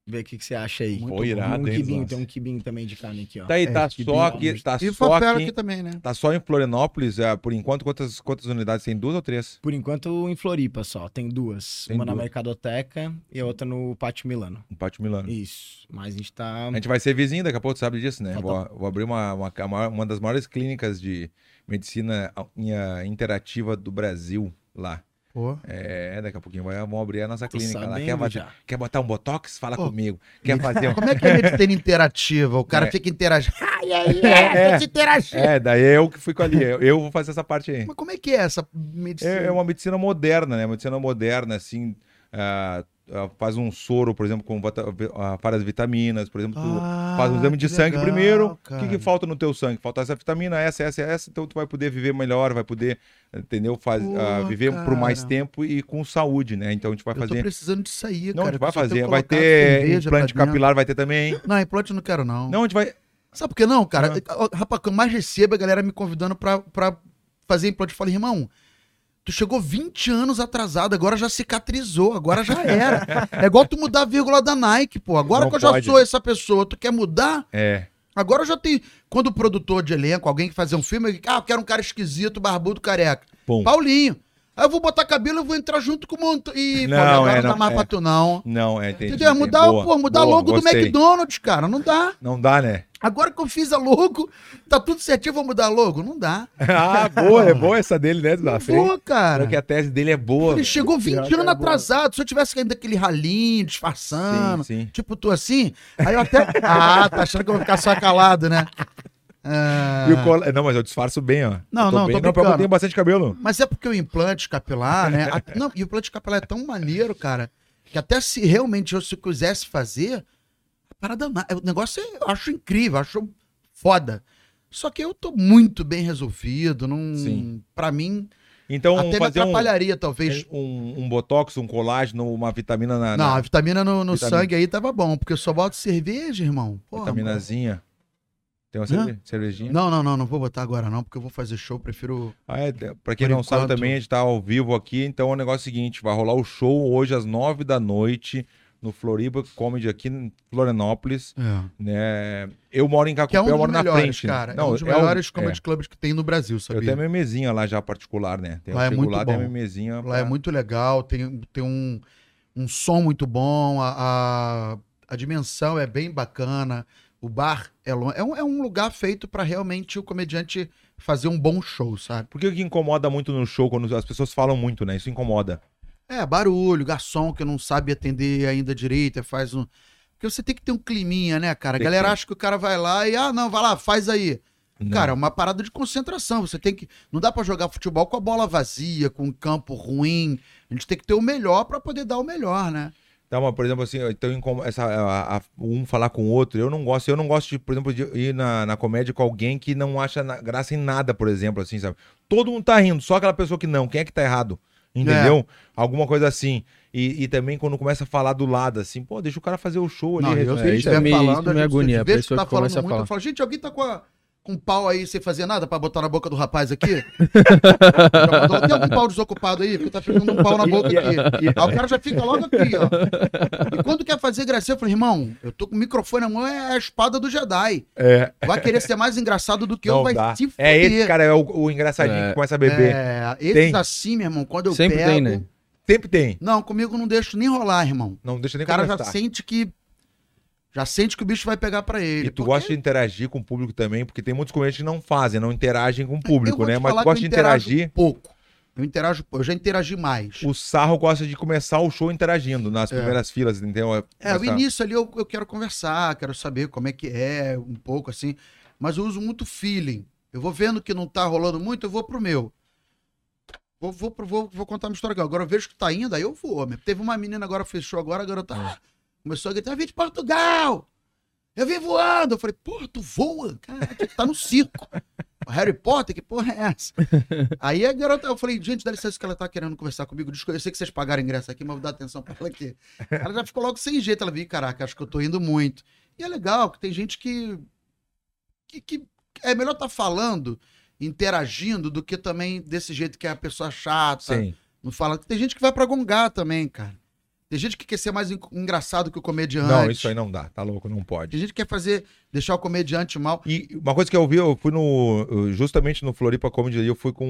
S5: vê o que, que você acha aí.
S1: Muito Pô, irado,
S5: um
S1: hein,
S5: quibinho,
S1: Zé?
S5: tem um quibinho também de carne aqui, ó.
S1: Tá aí,
S2: É,
S1: tá
S5: que
S1: só
S5: bom.
S1: aqui, tá
S2: E o
S1: só
S2: Fafero
S1: aqui,
S2: aqui também, né?
S1: tá só em Florianópolis, é, por enquanto, quantas, quantas unidades tem? Duas ou três?
S5: Por enquanto, em Floripa só. Tem duas.
S1: Tem
S5: uma na
S1: duas.
S5: Mercadoteca e a outra no Pátio Milano.
S1: No Pátio Milano.
S5: Isso. Mas a gente tá.
S1: Hum. A gente vai ser vizinho daqui a pouco, tu sabe disso, né?
S5: Tá
S1: Vou, vou abrir uma, uma, a maior- uma das maiores clínicas de medicina a- em- a- interativa do Brasil lá.
S2: Pô.
S1: É, daqui a pouquinho vai, vão abrir a nossa tá
S5: Tô
S1: clínica lá. é Quer,
S5: sabendo
S1: ba-
S5: já.
S1: quer botar um botox? Fala
S2: Pô,
S1: comigo. Quer fazer um.
S2: Como é que é medicina interativa? O cara
S1: É.
S2: fica interagindo. Ai, ai,
S1: É,
S2: ai,
S1: é.
S2: tô te interagindo.
S1: É, daí é eu que fico ali. Eu, eu vou fazer essa parte aí.
S2: Mas como é que é essa medicina?
S1: É, é uma medicina moderna, né? Uma medicina moderna, assim. ah, ah, faz um soro, por exemplo, com vata- ah, várias vitaminas, por exemplo, tu
S2: Ah,
S1: faz um exame de sangue primeiro. O que, que falta no teu sangue? Falta essa vitamina, essa, essa, essa, então tu vai poder viver melhor, vai poder, entendeu? Faz,
S2: Pô,
S1: ah, viver por mais
S2: cara.
S1: tempo e com saúde, né? Então a gente vai
S2: Eu tô
S1: fazer.
S2: precisando disso aí,
S1: Não, a
S2: cara.
S1: gente
S2: Eu
S1: vai
S2: só tenho
S1: fazer.
S2: que
S1: Vai
S2: colocar
S1: ter
S2: cerveja
S1: implante
S2: pra dentro.
S1: capilar, vai ter também.
S2: Não, implante eu não quero, não.
S1: Não, Ah. a gente vai.
S2: Sabe por que não, cara? Eu- Rapaz, o que eu mais recebo é a galera me convidando pra, pra fazer implante. Eu falo, irmão, tu chegou 20 anos atrasado, agora já cicatrizou, agora já era. é igual tu mudar a vírgula da Nike, pô. Agora
S1: Não
S2: que eu
S1: pode.
S2: já sou essa pessoa, tu quer mudar?
S1: É.
S2: Agora eu já tem. Quando o produtor de elenco, alguém que fazer um filme, ele, ah, eu quero um cara esquisito, barbudo, careca.
S1: Pum.
S2: Paulinho. Aí eu vou botar cabelo, eu vou entrar junto com o Monto. Ih,
S1: Não,
S2: Paulinho, agora
S1: é,
S2: não dá
S1: não,
S2: mais
S1: é.
S2: pra tu, não.
S1: Não, é. Entendi,
S2: Entendeu?
S1: entendi.
S2: Mudar, o-
S1: Boa,
S2: pô, mudar
S1: boa,
S2: a logo do
S1: gostei.
S2: McDonald's, cara. Não dá.
S1: Não dá, né?
S2: Agora que eu fiz a logo, tá tudo certinho, eu vou mudar a logo? Não dá.
S1: ah, boa, é boa essa dele, né? Da frente.
S2: Pô, cara.
S1: Porque a tese dele é boa.
S2: Ele
S1: velho.
S2: chegou 20 anos atrasado. Se eu tivesse ainda aquele ralinho, disfarçando,
S1: Sim, sim.
S2: tipo, tô assim, aí eu até. Ah, tá achando que eu vou ficar só calado, né? Ah,
S1: E o col- Não, mas eu disfarço bem, ó.
S2: Não,
S1: Eu bem.
S2: não, tô
S1: não, porque eu
S2: brincando.
S1: tenho bastante cabelo.
S2: Mas é porque o implante capilar, né? a- Não, e o implante capilar é tão maneiro, cara, que até se realmente eu se quisesse fazer, a parada. na- O negócio é- eu acho incrível, eu acho foda. Só que eu tô muito bem resolvido, não.
S1: Sim.
S2: Pra mim,
S1: Então,
S2: até me
S1: fazer um,
S2: atrapalharia, talvez.
S1: um, um botox, um colágeno, uma vitamina na,
S2: É. Não,
S1: na
S2: a vitamina no, no
S1: É, né? Vitamina.
S2: sangue aí tava bom, porque eu só boto cerveja, irmão. Porra, mano.
S1: vitaminazinha. Tem uma
S2: Hã?
S1: cerve- cervejinha?
S2: Não, não, não, não vou botar agora não, porque eu vou fazer show, prefiro.
S1: Ah, é, de- pra quem
S2: Por
S1: não sabe
S2: enquanto.
S1: também, a gente tá ao vivo aqui, então é o negócio seguinte, vai rolar o show hoje às nove da noite no Floriba Comedy aqui em Florianópolis,
S2: É.
S1: né? Eu moro em
S2: Que
S1: Cacupé,
S2: é um
S1: eu
S2: dos
S1: moro na
S2: melhores,
S1: frente. né?
S2: cara. é
S1: Não,
S2: um dos melhores
S1: é.
S2: comedy clubs que tem no Brasil,
S1: Eu
S2: sabia?
S1: tenho a minha mesinha lá já particular, né? Tem,
S2: Lá é
S1: eu chego
S2: muito
S1: lá, tem a
S2: bom.
S1: minha mesinha.
S2: Lá é
S1: pra-
S2: muito legal, tem, tem um, um som muito bom, a, a dimensão é bem bacana. O bar é, lon- é, um, é um lugar feito pra realmente o comediante fazer um bom show, sabe?
S1: Porque o que incomoda muito no show, quando as pessoas falam muito, né? Isso incomoda.
S2: É, barulho, garçom que não sabe atender ainda direito, faz um. Porque você tem que ter um climinha, né, cara? A
S1: Tem
S2: galera
S1: que ter.
S2: acha que o cara vai lá e, ah, não, vai lá, faz aí.
S1: Não.
S2: Cara, é uma parada de concentração. Você tem que. Não dá pra jogar futebol com a bola vazia, com o campo ruim. A gente tem que ter o melhor pra poder dar o melhor, né?
S1: Tá, mas, por exemplo, assim, então incom- essa, a- a- um falar com o outro, eu não gosto. Eu não gosto, de, por exemplo, de ir na, na comédia com alguém que não acha na- graça em nada, por exemplo, assim, sabe? Todo mundo tá rindo, só aquela pessoa que não. Quem é que tá errado? Entendeu? Alguma coisa assim. E, e também quando começa a falar do lado, assim, pô, deixa o cara fazer o show ali. né?
S2: Não,
S1: resolve.
S2: eu
S3: é,
S2: se
S3: isso
S2: estiver
S3: me-
S2: falando,
S3: isso me
S2: a gente-
S3: agonia,
S2: se
S3: a
S2: vê que
S3: pessoa
S2: tá
S3: que
S2: falando
S3: começa a
S2: muito,
S3: falar.
S2: eu falo, gente, alguém tá com, a- com um pau aí sem fazer nada pra botar na boca do rapaz aqui? já mandou, tem algum pau desocupado aí? Porque tá pegando um pau na boca aqui. Aí o cara já fica logo aqui, ó. E quando quer fazer gracinha, eu falo, irmão, eu tô com o microfone na mão, é a espada do Jedi.
S1: É.
S2: Vai querer ser mais engraçado do que eu,
S1: Não
S2: vai
S1: dá.
S2: se
S1: É esse,
S2: fuder.
S1: cara, é o, o engraçadinho
S3: É.
S1: que começa a beber.
S2: É, esses
S1: Tem.
S2: assim, meu irmão, quando eu
S3: Sempre
S2: pego...
S3: tem, né?
S1: Sempre tem.
S2: Não, comigo não deixo nem rolar, irmão.
S1: Não deixa
S2: O
S1: nem
S2: cara já
S1: começar.
S2: sente que... Já sente que o bicho vai pegar pra ele.
S1: E tu
S2: Porque-
S1: gosta de interagir com o público também, porque tem muitos comediantes que não fazem, não interagem com o
S2: Eu
S1: público,
S2: vou te
S1: né? Mas
S2: falar
S1: tu
S2: que
S1: gosta de
S2: eu interajo
S1: interagir.
S2: Pouco. Eu interajo, pouco, eu já interagi mais.
S1: O Sarro gosta de começar o show interagindo nas primeiras filas, entendeu?
S2: É, o
S1: Essa-
S2: início ali eu, eu quero conversar, quero saber como é que é, um pouco assim. Mas eu uso muito feeling. Eu vou vendo que não tá rolando muito, eu vou pro meu. Vou, vou, pro- vou, vou contar uma história aqui. Agora eu vejo que tá indo, aí eu vou. meu. Teve uma menina agora, fechou agora, a garota
S1: É.
S2: ah, começou a gritar, eu vim de Portugal! Eu vim voando! Eu falei, porra, tu voa? Caraca, tu tá no circo. O Harry Potter, que porra é essa? Aí a garota, eu falei, gente, dá licença que ela tá querendo conversar comigo. Desculpa, eu sei que vocês pagaram ingresso aqui, mas vou dar atenção pra ela aqui. Ela já ficou logo sem jeito. Ela viu, caraca, acho que eu tô indo muito. E é legal que tem gente que. que, que é melhor tá falando, interagindo, do que também desse jeito que é a pessoa chata.
S1: Sim.
S2: Não fala. Tem gente que vai pra gongar também, cara. Tem gente que quer ser mais en- engraçado que o comediante.
S1: Não, isso aí não dá, tá louco, não pode.
S2: Tem gente que quer fazer, deixar o comediante mal.
S1: E uma coisa que eu vi, eu fui no. Justamente no Floripa Comedy, eu fui com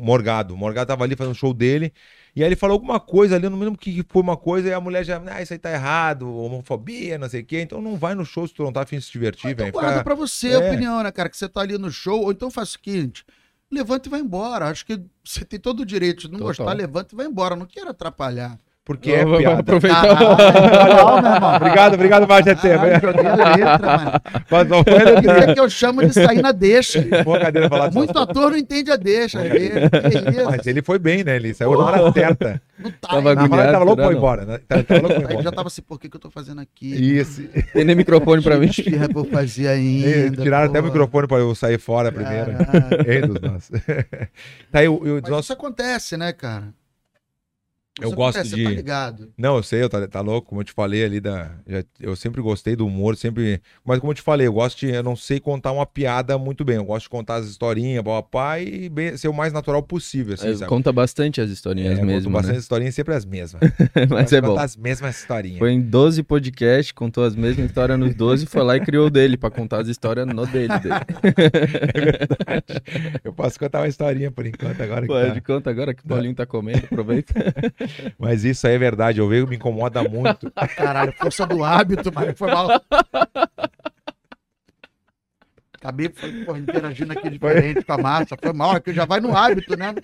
S1: o Morgado. O Morgado tava ali fazendo o show dele. E aí ele falou alguma coisa ali, eu não me lembro o que que foi uma coisa, e a mulher já, ah, isso aí tá errado, homofobia, não sei o quê. Então não vai no show se tu não tá afim de se divertir, velho.
S2: então Guarda
S1: Fica-
S2: pra você a
S1: É.
S2: opinião, né, cara? Que você tá ali no show, ou então faz o seguinte: levanta e vai embora. Acho que você tem todo o direito de não
S3: Total.
S2: gostar, levanta e vai embora. Não quero atrapalhar. Ah,
S1: Porque é
S3: Vai- vai
S1: piada. Ah,
S2: Caralho, moral, meu irmão.
S1: Obrigado, obrigado, Baixa T.
S2: Caralho, joguei a letra, mano.
S1: Mas não
S2: Isso é que eu chamo de sair na deixa.
S1: foi a cadeira falar disso.
S2: Muito ator não entende a deixa. né? Que isso?
S1: Mas ele foi bem, né? Ele saiu na hora certa.
S2: Não tá.
S3: Tava
S1: Na hora ele tava
S3: agulhado,
S1: louco pra ir
S3: não.
S1: embora. né? Tava tava louco pra ir
S2: Aí ele já
S3: tá
S1: embora.
S2: tava assim, por que, que eu tô fazendo aqui?
S1: Isso.
S3: Tem nem microfone pra mim.
S2: Que é eu vou fazer
S1: E
S2: ainda.
S1: Tiraram até o
S2: pô.
S1: microfone pra eu sair
S3: Ah.
S1: fora primeiro.
S2: Caraca.
S1: Ei, dos nossos. tá aí, o- o dos
S2: Mas
S1: nossos-
S2: isso acontece, né, cara?
S1: Eu gosto
S2: acontece,
S1: de-
S2: Tá ligado.
S1: Não, eu sei, eu tá, tá louco, como eu te falei ali da. já- eu sempre gostei do humor, sempre. Mas como eu te falei, eu gosto de. Eu não sei contar uma piada muito bem. Eu gosto de contar as historinhas, papai, e bem- ser o mais natural possível, assim,
S3: É,
S1: sabe? É,
S3: Conta bastante as historinhas
S1: eu conto
S3: mesmo,
S1: bastante
S3: né?
S1: historinhas sempre as mesmas.
S3: Mas
S1: Gosto de
S3: é bom.
S1: contar as mesmas historinhas.
S3: Foi em 12 podcasts, contou as mesmas histórias nos 12, foi lá e criou o dele pra contar as histórias no dele. dele.
S1: Eu posso contar uma historinha por enquanto agora. que tá.
S3: Pode conta agora que o Paulinho tá comendo, aproveita.
S1: Mas isso aí é verdade, eu vejo me incomoda muito.
S2: Caralho, força do hábito, mano. Foi mal. Acabei foi, pô, interagindo aqui diferente com a massa. Foi mal, aqui já vai no hábito, né?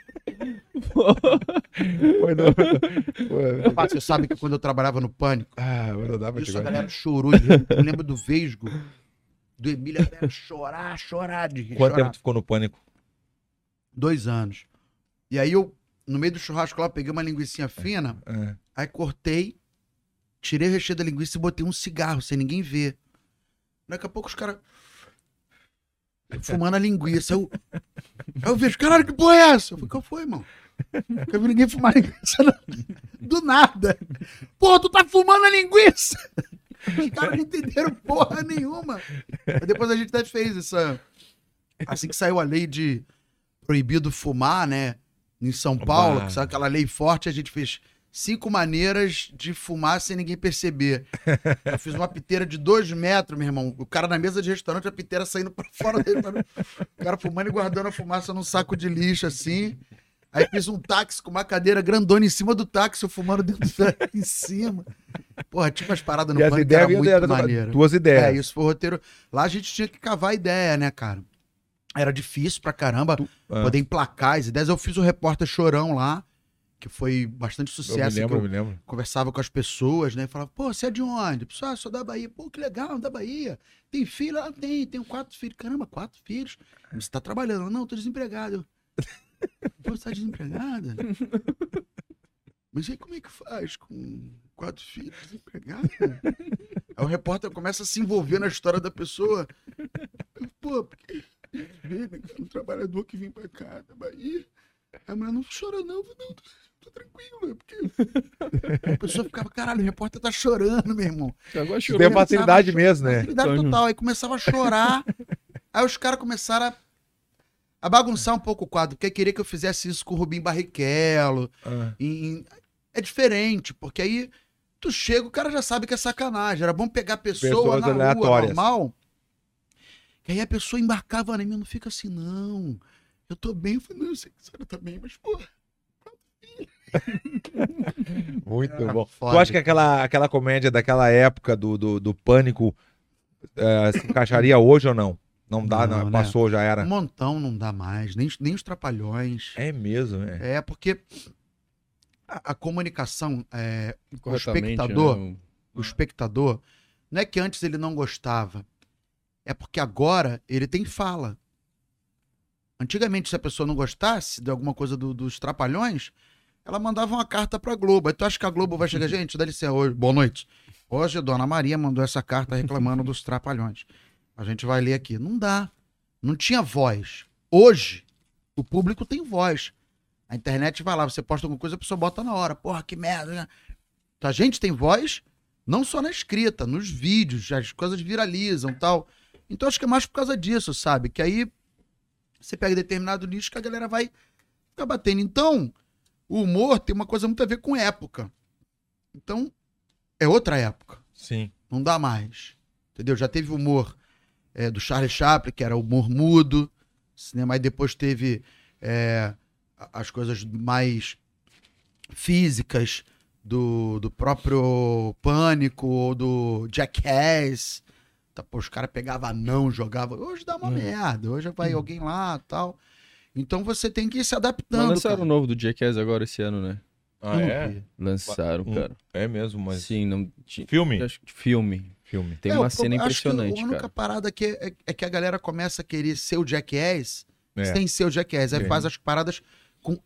S1: Foi no- foi-
S2: Rapaz, Você sabe que quando eu trabalhava no Pânico,
S1: Ah, mas não dá pra te
S2: Isso, a
S1: contar.
S2: galera chorou. de rir. Eu lembro do Vesgo, do Emílio, a galera chorar, chorar de rir,
S1: Quanto
S2: chorar.
S1: tempo tu ficou no pânico?
S2: Dois anos. E aí eu, no meio do churrasco lá, peguei uma linguiça fina,
S1: É.
S2: aí cortei, tirei o recheio da linguiça e botei um cigarro, sem ninguém ver. Daqui a pouco os caras... Fumando a linguiça. Eu, aí eu vejo, caralho, que porra é essa? Eu falei, qual foi, irmão? Nunca vi ninguém fumar linguiça, não. Do nada. Pô, tu tá fumando a linguiça! Os caras não entenderam porra nenhuma. Mas depois a gente até fez essa. Assim que saiu a lei de proibido fumar, né? Em São Paulo,
S1: Bah.
S2: que saiu aquela lei forte, a gente fez cinco maneiras de fumar sem ninguém perceber. Eu fiz uma piteira de dois metros, meu irmão. O cara na mesa de restaurante, a piteira saindo pra fora do restaurante. O cara fumando e guardando a fumaça num saco de lixo, assim. Aí fiz um táxi com uma cadeira grandona em cima do táxi, eu fumando dentro da... em cima. Porra, tipo as paradas no
S1: E as
S2: pânico
S1: ideias
S2: era
S1: vinham
S2: muito
S1: dela,
S2: maneiro.
S1: tuas
S2: É,
S1: ideias.
S2: isso foi o roteiro. Lá a gente tinha que cavar a ideia, né, cara? Era difícil pra caramba
S1: ah.
S2: poder emplacar as ideias. Eu fiz o repórter Chorão lá, que foi bastante
S1: eu me
S2: sucesso.
S1: lembro,
S2: é assim que
S1: eu
S2: eu
S1: me lembro.
S2: conversava com as pessoas, né? e Falava, pô, você é de onde? Pessoal, ah, sou da Bahia. Pô, que legal, da Bahia. Tem filho? Ah, tem. Tenho quatro filhos. Caramba, quatro filhos. Você tá trabalhando? Ela, Não, tô desempregado. Eu, Pô, você tá desempregada? Mas e aí como é que faz com quatro filhos desempregados? Aí o repórter começa a se envolver na história da pessoa. Eu, Pô, porque vê, né, que é um trabalhador que vem pra cá, da Bahia. A mulher não chora não, Eu falei, não, tô, tô tranquilo, é porque a pessoa ficava, caralho, o repórter tá chorando, meu irmão.
S3: Agora
S1: Tem
S3: chorou.
S1: a facilidade mesmo, né?
S2: Facilidade total. Aí começava a chorar. Aí os caras começaram a, a bagunçar um pouco o quadro, porque queria que eu fizesse isso com o Rubim Barrichello.
S1: Ah.
S2: em- em- É diferente, porque aí tu chega, o cara já sabe que é sacanagem. Era bom pegar a pessoa
S1: Pessoas
S2: na rua
S1: aleatórias.
S2: normal. Que aí a pessoa embarcava em mim, não fica assim, não. Eu tô bem, eu falei, não, eu sei que a senhora tá bem, mas, pô,
S1: Muito
S2: Era
S1: bom.
S2: foda.
S1: Tu acha que aquela, aquela comédia daquela época do, do, do pânico eh, se encaixaria hoje ou não? Não dá, não.
S2: Não, né?
S1: Passou, já
S2: um
S1: era.
S2: montão não dá mais, nem, os- nem os trapalhões.
S1: É mesmo, né?
S2: É, porque a, a comunicação, é, o
S3: Corretamente,
S2: espectador,
S3: né?
S2: o espectador, não é que antes ele não gostava, é porque agora ele tem fala. Antigamente, se a pessoa não gostasse de alguma coisa do- dos trapalhões, ela mandava uma carta pra Globo. Aí tu acha que a Globo vai chegar, gente, dá licença, hoje, boa noite. Hoje a dona Maria mandou essa carta reclamando dos trapalhões. A gente vai ler aqui. Não dá. Não tinha voz. Hoje, o público tem voz. A internet vai lá, você posta alguma coisa, a pessoa bota na hora. Porra, que merda. né? A gente tem voz, não só na escrita, nos vídeos, as coisas viralizam e tal. Então acho que é mais por causa disso, sabe? Que aí você pega determinado nicho que a galera vai ficar batendo. Então, o humor tem uma coisa muito a ver com época. Então, é outra época.
S1: Sim.
S2: Não dá mais. Entendeu? Já teve humor é, do Charles Chaplin, que era humor mudo, cinema, aí depois teve é, a- as coisas mais físicas do, do próprio Pânico ou do Jackass. Tá, pô, os caras pegavam não, jogavam. Hoje dá uma merda, hoje vai alguém lá tal. Então você tem que ir se
S3: Mas
S2: adaptando.
S3: lançaram o
S2: cara.
S3: novo do Jackass agora esse ano, né?
S1: Ah,
S2: Eu não
S1: é?
S2: vi.
S3: Lançaram,
S1: Hum,
S3: cara.
S1: É mesmo, mas.
S3: Sim, não tinha.
S1: Filme?
S3: acho que Filme.
S1: Filme.
S3: Tem
S2: É,
S3: uma
S2: o
S3: cena
S2: pro- acho que
S3: impressionante,
S2: A única
S3: cara.
S2: parada que é, é que a galera começa a querer ser o Jackass
S1: É.
S2: sem ser o Jackass. Aí
S1: É.
S2: faz as paradas com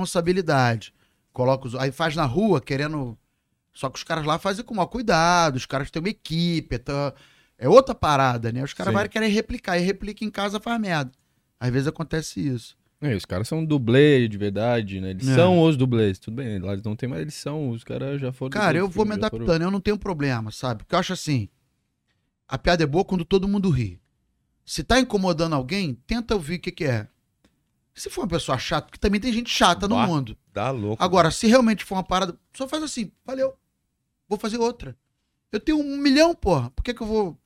S2: irresponsabilidade. Coloca os... Aí faz na rua, querendo. Só que os caras lá fazem com o maior cuidado, os caras têm uma equipe. tá- É outra parada, né? Os caras
S1: Sim.
S2: vão querer replicar, e replica em casa faz merda. Às vezes acontece isso.
S3: É, os caras são dublê de verdade, né? Eles
S2: É.
S3: são os dublês. Tudo bem, lá eles não tem, mas eles são. Os caras já foram.
S2: Cara,
S3: dublês
S2: eu
S3: do
S2: vou me
S3: filme, já foram-
S2: adaptando, eu não tenho problema, sabe? Porque eu acho assim: a piada é boa quando todo mundo ri. Se tá incomodando alguém, tenta ouvir o que, que é. Se for uma pessoa chata, porque também tem gente chata no
S1: Bah. um
S2: mundo.
S1: Dá louco.
S2: Agora, se realmente for uma parada, só faz assim, valeu. Vou fazer outra. Eu tenho um milhão, porra. Por que, que eu vou.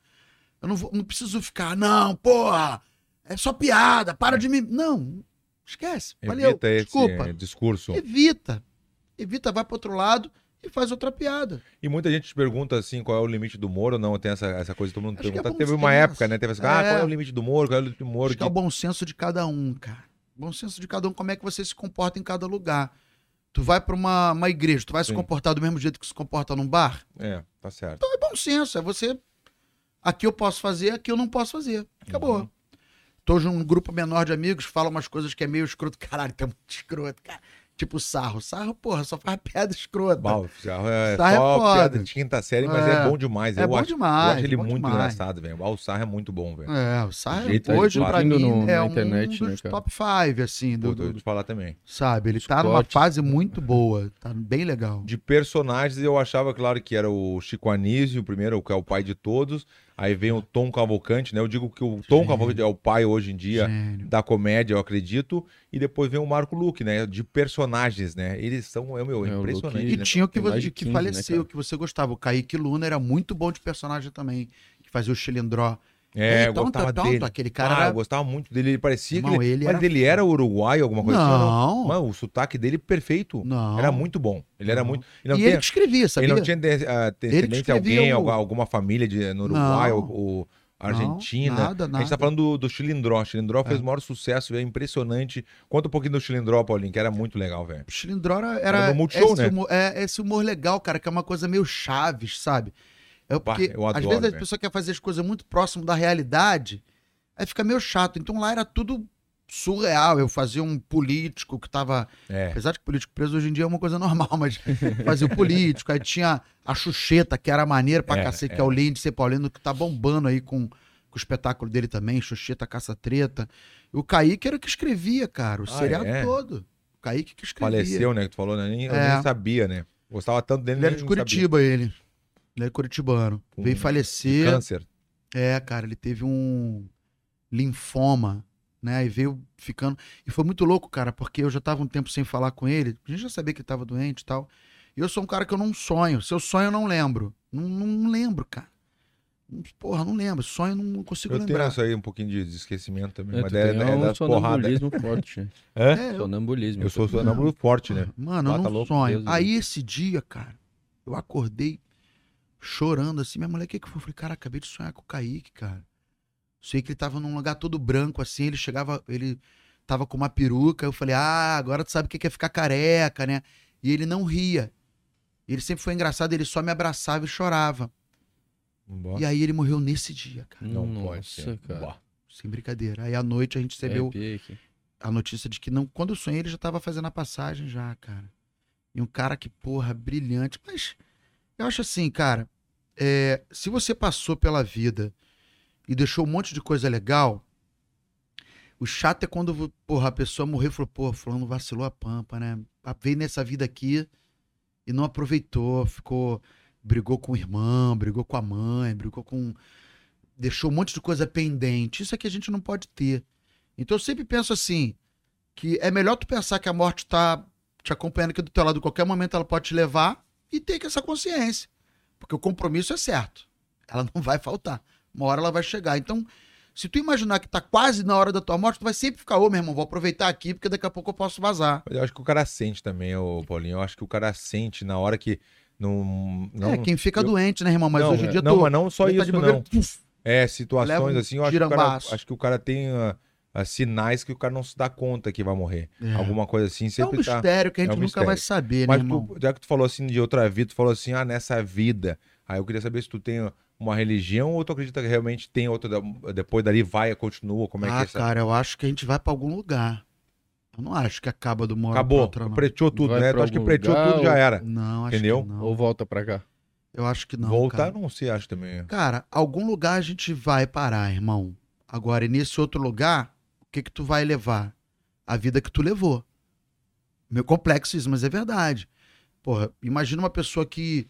S2: Eu não, vou, não preciso ficar, não, porra. É só piada, para de mim. Não, esquece. Valeu.
S1: Evita esse
S2: Desculpa.
S1: eh, discurso.
S2: Evita. Evita, vai pro outro lado e faz outra piada.
S1: E muita gente te pergunta assim, qual é o limite do humor ou não? Tem essa, essa coisa que todo mundo
S2: Acho que é
S1: pergunta.
S2: bom
S1: Teve uma
S2: senso.
S1: época, né? Teve essa, ah,
S2: É.
S1: qual é o limite do humor? Qual é o limite do humor?
S2: Acho que é o bom senso de cada um, cara. Bom senso de cada um, como é que você se comporta em cada lugar. Tu vai pra uma, uma igreja, tu vai
S1: Sim.
S2: se comportar do mesmo jeito que se comporta num bar?
S1: É, tá certo.
S2: Então é bom senso, é você. Aqui eu posso fazer, aqui eu não posso fazer.
S1: Uhum.
S2: Acabou. Tô num grupo menor de amigos, fala umas coisas que é meio escroto. Caralho, tá muito escroto, cara. Tipo sarro. Sarro, porra, só faz piada escrota.
S1: Bom, já é
S2: Sarra é
S1: só
S2: foda.
S1: piada de quinta série, mas é,
S2: É.
S1: bom demais.
S2: é
S1: eu
S2: bom
S1: acho,
S2: demais.
S1: eu acho ele
S2: bom
S1: muito
S2: demais.
S1: engraçado, velho. O Sarra é muito bom, velho.
S2: É, o sarro
S1: O jeito Tá
S2: hoje
S1: que ele
S2: pra
S3: faz.
S2: mim
S3: No-
S2: é
S3: na
S2: um
S3: internet, né,
S2: dos
S3: cara?
S2: top 5, assim, do,
S1: Puta, eu
S2: do-
S1: vou te falar também.
S2: sabe? Ele tá
S3: Scott.
S2: numa fase muito boa, tá bem legal.
S1: De personagens, eu achava, claro, que era o Chico Anísio, o primeiro, que é o pai de todos. Aí vem o Tom Cavalcante, né? Eu digo que o Tom
S2: Gênio.
S1: Cavalcante é o pai hoje em dia
S2: Gênio.
S1: da comédia, eu acredito. E depois vem o Marco Luque, né? De personagens, né? Eles são, é, meu,
S3: É, o Luque-
S1: impressionante.
S2: E
S3: né?
S2: tinha o que,
S3: Tem mais
S2: você-
S3: de
S2: que
S3: 15, né,
S2: faleceu,
S3: cara?
S2: que você gostava. O Kaique Luna era muito bom de personagem também, que fazia o Chilindró.
S1: É, eu
S2: tonto,
S1: gostava
S2: tonto,
S1: dele.
S2: aquele cara
S1: Cara, eu
S2: era-
S1: gostava muito dele. Ele parecia que.
S2: Irmão,
S1: ele-
S2: ele
S1: Mas
S2: era-
S1: ele era uruguaio, alguma coisa assim? ou
S2: Não,
S1: Mano, o sotaque dele perfeito.
S2: não.
S1: Era muito bom. Ele era
S2: Não.
S1: muito. Ele não,
S2: e
S1: tinha,
S2: ele que escrevia,
S1: ele
S2: sabia?
S1: não tinha de- ah, descendência de
S2: escrevia
S1: alguém,
S2: o-
S1: algu- alguma família de, no Uruguai
S2: Não.
S1: ou, ou Argentina.
S2: Não, nada,
S1: A gente
S2: nada.
S1: tá falando do, do Chilindró. Chilindró fez o maior sucesso, é impressionante. Conta um pouquinho do Chilindró, Paulinho, que era muito legal, velho.
S2: O Chilindró era, era,
S1: Era do Multishow,
S2: esse
S1: né?
S2: humor, é esse humor legal, cara, que é uma coisa meio chaves, sabe? É
S1: Bah,
S2: porque
S1: eu
S2: às
S1: adoro, né?
S2: vezes a
S1: velho.
S2: pessoa quer fazer as coisas muito próximo da realidade, aí fica meio chato. Então lá era tudo surreal. Eu fazia um político que tava.
S1: É.
S2: Apesar de que político preso hoje em dia é uma coisa normal, mas fazia o político. Aí tinha a Xuxeta, que era maneira pra
S1: É,
S2: cacete, que é o Lindy C. Paulino, que tá bombando aí com, com o espetáculo dele também, Xuxeta Caça Treta. O Kaique era o que escrevia, cara, o
S1: Ah,
S2: seriado
S1: é?
S2: todo. O Kaique que escrevia.
S1: Faleceu, né? Que tu falou, né? Nem- Eu
S2: É.
S1: nem sabia, né? Gostava tanto dele.
S2: Ele era
S1: nem
S2: de
S1: sabia.
S2: Curitiba, ele. Ele era curitibano.
S1: Com
S2: Veio
S1: De
S2: falecer.
S1: câncer.
S2: É, cara, ele teve um linfoma, né? E veio ficando. E foi muito louco, cara, porque eu já tava um tempo sem falar com ele. A gente já sabia que ele tava doente e tal. E eu sou um cara que eu não sonho. Se eu sonho, eu não lembro. Não, não lembro, cara. Porra, não lembro. Sonho, eu não consigo
S1: Eu tenho
S2: lembrar.
S1: isso aí um pouquinho de, de esquecimento também.
S3: É, tu
S1: mas é,
S3: tem
S1: é
S3: um
S1: das porradas.
S3: sonambulismo forte. né?
S1: Hã?
S2: É, eu-
S3: Sonambulismo.
S1: Eu sou
S2: Não.
S1: sonâmbulo forte, né?
S2: Mano, eu
S3: Bata
S2: não
S3: tá louco,
S2: sonho.
S3: Deus né?
S2: Aí esse dia, cara, eu acordei chorando assim. Minha mulher, o que que foi? Eu falei, cara, acabei de sonhar com o Kaique, cara. Sei que ele tava num lugar todo branco assim. Ele chegava, ele tava com uma peruca. Eu falei, ah, agora tu sabe o que que é ficar careca, né? E ele não ria. Ele sempre foi engraçado, ele só me abraçava e chorava.
S1: Bora.
S2: E aí ele morreu nesse dia, cara.
S1: Não
S3: Nossa,
S1: pode ser.
S3: cara.
S1: Bah.
S2: Sem brincadeira. Aí à noite a gente recebeu
S3: É pique.
S2: a notícia de que não, quando eu sonhei, ele já tava fazendo a passagem já, cara. E um cara que, porra, brilhante. Mas eu acho assim, cara, é, se você passou pela vida e deixou um monte de coisa legal, o chato é quando, porra, a pessoa morreu e falou, porra, fulano vacilou a pampa, né? Ah, Veio nessa vida aqui e não aproveitou, ficou, brigou com o irmão, brigou com a mãe, brigou com... Deixou um monte de coisa pendente. Isso é que a gente não pode ter. Então eu sempre penso assim, que é melhor tu pensar que a morte tá te acompanhando aqui do teu lado, em qualquer momento ela pode te levar e ter que essa consciência. Porque o compromisso é certo. Ela não vai faltar. Uma hora ela vai chegar. Então, se tu imaginar que tá quase na hora da tua morte, tu vai sempre ficar, ô meu irmão, vou aproveitar aqui, porque daqui a pouco eu posso vazar.
S1: Mas eu acho que o cara sente também, ô Paulinho. Eu acho que o cara sente na hora que. Não, não,
S2: é, quem fica
S1: eu-
S2: doente, né, irmão? Mas
S1: não,
S2: hoje em dia
S1: não,
S2: tu.
S1: mas não só
S2: tu tá
S1: isso,
S2: de
S1: não.
S2: bobeira, puf,
S1: É,
S2: leva
S1: situações
S2: um
S1: assim, eu acho que, o cara,
S2: tirambaço.
S1: acho que o cara tem ah, ah, sinais que o cara não se dá conta que vai morrer.
S2: É.
S1: Alguma coisa assim,
S2: É um
S1: sempre tá.
S2: mistério que a
S1: é
S2: gente
S1: um
S2: nunca
S1: mistério.
S2: vai saber,
S1: Mas
S2: né, irmão?
S1: tu, já que tu falou assim de outra vida, tu falou assim, ah, nessa vida. Aí eu queria saber se tu tem uma religião ou tu acredita que realmente tem outra, da- depois dali vai, continua, como é que é
S2: ah,
S1: essa...
S2: cara, eu acho que a gente vai pra algum lugar. Eu não acho que acaba do modo
S1: Acabou,
S2: outra, não.
S1: preteou tudo,
S3: Vai
S1: né? Tu
S3: pra
S1: acha que
S3: algum
S1: preteou
S3: lugar
S1: tudo já
S3: ou-
S1: era.
S2: Não, acho
S1: Entendeu?
S2: que não.
S3: Ou volta pra cá.
S2: Eu acho que não.
S1: Voltar,
S2: cara. Hum.
S1: não sei, acho também.
S2: Cara, algum lugar a gente vai parar, irmão. Agora, e nesse outro lugar, o que que tu vai levar? A vida que tu levou. Meu complexo isso, mas é verdade. Porra, imagina uma pessoa que,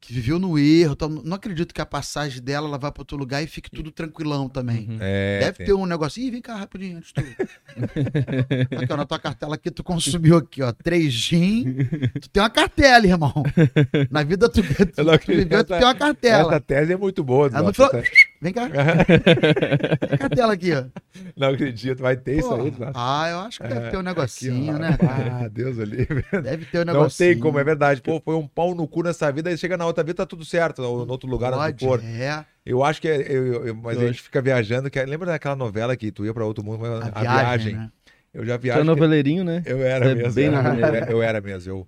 S2: que viveu no erro, tal. não acredito que a passagem dela ela vá pra outro lugar e fique tudo tranquilão também.
S3: Uhum.
S1: É,
S2: Deve
S1: tem.
S2: ter um negocinho. Ih, vem cá rapidinho antes de tu. aqui, ó, na tua cartela aqui, tu consumiu aqui, ó, três gin. Tu tem uma cartela, irmão. Na vida tu, tu, tu,
S1: Eu não acredito
S2: viveu, tu
S1: nessa-
S2: tem uma cartela.
S1: Essa tese é muito boa.
S2: Aí no
S1: Eduardo.
S2: final, vem cá. Tem a cartela aqui, ó.
S1: Não acredito, vai ter É isso aí.
S2: Porra.
S1: Eduardo.
S2: Ah, eu acho que deve ter um
S1: Aqui,
S2: negocinho,
S1: ó.
S2: né, cara?
S1: Ah, Deus ali.
S2: Deve ter um
S1: Não
S2: negocinho.
S1: tem como, é verdade. Pô, foi um pau no cu nessa vida, aí chega na outra vida, tá tudo certo, ou no outro lugar, tá onde
S2: Pode,
S1: for.
S2: é.
S1: Eu acho que é. eu- eu- eu- mas
S3: Eu
S1: a gente fica viajando. Que, é, lembra daquela novela que tu ia pra outro mundo? mas
S2: A,
S1: A,
S2: viagem, né?
S1: Eu já
S3: Tu é
S1: viajo. que-
S3: noveleirinho, né?
S1: Eu era
S3: É
S1: mesmo.
S3: bem
S1: eu,
S3: noveleiro.
S1: era, eu era mesmo. Eu,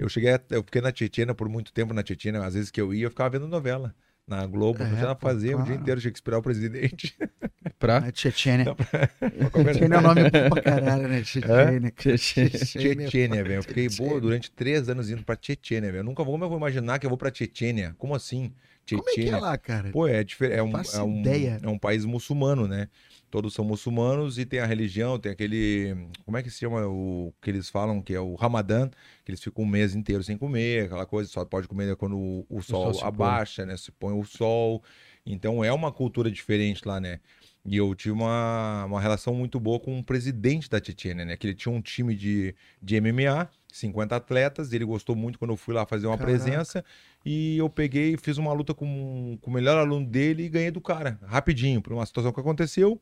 S1: eu cheguei. a- Eu fiquei na Tietchan por muito tempo na Tietchan. Às vezes que eu ia, eu ficava vendo novela. Na Globo,
S2: É,
S1: não tinha nada
S2: pô,
S1: pra fazer, o dia
S2: claro.
S1: inteiro tinha que esperar o presidente.
S3: É Pra.
S2: A é Tchetchênia.
S1: pra conversar.
S2: Tchetchênia é o nome bom pra caralho, né? Tchetchênia. Tchetchênia.
S1: Tchetchênia, velho. Eu fiquei boa
S2: Tchetchênia.
S1: durante três anos indo pra Tchetchênia, velho. Eu nunca vou, como eu vou imaginar que eu vou pra Tchetchênia. Como assim?
S2: Como é que é
S1: Tchetchênia.
S2: lá, cara?
S1: Pô, é diferente. É um,
S2: Faço
S1: é, um,
S2: ideia.
S1: é um país muçulmano, né? Todos são muçulmanos e tem a religião, tem aquele. Como é que se chama o que eles falam que é o Ramadã, que eles ficam um mês inteiro sem comer, aquela coisa, só pode comer né, quando o, o sol
S3: se põe.
S1: abaixa, né? Se põe o sol. Então é uma cultura diferente lá, né? E eu tive uma, uma relação muito boa com o presidente da Tietênia, né? Que ele tinha um time de, de MMA, 50 atletas. Ele gostou muito quando eu fui lá fazer uma
S5: Caraca.
S1: presença. E eu peguei, fiz uma luta com, com o melhor aluno dele e ganhei do cara, rapidinho, por uma situação que aconteceu.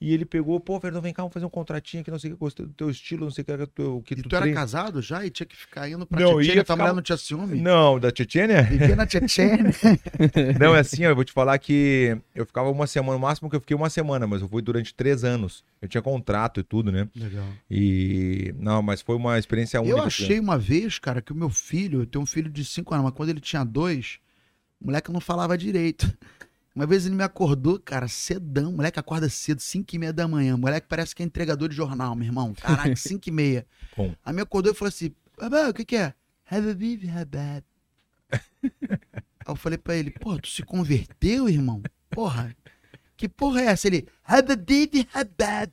S1: E ele pegou, pô, Fernando, vem cá, vamos fazer um contratinho aqui, não sei o que, gostei do teu estilo, não sei o que, é que tu- o que
S2: E tu,
S1: tu,
S2: era
S1: treina.
S2: casado já e tinha que ficar indo pra
S1: Não,
S2: Tchetchênia?
S1: ia
S2: Tua
S1: ficar-
S2: mulher não tinha ciúme?
S1: Não, da Tchetchênia?
S2: Vivia na Tchetchênia.
S1: Não, é assim, ó, eu vou te falar que eu ficava uma semana, o máximo que eu fiquei uma semana, mas eu fui durante três anos. Eu tinha contrato e tudo, né?
S2: Legal.
S1: E. Não, mas foi uma experiência única. assim.
S2: Eu achei uma vez, cara, que o meu filho, eu tenho um filho de 5 anos, mas quando ele tinha dois, o moleque não falava direito. Uma vez ele me acordou, cara, cedão. O moleque acorda cedo, 5 e meia da manhã. O moleque parece que é entregador de jornal, meu irmão. Caraca, 5 e meia.
S1: Bom.
S2: Aí me acordou e falou assim: Babá, o que, que é? Have a baby, Rabab. Aí eu falei pra ele: Porra, tu se converteu, irmão? Porra, que porra é essa? Ele: Have a baby, Rabab.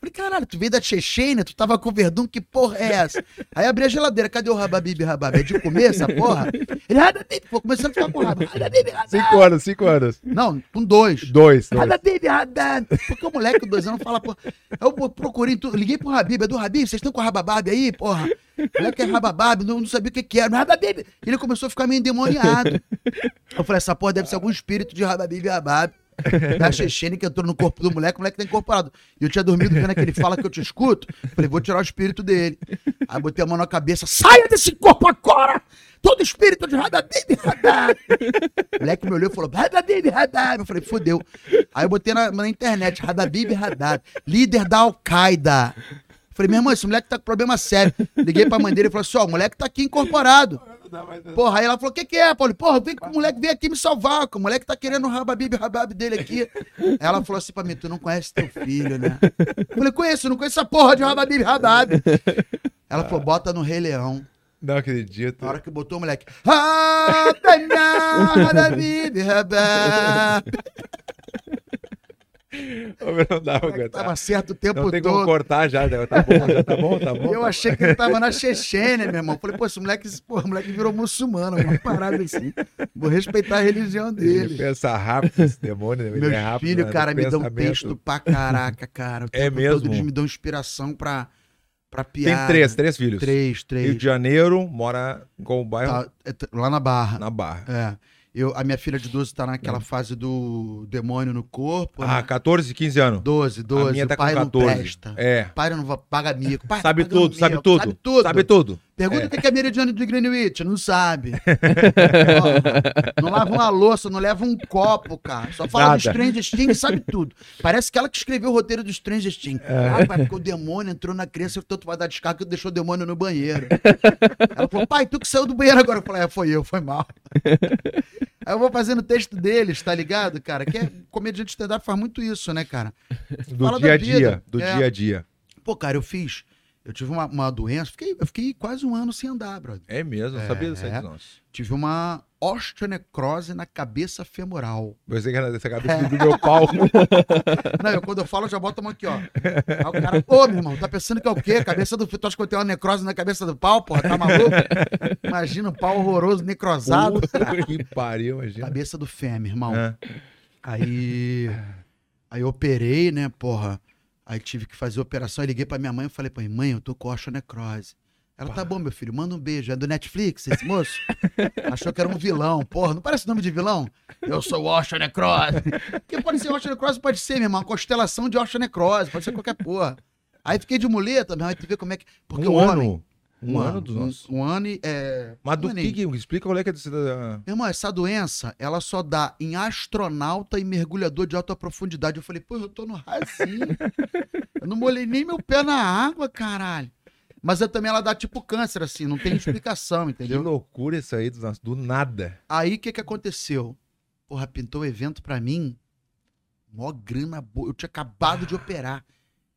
S2: Falei, caralho, tu veio da Chechênia, tu tava com verdun, que porra é essa? Aí abri a geladeira, cadê o rababib, rababib? É de comer essa porra? Ele, rababib, pô, começando a ficar com rabo. Rababib, rababib.
S1: Cinco anos, cinco anos.
S2: Não, com dois.
S1: Dois. dois.
S2: Rababib, rababib. Porque o moleque com dois anos fala, porra. Eu procurei, tudo, liguei pro rabib, é do rabib, vocês estão com rababab aí, porra? O moleque é rababab, não, não sabia o que que era, rababib. Ele começou a ficar meio endemoniado. Eu falei, essa porra deve ser algum espírito de rababib, rababib da Chechene que entrou no corpo do moleque, o moleque tá incorporado. E eu tinha dormido vendo aquele fala que eu te escuto. Falei, vou tirar o espírito dele. Aí botei a mão na cabeça, saia desse corpo agora! Todo espírito de Radadib, Radab! O moleque me olhou e falou, Radadib, Radab! Eu falei, fodeu. Aí eu botei na, na internet, Radabib, Radab, líder da Al-Qaeda. Falei, meu irmão, esse moleque tá com problema sério. Liguei pra mãe dele e falei assim, ó, o moleque tá aqui incorporado. Porra, aí ela falou, o que que é, Paulo? Porra, vem que o moleque veio aqui me salvar, que o moleque tá querendo o rababib, rabab dele aqui. Aí Ela falou assim pra mim, tu não conhece teu filho, né? Eu falei, conheço, não conheço essa porra de rababib, rabab. Ela falou, bota no Rei Leão.
S1: Não acredito.
S2: Na hora que botou o moleque, "Rabanã, rababib, rabab.
S1: Não dá pra
S2: é Tava
S1: aguentar.
S2: certo o tempo
S1: Não tem como
S2: todo.
S1: cortar já, né? tá bom, já tá bom, tá bom.
S2: Eu achei que ele tava na Chechênia, meu irmão. Falei, pô, esse moleque, esse- pô, o moleque virou muçulmano, uma parada assim. Vou respeitar a religião
S1: Ele
S2: dele.
S1: pensa rápido esse demônio, né? Ele
S2: Meus
S1: é rápido,
S2: filhos,
S1: né?
S2: cara,
S1: Do
S2: me dão
S1: pensamento.
S2: texto pra caraca, cara. O
S1: É
S2: tempo
S1: mesmo?
S2: todo eles me dão inspiração pra, pra piada.
S1: Tem três, três filhos.
S2: Três, três.
S1: Rio de Janeiro, mora com o bairro
S2: Tá, é, t- lá na Barra.
S1: na Barra.
S2: É. Eu, a minha filha de 12 tá naquela fase do demônio no corpo.
S1: Ah,
S2: né?
S1: 14, 15 anos.
S2: 12, 12.
S1: A minha tá
S2: o pai
S1: com 14.
S2: não presta.
S1: É.
S2: O pai não va- paga mico. O pai
S1: Sabe
S2: tá pagando
S1: tudo, sabe
S2: mico,
S1: tudo,
S2: Sabe tudo.
S1: Sabe tudo.
S2: Pergunta
S1: É.
S2: o que é meridiano de Greenwich, não sabe. Porra, não lava uma louça, não leva um copo, cara. Só fala
S1: Nada.
S2: do Stranger Things, sabe tudo. Parece que ela que escreveu o roteiro do Stranger Things.
S1: É.
S2: Ah, pai, porque o demônio entrou na criança, tanto vai dar descarga que deixou o demônio no banheiro. Ela falou, pai, tu que saiu do banheiro agora. Eu falei, é, foi eu, foi mal. Aí eu vou fazendo o texto deles, tá ligado, cara? Que é, comediante de stand-up faz muito isso, né, cara?
S1: Do
S2: Fala da
S1: dia a
S2: vida.
S1: dia. Do
S2: É.
S1: dia a dia.
S2: Pô, cara, eu fiz. Eu tive uma, uma doença, fiquei, eu fiquei quase um ano sem andar, brother.
S1: É mesmo,
S2: É.
S1: sabia dessa nossa.
S2: Tive uma osteonecrose na cabeça femoral.
S1: Pensei que era dessa
S2: É,
S1: cabeça do meu pau.
S2: Não, eu, quando eu falo, eu já boto a mão aqui, ó. Aí o cara, ô, meu irmão, tá pensando que é o quê? Cabeça do... Tu acha que eu tenho uma necrose na cabeça do pau, porra? Tá maluco? Imagina um pau horroroso, necrosado.
S1: Puta que pariu, imagina.
S2: Cabeça do fêmea, irmão.
S1: Ah,
S2: Aí... Aí eu operei, né, porra. Aí tive que fazer a operação. Aí liguei pra minha mãe e falei pra mim, mãe, eu tô com osteonecrose. Ela, tá bom, meu filho, manda um beijo. É do Netflix, esse moço? Achou que era um vilão. Porra, não parece nome de vilão? Eu sou o osteonecrose. Porque pode ser osteonecrose, pode ser, meu irmão. Uma constelação de osteonecrose, pode ser qualquer porra. Aí fiquei de muleta, meu irmão, aí tu vê como é que... Porque
S1: um
S2: o homem...
S1: ano. Um ano dos nossos.
S2: Um, um ano e... É...
S1: Mas do
S2: um
S1: que
S2: aninho.
S1: que... Explica qual é que é desse... da-
S2: Meu irmão, essa doença, ela só dá em astronauta e mergulhador de alta profundidade. Eu falei, pô, eu tô no rasinho. eu não molhei nem meu pé na água, caralho. Mas eu também ela dá tipo câncer, assim, não tem explicação,
S1: Que
S2: entendeu?
S1: loucura isso aí, dos nossos, do nada.
S2: Aí o que que aconteceu? Porra, pintou um evento pra mim, mó grana boa. Eu tinha acabado de operar.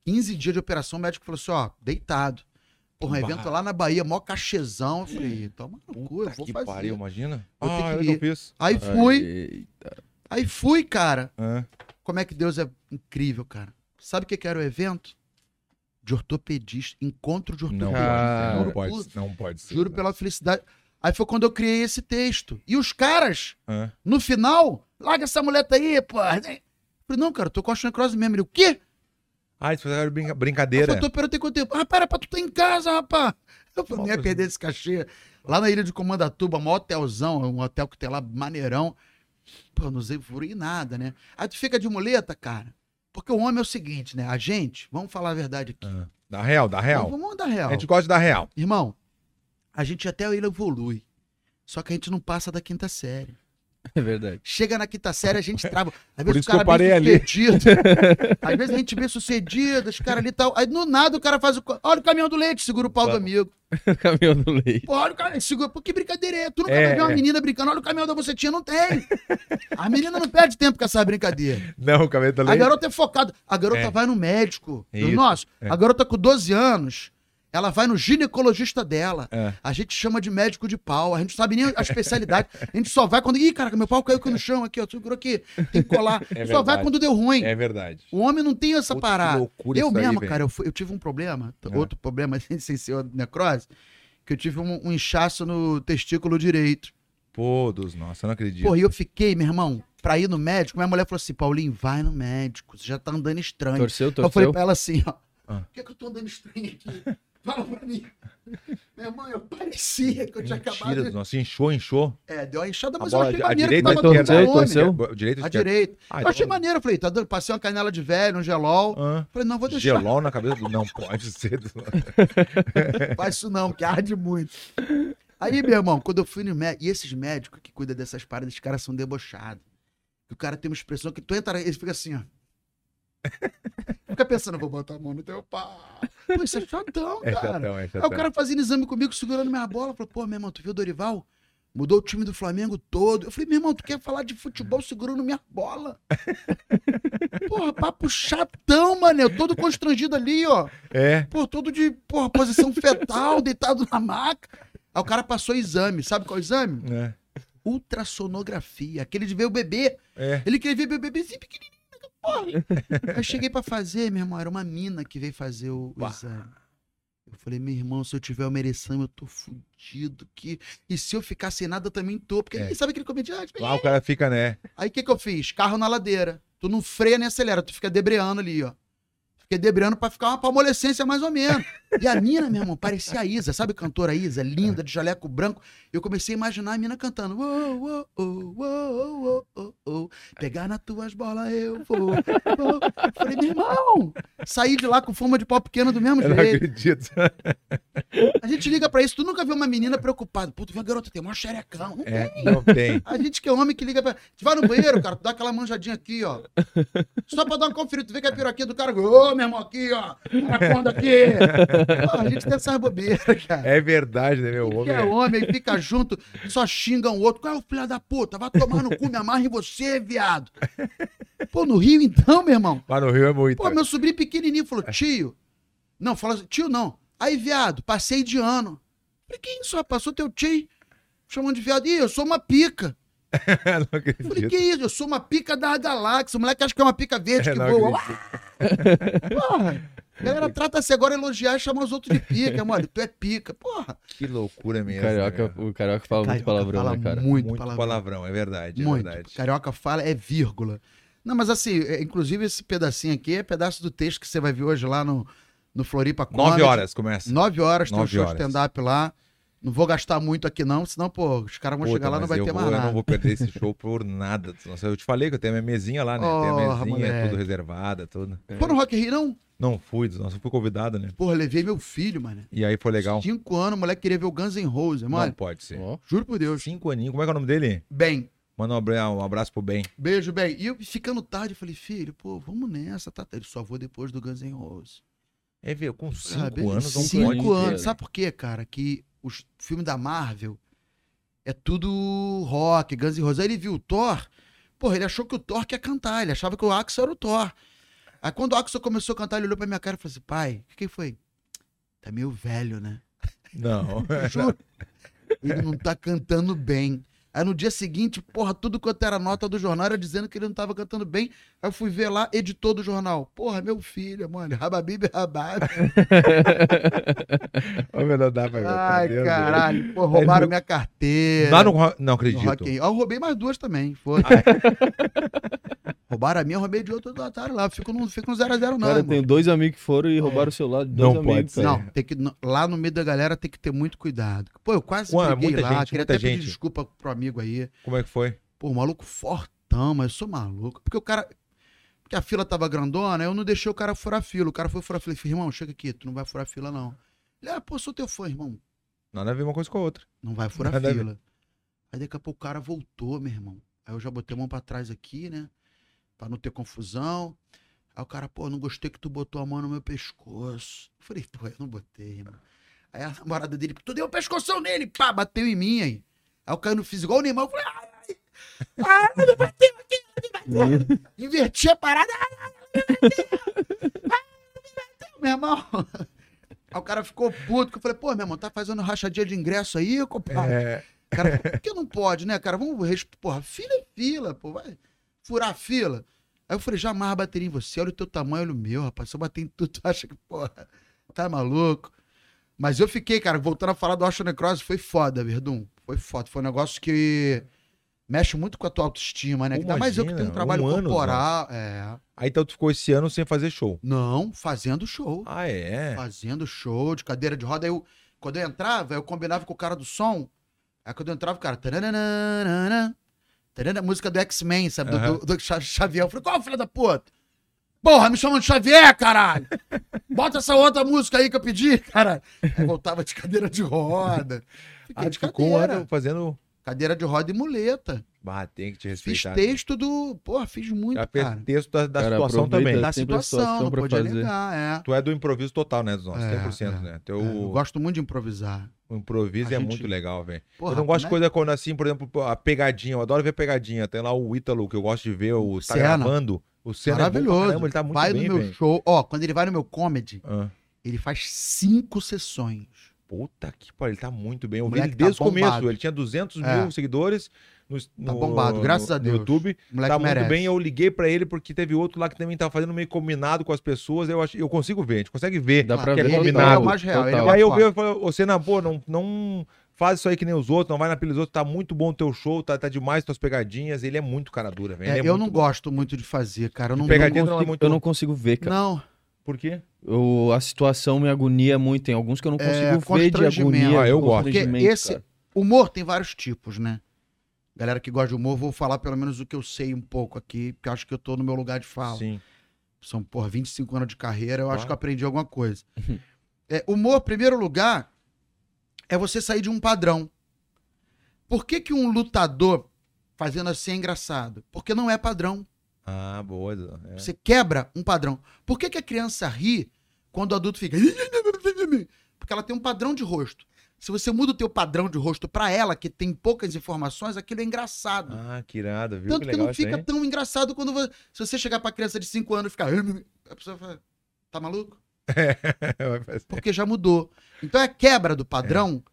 S2: 15 dias de operação, o médico falou assim, ó, deitado. Porra, um
S1: Bah.
S2: evento lá na Bahia, mó cachezão. Eu falei, toma no cu, eu vou
S1: que
S2: fazer.
S1: pariu, imagina.
S2: Vou ter
S1: ah,
S2: que
S1: olha o
S2: ir.
S1: que eu fiz.
S2: Aí fui,
S3: Aí,
S2: aí fui, cara.
S1: Ah,
S2: Como é que Deus é incrível, cara. Sabe o que que era o evento? De ortopedista, encontro de
S1: não,
S2: ortopedista.
S3: Cara.
S1: pode,
S2: Juro
S1: Ah, não pode,
S2: por-
S1: não pode ser.
S2: Juro
S1: né?
S2: pela felicidade. Aí foi quando eu criei esse texto. E os caras,
S1: Ah,
S2: no final, larga essa muleta aí, porra. Eu Falei, não, cara, eu tô com osteonecrose mesmo. Ele, o quê?
S1: Ah, eles fizeram brinca-
S2: Eu
S1: brincadeira.
S2: falei, tô operando tem quanto tempo? Ah, para, pra tu tá em casa, rapaz. Eu falei, não ia perder esse cachê. Lá na Ilha de Comandatuba, maior hotelzão, um hotel que tem lá maneirão. Pô, não usufruí nada, né? Aí tu fica de muleta, cara. Porque o homem é o seguinte, né? A gente, vamos falar a verdade aqui.
S1: Ah, dá real, dá real.
S2: Vamos dar real.
S1: A gente gosta de dar real.
S2: Irmão, a gente até ele evolui. Só que a gente não passa da quinta série.
S3: É verdade.
S2: Chega na quinta série, a gente trava. Às
S1: Por
S2: vezes
S1: isso
S2: o cara
S1: que eu parei ali.
S2: sucedido. Às vezes a gente bem sucedido, os caras ali e tal. Aí do nada o cara faz o. co- Olha o caminhão do leite, segura o pau do
S1: Claro.
S2: amigo.
S3: O caminhão do leite.
S2: Pô, olha o cara, segura. Pô, que brincadeira é? Tu nunca
S1: É,
S2: vai ver uma
S1: é.
S2: menina brincando. Olha o caminhão da bocetinha, não tem. A menina não perde tempo com essa brincadeira.
S1: Não, o cabelo tá
S2: A
S1: leite.
S2: garota é focada. A garota
S1: É.
S2: vai no médico.
S1: Isso,
S2: No nosso.
S1: é.
S2: A garota com 12 anos, ela vai no ginecologista dela.
S1: É.
S2: A gente chama de médico de pau. A gente não sabe nem a especialidade. A gente só vai quando. Ih, caraca, meu pau caiu aqui no chão, aqui, ó. Segurou aqui. Tem que colar.
S1: É
S2: só vai
S1: verdade.
S2: quando deu ruim.
S1: É verdade.
S2: O homem não tem essa
S1: Puta, que
S2: parada.
S1: loucura
S2: eu
S1: isso aí,
S2: mesmo,
S1: velho.
S2: cara, eu, fui- eu tive um problema, t-
S1: É.
S2: outro problema sem ser a necrose, que eu tive um, um inchaço no testículo direito.
S1: Pô, dos nossos, eu não acredito.
S2: Porra, e eu fiquei, meu irmão, pra ir no médico, minha mulher falou assim, Paulinho, vai no médico, você já tá andando estranho.
S3: Torceu,
S2: eu falei
S3: torceu.
S2: pra ela assim, ó,
S1: Ah.
S2: por que, que eu tô andando estranho aqui? Fala pra mim. Meu irmão, eu parecia que eu tinha
S1: Mentira
S2: acabado
S1: dos
S2: de...
S1: nossos. Inchou, inchou.
S2: É, deu uma inchada,
S1: A
S2: mas
S1: bola
S2: eu achei
S1: de- a
S2: maneiro que
S1: direita é
S2: tava
S1: ou
S3: a
S2: dando
S3: esquerda?
S2: homem,
S1: Torceu? Direito
S2: A direita.
S1: Ah,
S2: Eu achei
S1: então-
S2: maneiro, eu falei, tá dando, passei uma canela de velho, um gelol.
S1: Ah,
S2: Falei, não, vou deixar.
S1: gelol na cabeça do... Não pode ser. do-
S2: Faz isso não, que arde muito. Aí, meu irmão, quando eu fui no médico, e esses médicos que cuidam dessas paradas, os caras são debochados. E o cara tem uma expressão que tu entra, ele fica assim, ó. Fica pensando, vou botar a mão no teu pau. Pô, isso é chatão,
S1: É
S2: cara.
S1: chatão, é
S2: Aí o
S1: chatão.
S2: cara fazendo exame comigo, segurando minha bola, falou, pô, meu irmão, tu viu o Dorival? Mudou o time do Flamengo todo. Eu falei, meu irmão, tu quer falar de futebol segurando minha bola? Porra, papo chatão, mano. Eu todo constrangido ali, ó
S1: É.
S2: pô, todo de, porra, posição fetal, deitado na maca. Aí o cara passou exame, sabe qual é exame?
S1: né?
S2: Ultrassonografia, aquele de ver o bebê.
S1: É.
S2: Ele queria ver o bebê assim pequenininho, porra. Aí eu cheguei pra fazer, meu irmão, era uma mina que veio fazer o, o
S1: Bah.
S2: exame. Eu falei, meu irmão, se eu tiver uma ereção, eu tô fudido. Que... E se eu ficar sem nada, eu também tô. Porque
S1: É.
S2: sabe aquele comediante?
S1: Lá o cara fica, né?
S2: Aí o que, que eu fiz? Carro na ladeira. Tu não freia nem acelera, tu fica debreando ali, ó. Fiquei debreando pra ficar uma palmolescência mais ou menos. E a mina, meu irmão, parecia a Isa, sabe a cantora Isa, linda, de jaleco branco. Eu comecei a imaginar a mina cantando. Uou, uou, uou, uou, uou, uou, uou. Pegar nas tuas bolas eu vou. vou. Falei, meu irmão, saí de lá com fama de pau pequeno do mesmo
S1: Eu não
S2: jeito.
S1: acredito.
S2: A gente liga pra isso, tu nunca vê uma menina preocupada. Pô, tu vê uma garota, tem uma xerecão. Não
S1: É, não tem.
S2: a gente que é homem que liga pra. Tu vai no banheiro, cara, tu dá aquela manjadinha aqui, ó. Só pra dar uma conferida. Tu vê que a piroquinha do cara. Ô, meu irmão, aqui, ó. Anaconda aqui. Pô, a gente tem essas bobeiras, cara.
S1: É verdade, né, meu? O
S2: Que
S1: homem
S2: é
S1: é-
S2: homem, fica junto, só xinga um outro. Qual é o filho da puta? Vai tomar no cu, me amarra em você, viado. Pô, no Rio então, meu irmão.
S1: Mas no Rio é muito.
S2: Pô, meu sobrinho pequenininho falou, tio. Não, fala assim, tio não. Aí, viado, passei de ano. Falei, que isso, rapaz? Sou teu tio. Chamando de viado. Ih, eu sou uma pica.
S1: não
S2: Eu Falei,
S1: acredito.
S2: que isso? Eu sou uma pica da galáxia. O moleque acha que é uma pica verde
S1: É,
S2: que
S1: não
S2: voa. Ah,
S1: acredito.
S2: Porra! A galera trata-se agora de elogiar e chamar os outros de pica, mano. Tu é pica, porra.
S1: Que loucura
S3: O
S1: mesmo. né?
S3: carioca, o carioca fala muito palavrão,
S2: fala
S3: né, cara?
S2: Muito,
S1: Muito palavrão.
S2: palavrão.
S1: é verdade, é
S2: muito.
S1: verdade.
S2: Carioca fala é vírgula. Não, mas assim, é, inclusive esse pedacinho aqui é pedaço do texto que você vai ver hoje lá no, no Floripa
S1: Nove
S2: Comedy.
S1: horas começa.
S2: 9 horas tem um
S1: Nove
S2: show de
S1: horas.
S2: stand-up lá. Não vou gastar muito aqui não, senão, pô, os caras vão
S1: Puta,
S2: chegar lá e não
S1: mas
S2: vai
S1: eu
S2: ter
S1: vou-
S2: mais
S1: Eu
S2: nada.
S1: não vou perder esse show por nada. Nossa, eu te falei que eu tenho a minha mesinha lá, né? Tem a
S2: Porra,
S1: mesinha,
S2: moleque. É.
S1: tudo reservada, tudo.
S2: Foi no Rock in Rio, não?
S1: Não fui, nossa, eu fui convidado, né?
S2: Porra, levei meu filho, mano.
S1: E aí foi legal.
S2: Cinco anos, o moleque queria ver o Guns N' Roses,
S1: Não
S2: mano.
S1: pode ser.
S3: Ó,
S2: Juro por Deus.
S1: Cinco aninhos, como é que é o nome dele?
S2: Bem,
S1: Manda um abra- um abraço pro Ben.
S2: beijo, bem. E eu ficando tarde, eu falei, filho, pô, vamos nessa, tá? Ele só vou depois do Guns N' Roses.
S1: É, ver, com cinco
S2: Sabe?
S1: anos é um não
S2: Ah, Cinco
S1: pode.
S3: Cinco
S2: anos.
S3: anos.
S2: Sabe por quê, cara? Que os filmes da Marvel é tudo rock, Guns N' Roses. Aí ele viu o Thor, porra, ele achou que o Thor que ia cantar, ele achava que o Axel era o Thor. Aí quando o Axel começou a cantar, ele olhou pra minha cara e falou assim, pai, o que que foi? Tá meio velho, né?
S1: Não.
S2: Juro. Ele não tá cantando bem. Aí no dia seguinte, porra, tudo quanto era nota do jornal era dizendo que ele não tava cantando bem. Aí eu fui ver lá, editor do jornal. Porra, meu filho, mano. Rababib, rabab.
S1: Ô, meu, não dá pra ver.
S2: Ai,
S1: Meu Deus.
S2: caralho. Pô, roubaram
S1: Ele-
S2: minha carteira.
S1: Lá no, Ro- não
S2: no Rock in
S1: acredito.
S2: Rio. Ah, eu roubei mais duas também. Foi. Roubaram a minha, eu roubei de outro do otário lá. Eu Fico no, fico no zero a zero não,
S3: cara,
S2: irmão.
S3: tem dois amigos que foram e roubaram o celular de dois
S1: Não pode
S3: amigos.
S1: ser.
S3: cara.
S2: Não, tem que, no- lá no meio da galera tem que ter muito cuidado. Pô, eu quase
S1: Ué,
S2: briguei
S1: muita
S2: lá.
S1: gente,
S2: queria
S1: muita
S2: até pedir
S1: gente.
S2: desculpa pro amigo aí.
S1: Como é que foi?
S2: Pô, o maluco fortão, mas eu sou maluco. Porque o cara... Porque a fila tava grandona, eu não deixei o cara furar a fila. O cara foi furar a fila. Eu falei, irmão, chega aqui, tu não vai furar a fila, não. Ele, ah, pô, sou teu fã, irmão.
S1: Nada a ver uma coisa com a outra.
S2: Não vai furar
S1: Nada a ver.
S2: fila. Aí daqui a pouco o cara voltou, meu irmão. Aí eu já botei a mão pra trás aqui, né? Pra não ter confusão. Aí o cara, pô, não gostei que tu botou a mão no meu pescoço. Eu falei, pô, eu não botei, irmão. Aí a namorada dele, tu deu um pescoção nele, pá, bateu em mim aí. Aí eu caí no fiz igual o Neymar, eu falei, ai, ai, ai, ele bateu aqui, ele bateu. Inverti a parada, ai, ai, ele bateu, ai, ele bateu, meu irmão. Aí o cara ficou puto, que eu falei, pô, meu irmão, tá fazendo rachadinha de ingresso aí, compadre?
S1: É,
S2: Cara, por que não pode, né, cara? Vamos. res- Porra, fila é fila, pô. Vai furar a fila. Aí eu falei, jamais bateria em você. Olha o teu tamanho, olha o meu, rapaz. Se eu bater em tu, tu acha que, porra, tá maluco? Mas eu fiquei, cara, voltando a falar do osteonecrose, foi foda, Verdun. Foi foda. Foi um negócio que mexe muito com a tua autoestima, né? Ainda mais eu que tenho um
S1: Imagina,
S2: trabalho
S1: um ano,
S2: corporal. É.
S1: Aí então tu ficou esse ano sem fazer show.
S2: Não, fazendo show
S1: Ah, é?
S2: fazendo show de cadeira de roda. Aí Eu, quando eu entrava, eu combinava com o cara do som. Aí quando eu entrava, o cara. tarananana, taranana, música do X-Men, sabe? Do-
S1: Aham.
S2: Do, do Xa- Xavier. Eu falei, qual filha da puta? Porra, me chamam de Xavier, caralho! Bota essa outra música aí que eu pedi, caralho. Aí voltava de cadeira de roda. Fiquei
S1: Ah,
S2: de
S1: tu ficou um ano
S2: cadeira.
S1: fazendo.
S2: Cadeira de roda e muleta.
S1: Bah, tem que te
S2: Fiz
S1: respeitar.
S2: texto do. Porra, fiz muito,
S1: tá. Já fez
S2: cara.
S1: texto da, da
S3: Cara,
S1: situação
S3: aproveita.
S1: também.
S2: Da
S3: Sempre a
S2: situação,
S3: situação
S2: não
S3: pra
S2: podia
S3: fazer.
S2: negar, é.
S1: Tu é do improviso total, né, Zon?
S2: É,
S1: 100%,
S2: é,
S1: né?
S2: É,
S1: Teu
S2: Eu gosto muito de improvisar.
S1: o improviso
S2: A
S1: é
S2: gente-
S1: muito legal, velho.
S2: Porra,
S1: eu não gosto
S2: né?
S1: de coisa quando assim, por exemplo, a pegadinha. Eu adoro ver pegadinha. Tem lá o Ítalo, que eu gosto de ver, o tá
S2: Senna.
S1: gravando. O Senna É bom pra
S2: né? Maravilhoso.
S1: caramba, ele tá muito
S2: vai
S1: bem,
S2: no meu
S1: velho.
S2: show. Ó, quando ele vai no meu comedy,
S1: Ah,
S2: ele faz cinco sessões.
S1: puta que pariu, ele tá muito bem. Eu
S2: O
S1: vi
S2: moleque
S1: ele desde
S2: tá
S1: o começo.
S2: bombado.
S1: Ele tinha 200
S2: É. Tá
S1: mil seguidores. No, no-
S2: bombado, graças
S1: no-
S2: a Deus.
S1: No YouTube.
S2: O moleque
S1: tá
S2: merece.
S1: muito bem, eu liguei pra ele porque teve outro lá que também tava fazendo meio combinado com as pessoas. Eu, acho, eu consigo ver, a gente consegue ver.
S3: Dá pra
S1: que é
S3: ver.
S1: combinado.
S3: total,
S1: É o
S2: mais real, ele
S3: total.
S2: é
S1: E aí eu
S2: Foda.
S1: vejo e falo, você na boa, não, não faz isso aí que nem os outros, não vai na pilha dos outros, tá muito bom o teu show, tá, tá demais tuas pegadinhas. Ele é muito cara dura, velho.
S2: É,
S1: ele é
S2: eu
S1: muito
S2: não
S1: bom.
S2: gosto muito de fazer, cara. Eu não,
S1: pegadinha
S2: não,
S1: não é muito-
S3: Eu não consigo ver, cara.
S2: não,
S1: Por quê?
S3: Eu- a situação me agonia muito. Tem alguns que eu não
S2: É,
S3: consigo ver de
S2: constrangimento.
S3: agonia.
S1: Ah, eu gosto.
S2: porque
S3: constrangimento,
S2: esse
S3: cara.
S2: humor tem vários tipos, né? Galera que gosta de humor, vou falar pelo menos o que eu sei um pouco aqui, porque eu acho que eu tô no meu lugar de fala.
S1: Sim.
S2: São, porra, 25 anos de carreira, eu
S1: Claro.
S2: acho
S1: Uhum.
S2: que eu aprendi alguma coisa. É, humor, primeiro lugar, é você sair de um padrão. Por que, que um lutador fazendo assim é engraçado? Porque não é padrão.
S1: Ah, boa. Zé. É.
S2: Você quebra um padrão. Por que, que a criança ri quando o adulto fica. Porque ela tem um padrão de rosto. Se você muda o teu padrão de rosto pra ela, que tem poucas informações, aquilo é engraçado.
S1: Ah, que irado, viu?
S2: Tanto
S1: que
S2: que,
S1: legal
S2: não
S1: isso
S2: fica
S1: aí.
S2: tão engraçado quando você. Se você chegar pra criança de 5 anos e ficar. "Ah, A pessoa fala, tá maluco?
S1: Vai fazer-
S2: Porque já mudou. Então é a quebra do padrão.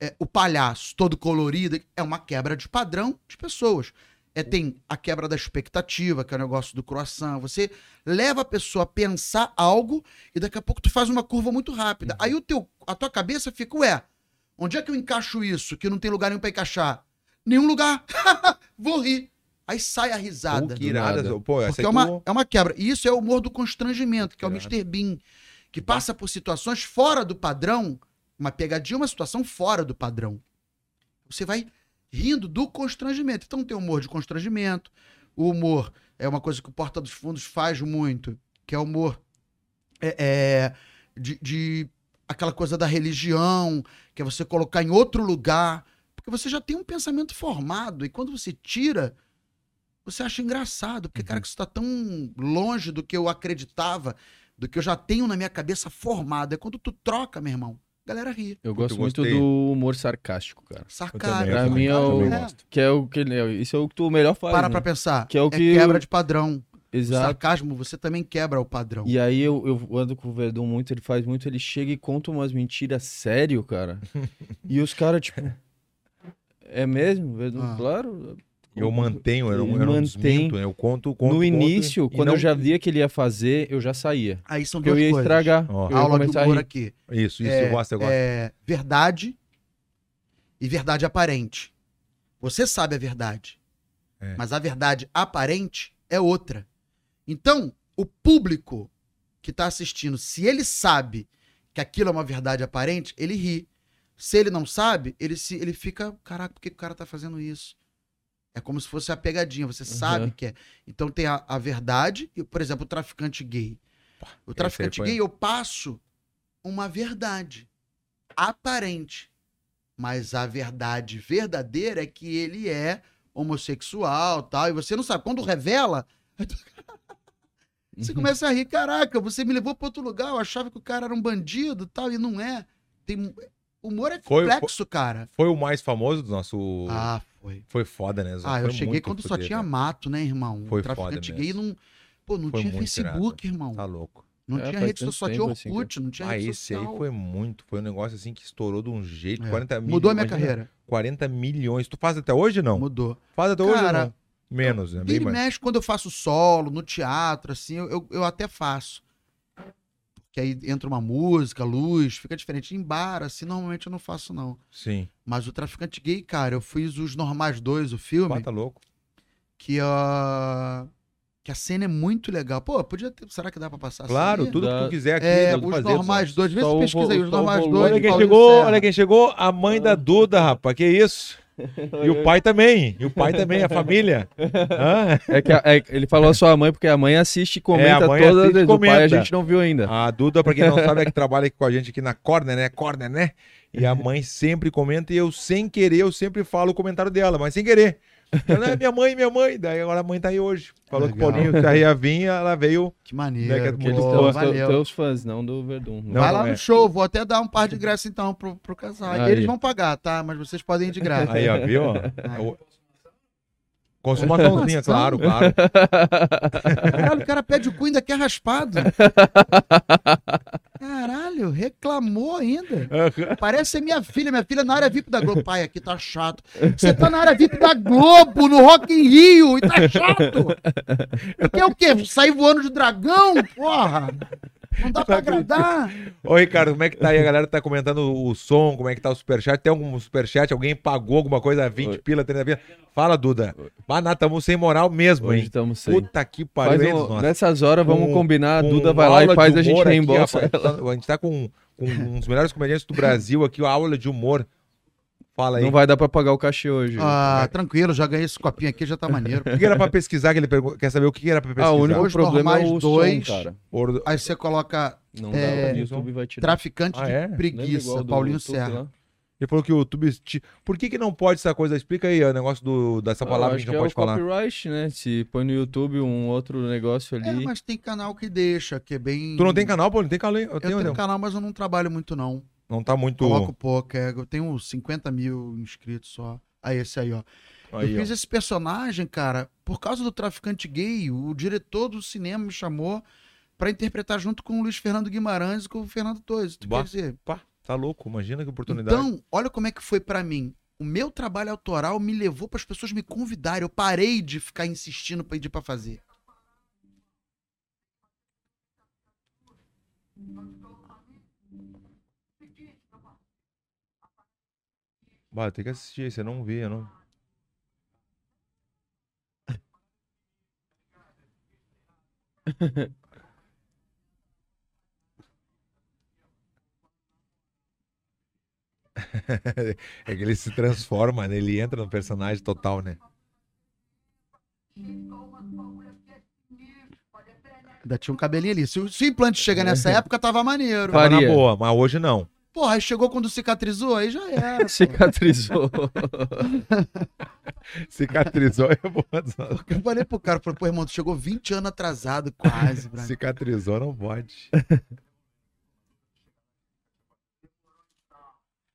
S2: é, o palhaço todo colorido é uma quebra de padrão de pessoas. É, tem a quebra da expectativa, que é o negócio do croissant. Você leva a pessoa a pensar algo e daqui a pouco tu faz uma curva muito rápida. Aí o teu, a tua cabeça fica, ué, onde é que eu encaixo isso que não tem lugar nenhum pra encaixar? Nenhum lugar. Vou rir. Aí sai a
S1: Pô,
S2: risada.
S1: que irada.
S3: nada.
S1: Zé. Pô, essa
S2: Porque
S1: aí
S2: é uma,
S1: tu-
S2: é uma quebra. E isso é o humor do constrangimento, que é o
S1: Irado.
S2: Mr. Bean,
S1: Uhum.
S2: que passa por situações fora do padrão. Uma pegadinha é uma situação fora do padrão. Você vai rindo do constrangimento. Então tem o humor de constrangimento. O humor é uma coisa que o Porta dos Fundos faz muito, que é o humor é, é, de, de aquela coisa da religião, que é você colocar em outro lugar. Porque você já tem um pensamento formado. E quando você tira você acha engraçado, porque,
S1: Uhum.
S2: cara, que isso tá tão longe do que eu acreditava, do que eu já tenho na minha cabeça formada. É quando tu troca, meu irmão, a galera ri.
S3: Eu
S1: Puta, eu
S3: gosto muito
S1: gostei.
S3: do humor sarcástico, cara.
S1: Eu
S2: Sarcasmo.
S1: também,
S3: pra mim é o.
S1: também
S2: É.
S1: gosto.
S3: Que é o que. Isso é o que tu melhor faz.
S2: Para
S3: né?
S2: pra pensar.
S3: Que é o que-
S2: quebra de padrão. O
S3: Exato.
S2: sarcasmo, você também quebra o padrão.
S3: E aí eu, eu ando com o Verdun muito, ele faz muito, ele chega e conta umas mentiras sério, cara. e os caras, tipo. É mesmo? Verdun,
S2: Ah.
S3: claro.
S1: Eu mantenho, eu não, eu
S3: Ele
S1: não
S3: mantém.
S1: desminto, eu conto, conto
S3: no
S1: conto,
S3: início,
S1: e
S3: quando
S1: não-
S3: eu já via que ele ia fazer, eu já saía.
S2: Aí são
S3: Porque
S2: duas
S3: eu ia
S2: coisas.
S3: estragar.
S1: Ó.
S3: Eu ia
S2: Aula de
S3: começar a
S2: humor
S3: rir.
S2: aqui.
S1: Isso, isso, eu gosto, eu gosto.
S2: É verdade e verdade aparente. Você sabe a verdade.
S1: É.
S2: Mas a verdade aparente é outra. Então, o público que está assistindo, se ele sabe que aquilo é uma verdade aparente, ele ri. Se ele não sabe, ele, se, ele fica, caraca, por que que o cara tá fazendo isso? É como se fosse a pegadinha, você sabe que é. Então tem a, a verdade, e, por exemplo, o traficante gay. O traficante
S1: foi-
S2: gay, eu passo uma verdade aparente. Mas a verdade verdadeira é que ele é homossexual tal. E você não sabe. Quando revela,
S1: Uhum.
S2: você começa a rir. Caraca, você me levou para outro lugar. Eu achava que o cara era um bandido tal. E não é. Tem... Humor é
S1: Foi o-
S2: complexo, cara.
S1: Foi o mais famoso do nosso.
S2: Ah, foi.
S1: Foi foda, né? Zé?
S2: Ah, eu
S1: Foi
S2: cheguei
S1: muito
S2: quando só
S1: fudido,
S2: tinha
S1: né?
S2: mato, né, irmão?
S1: Foi
S2: o traficante
S1: foda
S2: gay
S1: mesmo.
S2: não. Pô, não
S1: Foi
S2: tinha
S1: muito
S2: Facebook, irmão.
S1: Tá louco.
S2: Não
S3: É,
S2: tinha
S3: faz
S2: rede
S3: tanto
S2: social, tinha
S3: tempo assim,
S2: Orkut, não tinha
S1: Ah,
S2: rede
S1: esse
S2: social.
S1: aí foi muito. Foi um negócio assim que estourou de um jeito.
S2: É.
S1: 40 milhões.
S2: Mudou a minha carreira.
S1: 40 milhões. Tu faz até hoje não?
S2: Mudou.
S1: Faz até hoje
S2: Cara,
S1: não? Menos, né? Bem
S2: Vira e
S1: mais.
S2: mexe quando eu faço solo, no teatro, assim, eu, eu, eu até faço. Porque aí entra uma música, luz, fica diferente. Em bar, assim, normalmente eu não faço, não.
S1: Sim.
S2: Mas o Traficante Gay, cara, eu fiz os Normais 2, o filme,
S1: Bata tá louco.
S2: que a... que a cena é muito legal. Pô, podia ter... Será que dá pra passar
S1: Claro,
S2: essa aí?
S1: tudo que tu
S3: Dá-
S1: quiser aqui.
S2: Assim, É,
S1: nós vamos
S2: os
S1: fazer,
S2: Normais 2. Vê
S3: Só
S2: se
S3: o
S2: pesquisa aí,
S3: vo-
S2: os
S3: só o
S2: Normais
S3: volume.
S2: 2.
S1: Olha
S2: de
S1: quem
S2: Paulinho
S1: chegou,
S2: Serra.
S1: olha quem chegou, a mãe da Duda, rapaz, que isso? E o pai também, e o pai também, a família. Hã?
S3: É que a- é que ele falou a sua mãe, porque a mãe assiste e comenta
S1: É, a mãe
S3: todas as
S1: assiste e
S3: vezes. O pai
S1: comenta.
S3: a gente não viu
S2: Ah,
S3: ainda.
S1: A Duda, pra quem não sabe, é que trabalha aqui com a gente aqui na Corner, né? Corner, né? E a mãe sempre comenta e eu, sem querer, eu sempre falo o comentário dela, mas sem querer. Ela, "Ah, minha mãe, minha mãe. Daí agora a mãe tá aí hoje. Falou que o
S2: Legal.
S1: Paulinho já ia vir, ela veio.
S2: Que maneiro.
S1: Daqui a
S2: que
S3: Porque eles
S1: Pô,
S3: são
S2: bom,
S3: os teu-
S2: valeu.
S3: teus fãs, não do Verdun.
S1: Não,
S2: Vai lá
S1: não é.
S2: no show, vou até dar um par de graça então pro, pro casal.
S3: Aí.
S2: Eles vão pagar, tá? Mas vocês podem ir de graça.
S1: Aí, é- ó, viu? O- Consumaçãozinha, claro, claro.
S2: Caralho, o cara pede o cu e ainda quer raspado. Caralho, reclamou ainda. Parece ser minha filha. Minha filha é na área VIP da Globo. Pai, aqui tá chato. Você tá na área VIP da Globo, no Rock in Rio, e tá chato. Quer o quê? Sair voando de dragão? Porra! Não dá pra agradar.
S1: Ô, Ricardo, como é que tá aí? A galera tá comentando o som, como é que tá o superchat? Tem algum superchat? Alguém pagou alguma coisa? 20
S3: Oi.
S1: pila, 30 pila? Fala, Duda. Baná, tamo sem moral mesmo,
S3: Hoje
S1: hein?
S3: estamos sem.
S1: Puta que
S3: Faz
S1: pariu, hein,
S3: um-
S1: nossa.
S3: nessas horas, vamos
S1: Com-
S3: combinar. A
S1: Com
S3: Duda vai lá
S1: aula
S3: e faz
S1: de
S3: a gente
S1: humor aqui,
S3: reembolsa.
S1: rapaz. A gente tá- a gente tá com, com um dos melhores comediantes do Brasil aqui, a aula de humor. Fala aí.
S3: Não vai dar pra pagar o cachê hoje.
S2: Ah, tranquilo, já ganhei esse copinho aqui, já tá maneiro.
S1: O que era pra pesquisar? Que ele pergun- Quer saber o que era pra pesquisar?
S3: ah, o único
S2: Hoje
S3: problema é
S2: normais
S3: o
S2: dois.
S3: som, cara.
S1: Ordo-
S2: Aí você coloca
S3: Não
S2: É,
S3: dá, o YouTube vai tirar.
S2: traficante
S1: Ah,
S2: de
S1: é?
S3: Lembra igual
S2: preguiça,
S3: do
S2: Paulinho
S3: YouTube
S2: Serra.
S3: lá?
S1: Ele falou que o YouTube. te- Por que, que não pode essa coisa? Explica aí ó, o negócio do, dessa
S3: Ah,
S1: palavra
S3: acho
S1: que a gente
S3: que é
S1: não
S3: o
S1: pode falar.
S3: copyright, né? Se põe no YouTube um outro negócio
S2: É,
S3: ali.
S2: mas tem canal que deixa, que é bem.
S1: Tu não tem canal, Paulinho? Tem canal? aí? Eu
S2: Eu
S1: tenho,
S2: tenho
S1: não.
S2: canal, mas eu não trabalho muito, não.
S1: Não tá muito.
S2: Coloco pouco, é, eu tenho uns 50 mil inscritos só. Aí, esse aí, ó.
S1: Aí,
S2: eu
S1: ó.
S2: fiz esse personagem, cara, por causa do traficante gay. O diretor do cinema me chamou pra interpretar junto com o Luiz Fernando Guimarães e com o Fernando Torres. Tu
S1: Bah.
S2: Quer dizer,
S1: Pá, tá louco, imagina que oportunidade.
S2: então, olha como é que foi pra mim. O meu trabalho autoral me levou para as pessoas me convidarem. Eu parei de ficar insistindo pra pedir pra fazer.
S1: Bah, tem que assistir esse, eu não vi, eu não. é que ele se transforma, né? Ele entra no personagem total, né?
S2: Ainda tinha um cabelinho ali. Se o se o implante chega
S1: É.
S2: nessa época, tava maneiro.
S3: Vai.
S1: Tava na
S3: Faria.
S1: boa, mas hoje não.
S2: Porra, aí chegou quando cicatrizou, aí já era. pô.
S3: Cicatrizou.
S1: Cicatrizou é boa.
S2: Porque eu falei pro cara, eu falei, pô, irmão, tu chegou 20 anos atrasado, quase, Brian.
S1: Cicatrizou não pode.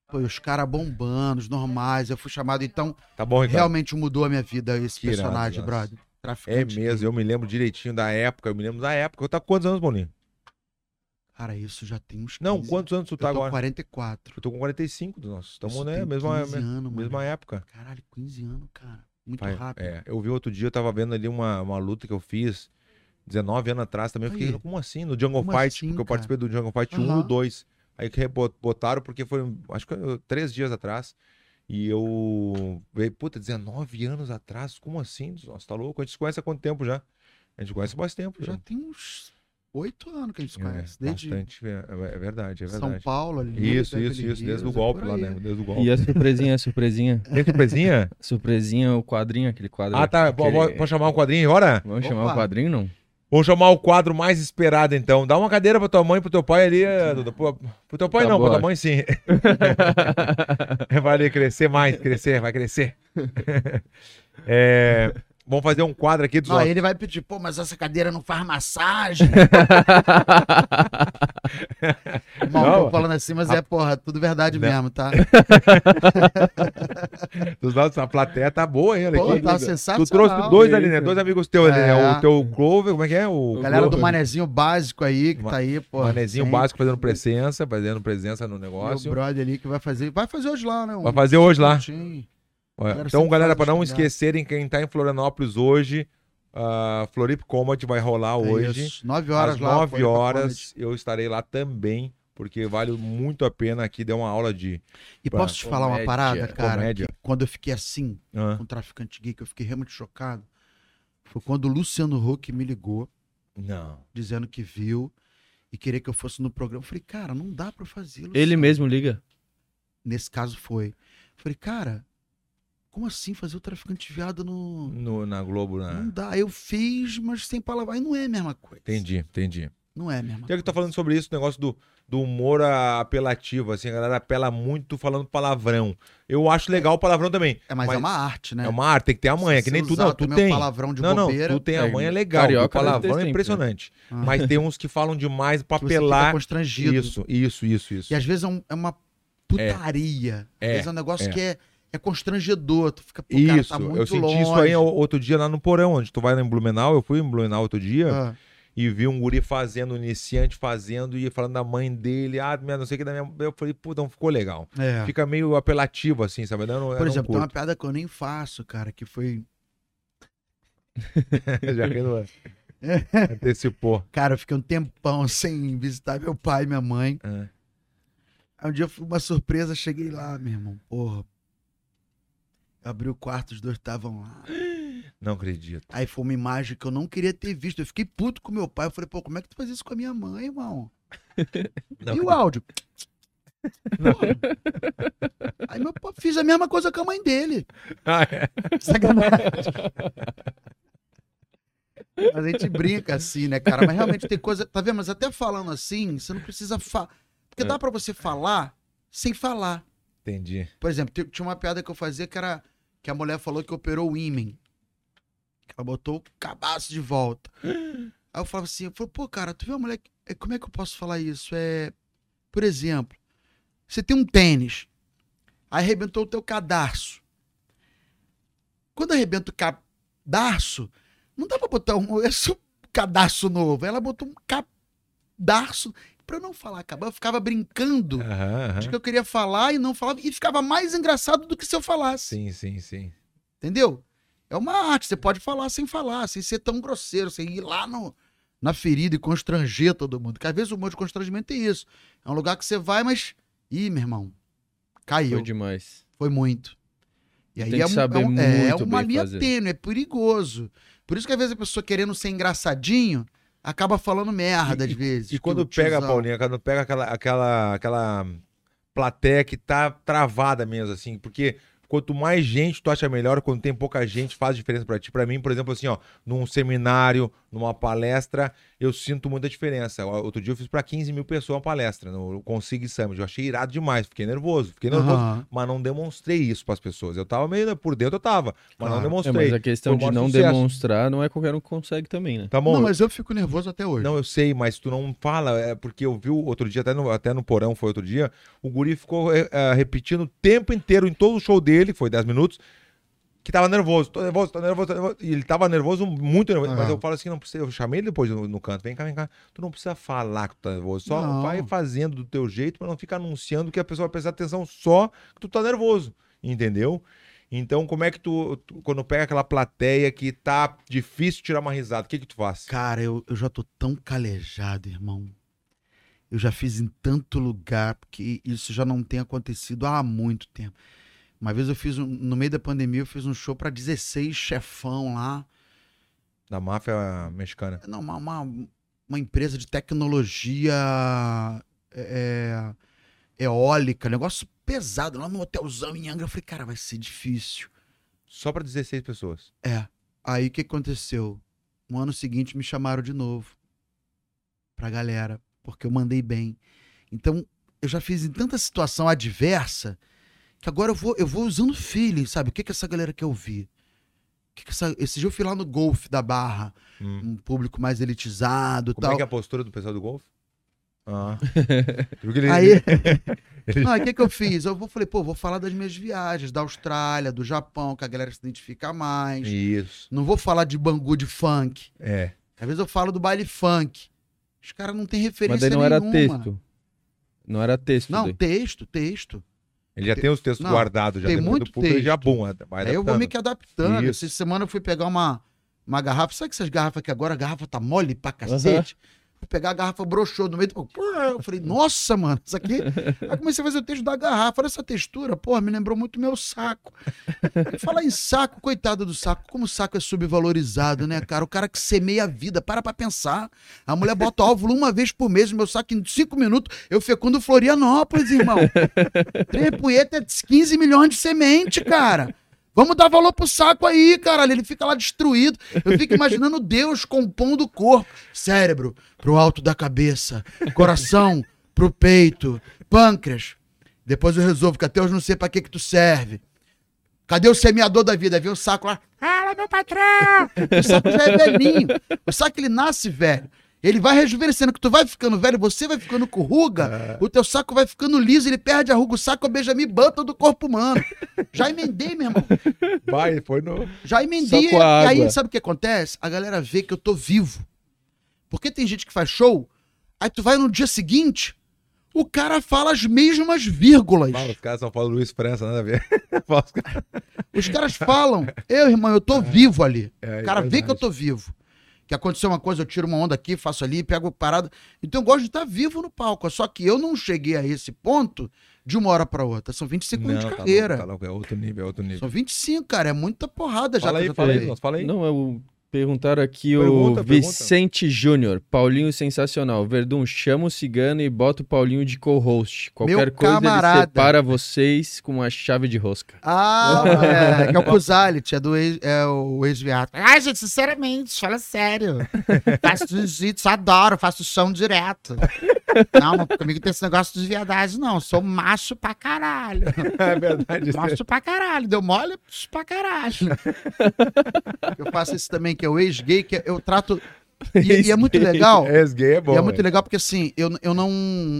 S2: Pô, e os caras bombando, os normais. Eu fui chamado, então
S1: Tá bom, Ricardo.
S2: realmente mudou a minha vida esse
S1: Que irado,
S2: personagem,
S1: nossa.
S2: brother.
S1: É
S2: Traficante.
S1: mesmo, eu me lembro direitinho da época, eu me lembro da época. Eu tá com quantos anos, Boninho?
S2: Cara, isso já tem uns 15.
S1: Não, quantos anos tu
S2: Eu
S1: tá
S2: tô
S1: agora?
S2: 44.
S1: Eu tô com 45, nós estamos,
S2: Isso
S1: né?
S2: tem
S1: Mesma,
S2: 15
S1: me-
S2: anos,
S1: mesma
S2: mano.
S1: época.
S2: Caralho, 15 anos, cara. Muito
S1: Pai,
S2: rápido.
S1: é, eu vi outro dia, eu tava vendo ali uma, uma luta que eu fiz 19 anos atrás também. Eu fiquei,
S2: Aí.
S1: como assim? No Jungle
S2: Como
S1: Fight,
S2: assim,
S1: porque eu
S2: cara?
S1: participei do Jungle Fight 1
S2: Aham.
S1: e 2. Aí que rebo- botaram porque foi, acho que eu- três dias atrás. E eu. veio, Puta, 19 anos atrás? Como assim? Nossa, tá louco? A gente se conhece há quanto tempo já? A gente conhece há mais tempo já.
S2: Já tem uns oito anos que a gente se
S1: É,
S2: conhece. desde
S1: bastante, é, é verdade, é
S2: São
S1: verdade.
S2: Paulo ali.
S1: Isso,
S2: Beverly
S1: isso, isso,
S2: Hills,
S1: desde o
S2: é
S1: golpe
S2: por
S1: lá,
S2: aí.
S1: né? Desde o golpe.
S3: E a surpresinha, a surpresinha.
S1: Tem surpresinha?
S3: Surpresinha, é o quadrinho, aquele quadro.
S1: ah, tá.
S3: aquele-
S1: Vamos vamos chamar o quadrinho agora?
S3: Vamos
S2: Opa.
S3: chamar o quadrinho, não?
S1: Vamos chamar o quadro mais esperado, então. Dá uma cadeira pra tua mãe e pro teu pai ali. eh, Duda. Pro, pro teu pai
S3: Tá
S1: não, pra
S3: bom.
S1: tua mãe sim. Vai ali crescer mais, crescer, vai crescer. É, vamos fazer um quadro aqui dos
S2: Não,
S1: nossos.
S2: ele vai pedir, pô, mas essa cadeira não faz massagem. Irmão,
S1: Não,
S2: tô falando assim, mas é, porra, tudo verdade
S1: Não.
S2: mesmo, tá?
S1: dos nossos- A plateia tá boa, hein? Olha
S2: Pô,
S1: aqui.
S2: tá
S1: Tu
S2: sensacional.
S1: trouxe dois ali, né?
S5: Eita.
S1: Dois amigos teus ali, né?
S2: É.
S1: O teu Clover, como é que é? O
S2: Galera do
S1: Clover.
S2: manezinho básico aí, que tá aí, pô.
S1: Manezinho
S2: Tem
S1: básico fazendo presença, fazendo presença no
S2: Meu
S1: negócio.
S2: brother ali que vai fazer. Vai fazer hoje lá, né? Um-
S1: Vai fazer hoje lá.
S2: Sim.
S1: Olha,
S2: Galera,
S1: então,
S2: sempre
S1: galera,
S2: faz
S1: para
S2: os
S1: não
S2: cuidados.
S1: esquecerem, quem tá em Florianópolis hoje, a Florip Combat vai rolar Ah, hoje.
S2: É Isso, Nove horas
S1: Às
S2: lá.
S1: 9
S2: pô,
S1: horas eu estarei lá também, porque vale muito a pena aqui dar uma aula de
S2: E posso te falar uma
S3: Comédia.
S2: parada, cara?
S1: Comédia.
S2: Que Quando eu fiquei assim,
S1: ah,
S2: com um traficante gay, que eu fiquei realmente chocado, foi quando o Luciano Huck me ligou,
S1: Não.
S2: dizendo que viu e queria que eu fosse no programa. Eu falei, cara, não dá pra fazer.
S3: Ele
S2: Luciano.
S3: mesmo liga.
S2: Nesse caso foi. Eu falei, cara, como assim fazer o traficante viado no.
S1: No- na Globo, né?
S2: Não
S1: na...
S2: dá. Eu fiz, mas sem palavra. Aí não é a mesma coisa.
S1: Entendi, entendi.
S2: Não é a mesma
S1: Tem que
S2: coisa.
S1: tá falando sobre isso, o negócio do, do humor ah, apelativo, assim, a galera apela muito falando palavrão. Eu acho legal o palavrão também.
S2: É, mas,
S1: mas
S2: é uma arte, né?
S1: É uma arte, tem que ter a manha, que
S2: Se
S1: nem tu
S2: usar
S1: não, tu
S2: também
S1: tem.
S2: um palavrão de
S1: não, não,
S2: bobeira.
S1: tu tem a
S3: É,
S1: manha é legal, o
S3: carioca deve ter
S1: palavrão é
S3: sempre, né?
S1: impressionante.
S2: Ah.
S1: Mas tem uns que falam demais pra
S2: que você fica
S1: apelar.
S2: constrangido.
S1: Isso, isso, isso, isso.
S2: E às vezes é, um- é uma putaria.
S1: É,
S2: Às vezes é um negócio
S1: é.
S2: que é, é constrangedor. Tu fica, pô, cara,
S1: Isso,
S2: tá muito
S1: eu senti
S2: longe.
S1: isso aí o- outro dia lá no porão, onde tu vai lá em Blumenau, eu fui em Blumenau outro dia
S2: Ah,
S1: e vi um guri fazendo, um iniciante fazendo e falando da mãe dele, ah, minha, não sei o que da minha, eu falei, pô, não ficou legal.
S2: é.
S1: Fica meio apelativo assim, sabe? Eu não- eu
S2: Por
S1: não
S2: exemplo, tem uma
S1: curto.
S2: piada que eu nem faço, cara, que foi. tá-
S1: Já que não- é. antecipou.
S2: Cara, eu fiquei um tempão sem visitar meu pai e minha mãe.
S1: É.
S2: Aí um dia foi uma surpresa, cheguei lá, meu irmão. Porra. Eu abri o quarto, os dois estavam lá.
S1: Não acredito.
S2: Aí foi uma imagem que eu não queria ter visto. Eu fiquei puto com meu pai. Eu falei, pô, como é que tu faz isso com a minha mãe, irmão?
S1: Não
S2: e o
S1: acredito.
S2: áudio? Porra. Aí meu pai fiz a mesma coisa com a mãe dele.
S1: Ah, é.
S2: Sacanagem. Mas a gente brinca assim, né, cara? Mas realmente tem coisa. Tá vendo? Mas até falando assim, você não precisa falar.
S1: É.
S2: Porque dá pra você falar sem falar.
S1: Entendi.
S2: Por exemplo, t- tinha uma piada que eu fazia que era que a mulher falou que operou o ímen. Que Ela botou o cabaço de volta. Aí eu falava assim, eu falei, pô, cara, tu viu a mulher? que- é, Como é que eu posso falar isso? É, por exemplo, você tem um tênis, aí arrebentou o teu cadarço. Quando arrebenta o cadarço, não dá pra botar um, esse é um cadarço novo. Aí Ela botou um cadarço. Pra eu não falar cabaço, eu ficava brincando
S1: Aham, aham.
S2: de que eu queria falar e não falava, e ficava mais engraçado do que se eu falasse.
S1: Sim, sim, sim.
S2: Entendeu? É uma arte, você pode falar sem falar, sem ser tão grosseiro, sem ir lá no, na ferida e constranger todo mundo. Porque às vezes o humor de constrangimento é isso. É um lugar que você vai, mas. Ih, meu irmão, caiu.
S3: Foi
S2: Foi,
S3: demais.
S2: muito. E aí
S3: Tem
S2: é,
S3: que
S2: um-
S3: saber
S2: é, um- é
S3: muito
S2: uma
S3: bem
S2: linha
S3: fazer.
S2: tênue, é perigoso. Por isso que às vezes a pessoa querendo ser engraçadinho acaba falando merda às vezes.
S1: E quando
S2: Tio-
S1: pega,
S2: tiozão.
S1: Paulinha, quando pega aquela, aquela, aquela plateia que tá travada mesmo, assim, porque quanto mais gente tu acha melhor, quando tem pouca gente, faz diferença pra ti. Pra mim, por exemplo, assim, ó, num seminário, numa palestra, eu sinto muita diferença. Ó, Outro dia eu fiz pra 15 mil pessoas uma palestra no Consig Summit. Eu achei irado demais, fiquei nervoso, fiquei nervoso.
S2: Aham.
S1: Mas não demonstrei isso pras pessoas. Eu tava meio né, por dentro, eu tava, mas
S2: Claro.
S1: não
S2: É,
S3: É,
S1: demonstrei.
S3: mas a questão
S1: Foi o
S3: de
S1: maior
S3: não
S1: sucesso.
S3: demonstrar não é qualquer um que consegue também, né?
S1: Tá bom?
S2: Não, mas eu fico nervoso até hoje.
S1: Não, eu sei, mas tu não fala, é porque eu vi o outro dia, até no, até no porão foi outro dia, o guri ficou é, é, repetindo o tempo inteiro, em todo o show dele, foi 10 minutos, que tava nervoso, tô nervoso, tô nervoso, tô nervoso. E ele tava nervoso, muito nervoso, mas
S2: Aham.
S1: eu falo assim, não precisa, eu chamei ele depois no, no canto, vem cá, vem cá, tu não precisa falar que tu tá nervoso, só
S2: Não.
S1: vai fazendo do teu jeito, pra não ficar anunciando que a pessoa vai prestar atenção só que tu tá nervoso, entendeu? Então, como é que tu, tu- quando pega aquela plateia que tá difícil tirar uma risada, o que que tu faz?
S2: Cara, eu, eu já tô tão calejado, irmão. Eu já fiz em tanto lugar, porque isso já não tem acontecido há muito tempo. Uma vez eu fiz, um, no meio da pandemia, eu fiz um show pra 16 chefão lá.
S1: Da máfia mexicana.
S2: Não, uma, uma, uma empresa de tecnologia é, eólica, um negócio pesado, lá no hotelzão em Angra. Eu falei, cara, vai ser difícil.
S1: Só pra 16 pessoas.
S2: É. Aí o que aconteceu? No ano seguinte me chamaram de novo pra galera, porque eu mandei bem. Então, eu já fiz em tanta situação adversa que agora eu vou, eu vou usando feeling, sabe? O que, que essa galera quer ouvir? O que que essa... Esse dia eu fui lá no golfe da Barra,
S1: Hum.
S2: um público mais elitizado e
S1: Como é
S2: tal.
S1: que é a postura do pessoal do golfe? Ah. Porque ele-
S2: Aí.
S1: Ele-
S2: Não, aí o que, que eu fiz? Eu vou- falei, pô, vou falar das minhas viagens, da Austrália, do Japão, que a galera se identifica mais.
S1: Isso.
S2: Não vou falar de bangu de funk.
S1: É.
S2: Às vezes eu falo do baile funk. Os caras não têm referência
S3: Mas daí não era
S2: nenhuma.
S3: texto. Não era texto.
S2: Não,
S3: daí.
S2: texto, texto.
S1: Ele já tem os textos
S2: Não,
S1: guardados, já
S2: tem
S1: depois
S2: muito
S1: do público, ele
S2: texto.
S1: já bum. vai
S2: Aí eu vou
S1: adaptando.
S2: meio que adaptando.
S1: Isso.
S2: Essa semana eu fui pegar uma, uma garrafa. Sabe que essas garrafas que agora a garrafa tá mole pra cacete? Fui pegar a garrafa, broxou no meio. do- Eu falei, nossa, mano, isso aqui. Aí comecei a fazer o texto da garrafa. Olha essa textura, porra, me lembrou muito meu saco. E falar em saco, coitado do saco. Como o saco é subvalorizado, né, cara? O cara que semeia a vida, para pra pensar. A mulher bota óvulo uma vez por mês, meu saco em cinco minutos, eu fecundo Florianópolis, irmão. Três punheta é 15 milhões de semente, cara. Vamos dar valor pro saco aí, caralho. Ele fica lá destruído. Eu fico imaginando Deus compondo o corpo. Cérebro pro alto da cabeça. Coração pro peito. Pâncreas. Depois eu resolvo, que até hoje eu não sei pra que que tu serve. Cadê o semeador da vida? Aí Vem o saco lá. Fala, meu patrão! O saco já é velhinho. O saco, ele nasce velho. Ele vai rejuvenescendo. Que tu vai ficando velho, você vai ficando com ruga, o teu saco vai ficando liso, ele perde a ruga. O saco é o Benjamin Button do corpo humano. Já emendei, meu irmão.
S1: Vai, foi no.
S2: Já emendei.
S3: Só com a
S2: e aí,
S3: água.
S2: sabe o que acontece? A galera vê que eu tô vivo. Porque tem gente que faz show, aí tu vai no dia seguinte, o cara fala as mesmas vírgulas.
S1: Fala, os caras só falam Luiz França, nada a ver. Fala, os caras-
S2: Os caras falam, eu, irmão, eu tô vivo ali.
S1: Ah, É,
S2: o cara
S1: é
S2: vê que eu tô vivo. Que aconteceu uma coisa, eu tiro uma onda aqui, faço ali, pego parada. Então eu gosto de estar vivo no palco. Só que eu não cheguei a esse ponto de uma hora pra outra. São 25 anos
S1: Não,
S2: de
S1: tá
S2: carreira.
S1: louco, tá louco, é outro nível, é outro nível.
S2: São 25, cara. É muita porrada já
S1: Fala
S2: que
S1: aí,
S2: eu já
S1: fala aí,
S2: falei.
S1: nós fala aí.
S3: Não, eu perguntaram aqui
S1: Pergunta, pergunta.
S3: o Vicente Júnior. Paulinho sensacional. Verdun, chama o cigano e bota o Paulinho de co-host. Qualquer coisa
S2: camarada.
S3: ele separa vocês com uma chave de rosca.
S2: Ah, é, que é o Kuzalit, é, do ex, é o ex-viado. Ai, gente, sinceramente, fala sério. faço jiu-jitsu, adoro, faço chão direto. Não, mas comigo tem esse negócio de viadagem, não. Sou macho pra caralho.
S1: É verdade. isso
S2: Macho pra caralho. Deu mole pss, pra caralho. Eu faço esse também, que é o ex-gay, que eu trato. E, e é muito legal.
S1: É, esse gay é bom.
S2: e é muito
S1: velho.
S2: legal porque assim, eu, eu não.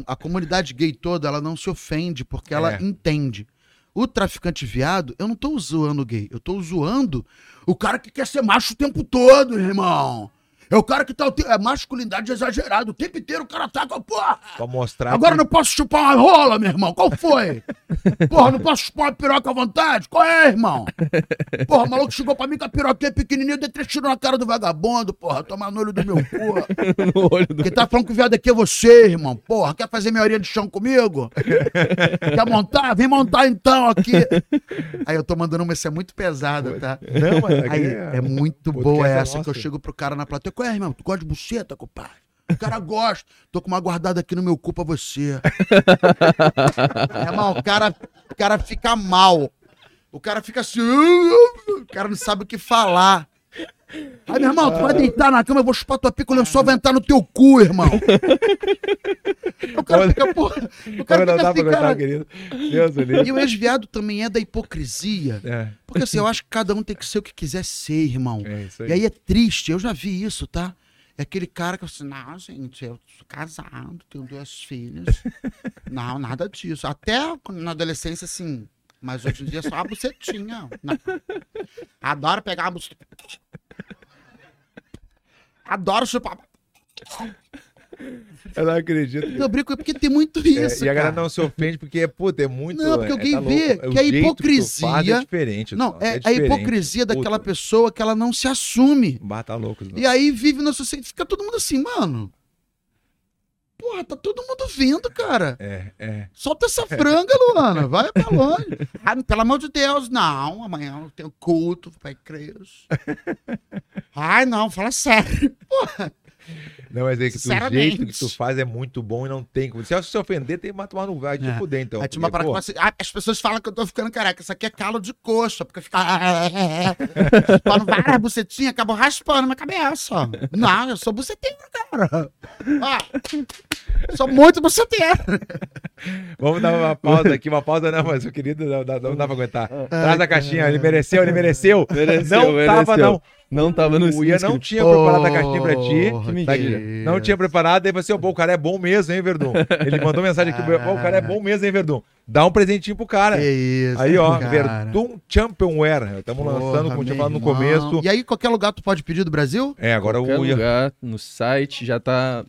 S2: A comunidade gay toda, ela não se ofende, porque ela
S1: É.
S2: entende. O traficante viado, eu não tô zoando gay, eu tô zoando o cara que quer ser macho o tempo todo, irmão. É o cara que tá. o te- É masculinidade exagerada. O tempo inteiro o cara tá com a porra.
S1: Pra mostrar.
S2: Agora eu
S1: que...
S2: não posso chupar uma rola, meu irmão. Qual foi? Porra, não posso chupar uma piroca à vontade? Qual é, irmão? Porra, o maluco chegou pra mim com a piroquinha pequenininha, eu dei três tiros na cara do vagabundo, porra. Tomar no olho do meu cu.
S3: no olho do...
S2: Quem tá falando que o viado aqui é você, irmão. Porra, quer fazer meia horinha de chão comigo? Quer montar? Vem montar então aqui. Aí eu tô mandando uma, isso é muito pesada, tá?
S1: Não, mas aqui
S2: Aí, é muito boa
S1: podcast é
S2: essa que eu
S1: nosso.
S2: chego pro cara na plateia. Qual é, irmão? Tu gosta de buceta, compadre? O cara gosta. Tô com uma guardada aqui no meu cu pra você. é, irmão, o cara, o cara fica mal. O cara fica assim. O cara não sabe o que falar. Aí, meu irmão, tu vai deitar na cama, eu vou chupar tua pica, o lençol vai entrar no teu cu, irmão. o cara fica, porra. O cara
S1: Agora não dá
S2: fica
S1: pra
S2: assim,
S1: aguentar,
S2: cara.
S1: querido. Deus do livro.
S2: E o ex-viado também é da hipocrisia.
S1: É,
S2: Porque assim, eu acho que cada um tem que ser o que quiser ser, irmão.
S1: é isso aí.
S2: E aí é triste, eu já vi isso, tá? É aquele cara que assim, não, gente, eu sou casado, tenho duas filhas. não, nada disso. Até quando na adolescência, assim, mas hoje em dia é só a bucetinha. Não. Adoro pegar a buceta. Adoro chupar.
S1: Eu não acredito.
S2: Eu brinco porque tem muito isso,
S1: É, e a
S2: cara.
S1: galera não se ofende porque, é, puta, é muito.
S2: Não,
S1: é,
S2: porque alguém
S1: louco.
S2: vê
S1: É, o
S2: que a
S1: jeito tu
S2: hipocrisia-
S1: faz é diferente.
S2: Não,
S1: Donald,
S2: é, a
S1: diferente.
S2: hipocrisia daquela
S1: Puta,
S2: pessoa que ela não se assume.
S1: Bata tá louco.
S2: E aí vive na sociedade. Fica todo mundo assim, mano. Porra, tá todo mundo vendo, cara.
S1: É, é.
S2: Solta essa franga, Luana. Vai pra longe. Ah, pelo amor de Deus, não. Amanhã eu tenho culto, vai crer. Ai, não, fala sério.
S1: Não, mas é que tu- o
S2: Sinceramente.
S1: jeito que tu faz é muito bom e não tem como. Se eu se ofender, tem que matar no vai te
S2: É.
S1: fuder, então.
S2: Aí tinha uma
S1: Porque,
S2: parada
S1: pô,
S2: que fala assim, "Ah, as pessoas falam que eu tô ficando careca. Isso aqui é calo de coxa, porque fica. é, Falando várias bucetinhas, acabou raspando minha cabeça. Não, eu sou buceteiro, cara. Ó, sou muito buceteiro.
S1: Vamos dar uma pausa aqui, uma pausa não, mas o querido não, dá- não dá pra aguentar.
S2: Ah.
S1: Traz a caixinha, ele mereceu, ele mereceu.
S3: Mereceu,
S1: não tava,
S3: mereceu.
S1: não.
S3: Não tava no
S1: O Ian não
S3: script.
S1: tinha preparado a caixinha pra ti.
S2: Porra,
S1: Tá aqui.
S2: Deus.
S1: Não tinha preparado, aí você, pô, o cara é bom mesmo, hein, Verdun? Ele mandou mensagem aqui, pô, o cara é bom mesmo, hein, Verdun? Dá um presentinho pro cara.
S2: Que isso,
S1: Aí, ó,
S2: cara.
S1: Verdun Championware. Estamos lançando,
S2: Porra,
S1: como tinha
S2: meu
S1: falado no
S2: irmão.
S1: começo.
S2: E aí, qualquer lugar tu pode pedir do Brasil?
S1: É, agora
S3: Qualquer
S1: o Ian.
S3: lugar, no site, já
S2: Ah,
S3: tá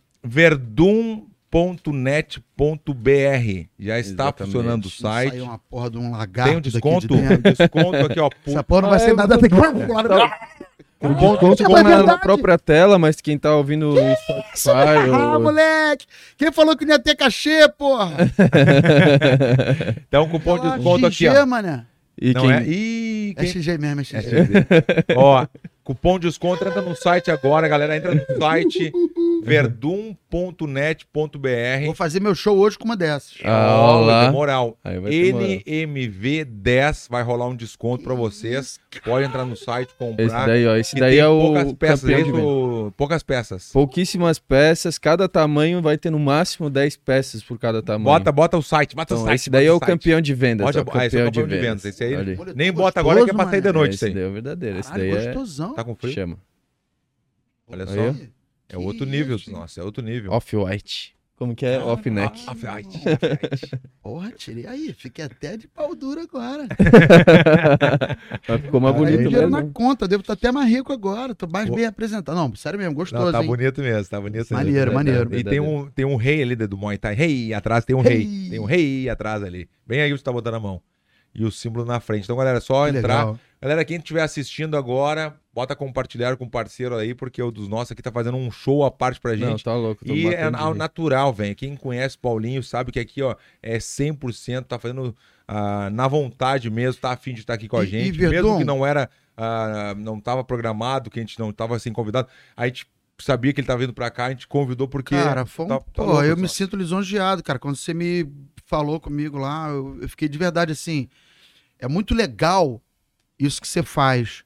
S1: verdun.net.br. Já está
S3: Exatamente.
S1: funcionando o site.
S2: Saiu uma porra de um lagarto.
S1: Tem um
S2: daqui de
S1: desconto?
S2: dentro.
S1: desconto aqui, ó.
S2: Essa porra não vai
S3: Ah,
S2: ser
S3: eu
S2: nada daqui.
S3: O um desconto
S2: é
S3: ficou na,
S2: verdade.
S3: própria tela, mas quem tá ouvindo o
S2: Isso, ah,
S3: Spotify.
S2: moleque! Quem falou que não ia ter cachê, porra?
S1: Tem um cupom de
S2: Ah,
S1: desconto aqui,
S2: XG,
S1: ó.
S2: mané.
S3: E
S1: Não
S3: quem
S1: é? Ih,
S2: É
S1: quem...
S2: XG mesmo, é XG.
S1: É XG. Ó, cupom de desconto, entra no site agora, galera. Entra no site verdun.net.br.
S2: Vou fazer meu show hoje com uma dessas.
S3: Ah,
S1: Ó,
S3: olá.
S1: Luiz, moral.
S3: Aí vai ter uma-
S1: NMV10 vai rolar um desconto pra vocês. Pode entrar no site,
S3: Esse
S1: comprar.
S3: daí, ó. Esse
S1: que
S3: daí
S1: tem
S3: é o
S1: poucas peças,
S3: campeão de
S1: dentro-
S3: venda.
S1: poucas peças.
S3: Pouquíssimas peças, cada tamanho vai ter no máximo 10 peças por cada tamanho.
S1: Bota, bota o site, bota o
S3: então,
S1: site.
S3: esse daí
S1: bota
S3: é o
S1: site.
S3: campeão de vendas.
S1: Pode-
S3: ó,
S1: ah, esse é o campeão de vendas, esse aí-
S3: Olha
S2: Olha,
S1: Nem
S2: tá
S1: bota
S2: gostoso,
S1: agora que é pra sair da
S2: mané.
S1: noite, isso
S3: esse
S1: aí.
S3: daí é o verdadeiro. Esse
S2: Caralho,
S3: daí é.
S2: gostosão.
S1: Tá com frio?
S3: Chama.
S1: Olha
S3: Aí, ó.
S1: só. É outro nível, nossa, é outro nível.
S3: Off-white. Como que é? Off-neck.
S1: Ah, ah, ai, ai,
S2: Porra, tirei aí. Fiquei até de pau dura agora.
S3: Mas ficou mais
S2: Caralho,
S3: bonito
S2: dinheiro
S3: mesmo.
S2: na
S3: né?
S2: conta. Devo estar até mais rico agora. Tô mais
S1: Boa.
S2: bem apresentado. Não, sério mesmo, gostoso,
S1: Não, tá
S2: hein?
S1: bonito mesmo, tá bonito. mesmo.
S3: é
S2: Maneiro, maneiro.
S1: E tem um, tem um rei ali do Muay Thai. Rei atrás, tem um
S2: Rei.
S1: rei. Tem um rei atrás ali. Bem aí onde tu tá botando a mão. E o símbolo na frente. Então, galera, é só
S2: Que
S1: entrar.
S2: legal.
S1: Galera, quem estiver assistindo agora, bota compartilhar com o parceiro aí, porque o dos nossos aqui tá fazendo um show à parte pra gente.
S3: Não, tá louco. tô
S1: E é
S3: batendo de
S1: ao
S3: rir.
S1: natural, velho. Quem conhece o Paulinho sabe que aqui, ó, é 100%, tá fazendo ah, na vontade mesmo, tá afim de estar aqui com a
S2: E- e,
S1: gente.
S2: Verdun?
S1: mesmo que não era, ah, não tava programado, que a gente não tava assim convidado, a gente sabia que ele tava vindo pra cá, a gente convidou porque...
S2: Cara, foi um...
S1: tá- tá
S2: Pô,
S1: louco,
S2: eu me
S1: só.
S2: sinto lisonjeado, cara. Quando você me falou comigo lá, eu, eu fiquei de verdade assim. É muito legal isso que você faz,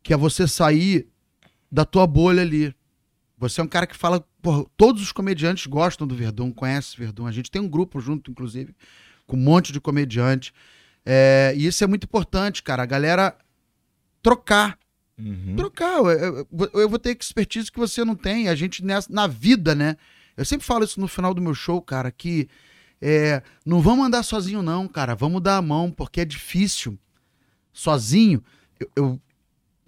S2: que é você sair da tua bolha ali. Você é um cara que fala. porra, todos os comediantes gostam do Verdun, conhecem o Verdun. A gente tem um grupo junto, inclusive, com um monte de comediante. É, e isso é muito importante, cara. A galera trocar
S1: Uhum.
S2: trocar. Eu, eu- eu vou ter expertise que você não tem. A gente, nessa, na vida, né? Eu sempre falo isso no final do meu show, cara, que é, não vamos andar sozinho, não, cara. Vamos dar a mão, porque é difícil. Sozinho, eu, eu,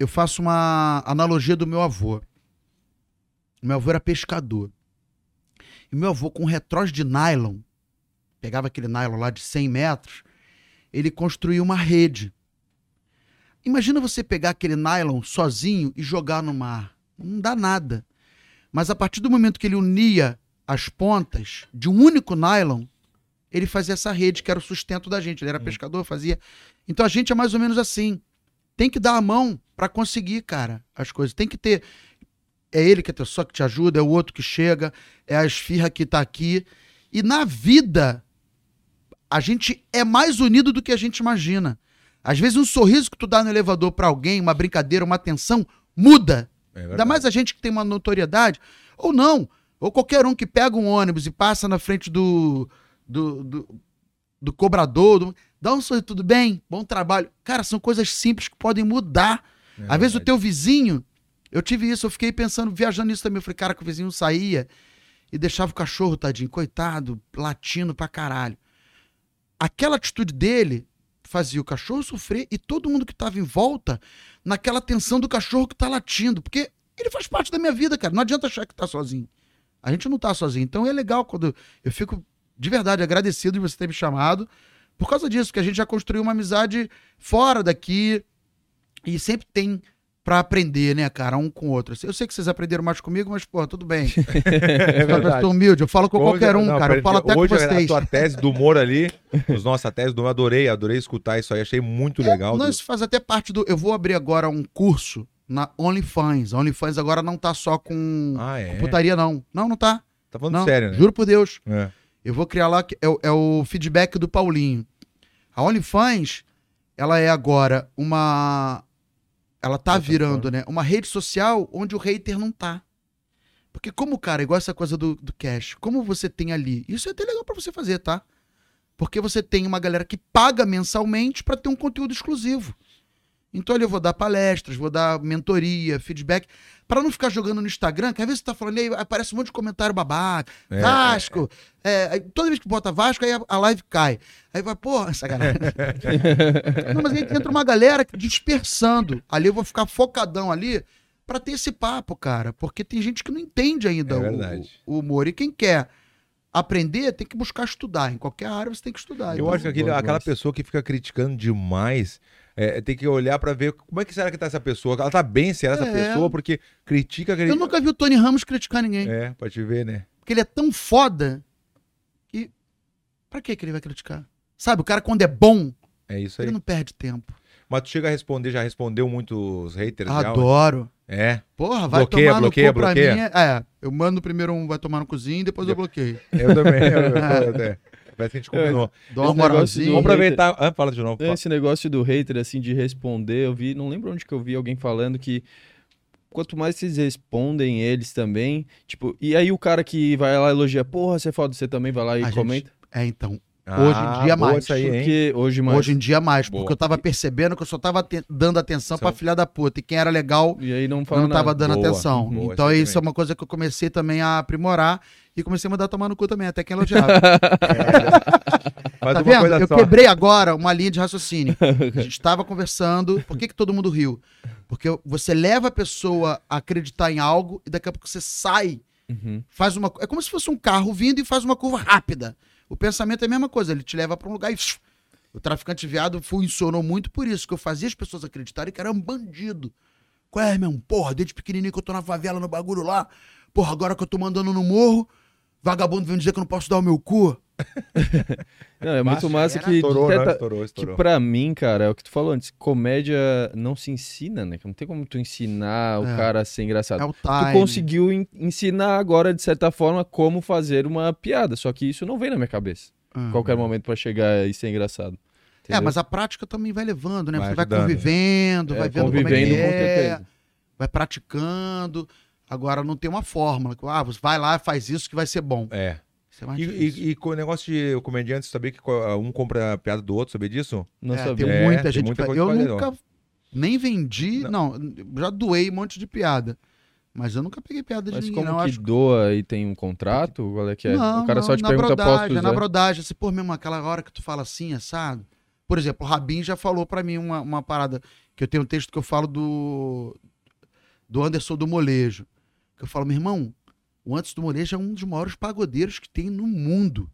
S2: eu faço uma analogia do meu avô. Meu avô era pescador. E meu avô, com um retrós de nylon, pegava aquele nylon lá de 100 metros, ele construiu uma rede. Imagina você pegar aquele nylon sozinho e jogar no mar. Não dá nada. Mas a partir do momento que ele unia as pontas de um único nylon, ele fazia essa rede que era o sustento da gente. Ele era pescador, fazia. Então a gente é mais ou menos assim. Tem que dar a mão para conseguir, cara, as coisas. Tem que ter. É ele que é teu só que te ajuda, é o outro que chega, é a esfirra que tá aqui. E na vida, a gente é mais unido do que a gente imagina. Às vezes um sorriso que tu dá no elevador pra alguém, uma brincadeira, uma atenção, muda.
S1: É
S2: Ainda
S1: verdade.
S2: mais a gente que tem uma notoriedade, ou não. Ou qualquer um que pega um ônibus e passa na frente do do, do, do cobrador, do- dá um sorriso, tudo bem? Bom trabalho. Cara, são coisas simples que podem mudar.
S1: É
S2: Às vezes o
S1: verdade.
S2: teu vizinho, eu tive isso, eu fiquei pensando, viajando nisso também. Eu falei, cara, que o vizinho saía e deixava o cachorro, tadinho, coitado, latindo pra caralho. Aquela atitude dele fazia o cachorro sofrer e todo mundo que tava em volta naquela tensão do cachorro que tá latindo, porque ele faz parte da minha vida, cara. Não adianta achar que tá sozinho. A gente não tá sozinho. Então é legal quando eu fico de verdade agradecido de você ter me chamado por causa disso, que a gente já construiu uma amizade fora daqui e sempre tem pra aprender, né, cara, um com o outro. Eu sei que vocês aprenderam mais comigo, mas, pô, tudo bem.
S1: É
S2: Eu sou humilde, eu falo com
S1: Hoje-
S2: qualquer um,
S1: não,
S2: cara.
S1: peraí,
S2: Eu falo até com
S1: hoje a
S2: vocês.
S1: tua tese do humor ali, os nossa tese do humor, adorei, adorei escutar isso aí, achei muito legal.
S2: É, Não,
S1: do-
S2: isso faz até parte do. Eu vou abrir agora um curso na OnlyFans. A OnlyFans agora não tá só com
S1: Ah, é.
S2: com putaria, não. Não, não tá.
S1: Tá falando
S2: Não,
S1: sério, né?
S2: Juro por Deus.
S1: É.
S2: Eu vou criar lá. que É, o- é o feedback do Paulinho. A OnlyFans, ela é agora uma. Ela tá virando, né? Uma rede social onde o hater não tá. Porque como, cara, é igual essa coisa do, do cash, como você tem ali. Isso é até legal pra você fazer, tá? Porque você tem uma galera que paga mensalmente pra ter um conteúdo exclusivo. Então ali eu vou dar palestras, vou dar mentoria, feedback, Pra não ficar jogando no Instagram, que às vezes você tá falando e aí aparece um monte de comentário babaca,
S1: É,
S2: Vasco, é, aí toda vez que bota Vasco, aí a, a live cai. Aí vai, porra, sacanagem. não, mas aí entra uma galera dispersando. Ali eu vou ficar focadão ali pra ter esse papo, cara, porque tem gente que não entende ainda
S1: É
S2: o-
S1: verdade.
S2: o, humor. E quem quer aprender tem que buscar estudar. Em qualquer área você tem que estudar.
S1: Eu
S2: Então,
S1: acho que aquele-
S3: Boa, boa.
S1: aquela pessoa que fica criticando demais é, tem que olhar pra ver como é que será que tá essa pessoa. Ela tá bem, será essa
S2: É.
S1: pessoa, porque critica,
S2: eu
S1: critica.
S2: nunca vi o Tony Ramos criticar ninguém.
S1: É, pra te ver, né?
S2: Porque ele é tão foda que. Pra que que ele vai criticar? Sabe, o cara quando é bom,
S1: É isso aí.
S2: ele não perde tempo.
S1: Mas tu chega a responder, já respondeu muitos haters. já,
S2: Adoro.
S1: É,
S2: Porra, vai
S1: Bloqueia,
S2: tomar
S1: bloqueia,
S2: no cu pra
S1: bloqueia.
S2: mim. é- É, eu mando primeiro um vai tomar no cozinho e depois eu bloqueio.
S1: eu também. eu- eu- eu- é. Parece que a gente combinou.
S2: Dou uma
S3: Esse negócio
S2: moralzinha.
S3: do-
S1: Vamos aproveitar. Ah, fala de novo.
S3: É,
S1: fala.
S3: Esse negócio do hater, assim, de responder, eu vi, não lembro onde que eu vi alguém falando que quanto mais vocês respondem eles também, tipo, e aí o cara que vai lá e elogia, porra, você é foda, você também vai lá e
S2: Ah, gente,
S3: comenta.
S2: É, então.
S1: Ah,
S2: Hoje em dia
S1: boa
S2: mais.
S1: Isso aí, hein?
S3: porque hoje mais.
S2: Hoje em dia mais,
S1: Boa.
S2: porque eu tava percebendo que eu só tava te- dando atenção pra
S1: São-
S2: filha da puta. E quem era legal,
S3: E aí não
S2: eu
S3: fala
S2: não tava
S3: nada.
S2: dando
S1: Boa,
S2: atenção.
S1: boa,
S2: então
S1: isso
S2: isso é uma coisa que eu comecei também a aprimorar e comecei a mandar tomar no cu também, até quem é elogiava.
S1: Mas
S2: tá
S1: uma
S2: vendo?
S1: coisa
S2: Eu
S1: só.
S2: quebrei agora uma linha de raciocínio. A gente estava conversando. Por que, que todo mundo riu? Porque você leva a pessoa a acreditar em algo e daqui a pouco você sai,
S3: Uhum.
S2: faz uma. É como se fosse um carro vindo e faz uma curva rápida. O pensamento é a mesma coisa, ele te leva para um lugar e. O traficante viado funcionou muito por isso, que eu fazia as pessoas acreditarem que era um bandido. Qual é, meu? Porra, desde pequenininho que eu tô na favela, no bagulho lá. Porra, agora que eu tô mandando no morro, vagabundo vem dizer que eu não posso dar o meu cu.
S3: Não, é muito
S2: Baixo,
S3: massa
S2: era-
S3: que,
S1: Estourou,
S3: deteta-
S1: né? Estourou,
S3: que
S1: estourou.
S3: pra mim, cara, é o que tu falou antes, comédia não se ensina, né? Que Não tem como tu ensinar o
S2: É.
S3: cara a ser engraçado.
S2: É o
S3: Tá. tu
S2: time.
S3: conseguiu en- ensinar agora, de certa forma, como fazer uma piada. Só que isso não vem na minha cabeça.
S2: Ah.
S3: Qualquer um, momento pra chegar e ser engraçado.
S2: É, mas a prática também vai levando, né?
S1: Vai
S2: Você vai
S1: ajudando.
S2: convivendo, vai vendo
S3: convivendo
S2: como
S3: com
S2: é que é,
S3: certeza.
S2: vai praticando. Agora não tem uma fórmula. que, Ah, você vai lá, faz isso que vai ser bom.
S1: É.
S2: Isso é mais
S1: E,
S2: difícil.
S1: e- e com o negócio de o comediante, sabia que co- um compra a piada do outro, sabia disso?
S3: Não
S2: É,
S3: sabia.
S2: Tem
S1: É,
S2: muita
S1: tem
S2: gente.
S1: muita
S2: que-
S1: coisa
S2: eu
S1: que faz
S2: nunca nem vendi, não. já doei um monte de piada. Mas eu nunca peguei piada de
S3: Mas
S2: ninguém,
S3: como
S2: não.
S3: que
S2: acho que-
S3: doa e tem um contrato? Qual é que é?
S2: Não,
S3: o cara
S2: não,
S3: só te
S2: na
S3: pergunta, posso
S2: brodagem,
S3: usar?
S2: é na brodagem, assim, pô, mesmo aquela hora que tu fala assim, assado. Por exemplo, o Rabin já falou pra mim uma, uma parada, que eu tenho um texto que eu falo do do Anderson do Molejo, que eu falo, meu irmão, o Anderson do Molejo é um dos maiores pagodeiros que tem no mundo.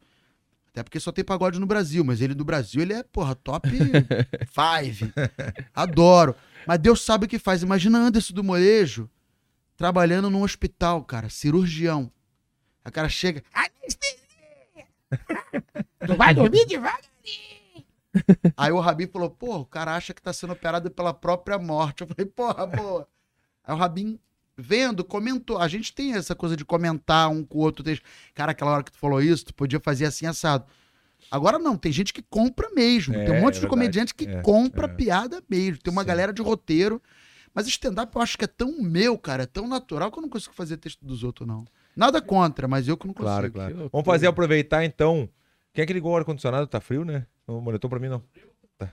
S2: Até porque só tem pagode no Brasil, mas ele do Brasil, ele é, porra, top five. Adoro. Mas Deus sabe o que faz. Imagina Anderson do Molejo trabalhando num hospital, cara, cirurgião. A cara chega, Aí o Rabin falou, pô, o cara acha que tá sendo operado pela própria morte. Eu falei, porra, boa. Aí o Rabin, vendo, comentou. A gente tem essa coisa de comentar um com o outro. texto. Cara, aquela hora que tu falou isso, tu podia fazer assim assado. Agora não, tem gente que compra mesmo.
S1: É,
S2: tem um monte
S1: é
S2: de comediante que
S1: verdade. É,
S2: compra
S1: é.
S2: piada mesmo. Tem uma
S3: Sim.
S2: galera de roteiro. Mas stand-up eu acho que é tão meu, cara, é tão natural que eu não consigo fazer texto dos outros, não. Nada contra, mas eu que não consigo.
S1: Claro,
S3: Que
S1: claro.
S3: loucura.
S1: Vamos fazer aproveitar então. Quem é que ligou o ar-condicionado? Tá frio, né? O moletom pra mim não.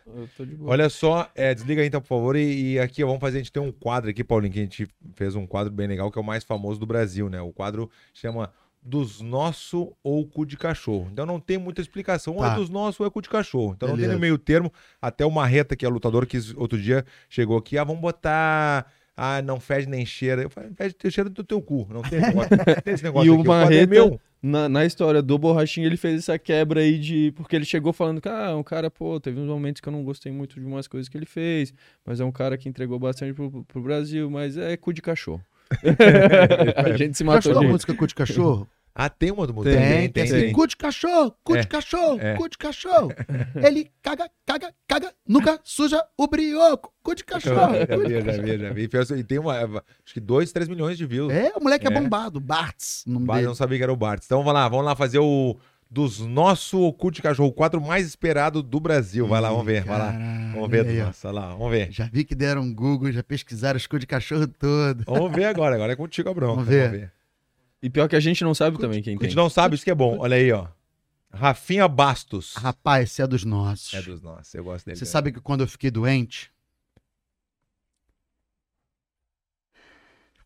S3: Eu tô de boa.
S1: Olha só, é, desliga aí então, por favor. E, e aqui, ó, vamos fazer. A gente tem um quadro aqui, Paulinho, que a gente fez um quadro bem legal, que é o mais famoso do Brasil, né? O quadro chama Dos Nosso ou Cu de Cachorro. Então não tem muita explicação. Ou é
S2: Tá.
S1: dos nossos ou é cu de cachorro. Então não tem
S2: Beleza.
S1: no meio termo. Até o Marreta, que é lutador, que outro dia chegou aqui. Ah, vamos botar. Ah, não fede nem cheira. Eu falei, fede o cheiro do teu cu. Não tem esse negócio. Não tem esse negócio
S3: E o
S1: aqui. quadro é
S3: Marreta-
S1: meu.
S3: na, na história do Borrachinha, ele fez essa quebra aí de. Porque ele chegou falando que, ah, é um cara, pô, teve uns momentos que eu não gostei muito de umas coisas que ele fez, mas é um cara que entregou bastante pro, pro Brasil, mas é cu de cachorro. a gente se
S2: Já
S3: matou
S2: escutou a
S3: de.
S2: música Cu de Cachorro?
S1: Ah, tem uma do Mutum?
S2: Tem, tem, tem.
S3: tem.
S2: Cu de cachorro, cu de cachorro,
S1: é.
S2: cu de cachorro. Ele caga, caga, caga, nunca suja o brioco. Cu de cachorro.
S1: Já
S2: cu de-
S1: vi, já vi, já vi. Pior, E tem uma, acho que 2, 3 milhões de views.
S2: É, o moleque é,
S1: É.
S2: bombado, Bartz, o nome
S1: Mas eu
S2: dele.
S1: não sabia que era o Bart. Então vamos lá, vamos lá fazer o dos nosso cu de cachorro, o quadro mais esperado do Brasil. Vai lá, vamos ver, vai lá.
S2: Caralho,
S1: Vamos ver,
S2: olha Hum, aí,
S1: do
S2: ó.
S1: nosso, vai lá, vamos ver.
S2: Já vi que deram um Google, já pesquisaram os cu de cachorro todo.
S1: Vamos ver agora, agora é contigo a bronca.
S2: Vamos ver.
S3: E pior que a gente não sabe também quem
S1: A gente
S3: tem.
S1: não sabe, isso que é bom. Olha aí, ó. Rafinha Bastos.
S2: Rapaz, esse é dos nossos.
S1: É dos nossos, eu gosto dele.
S2: Você sabe que quando eu fiquei doente.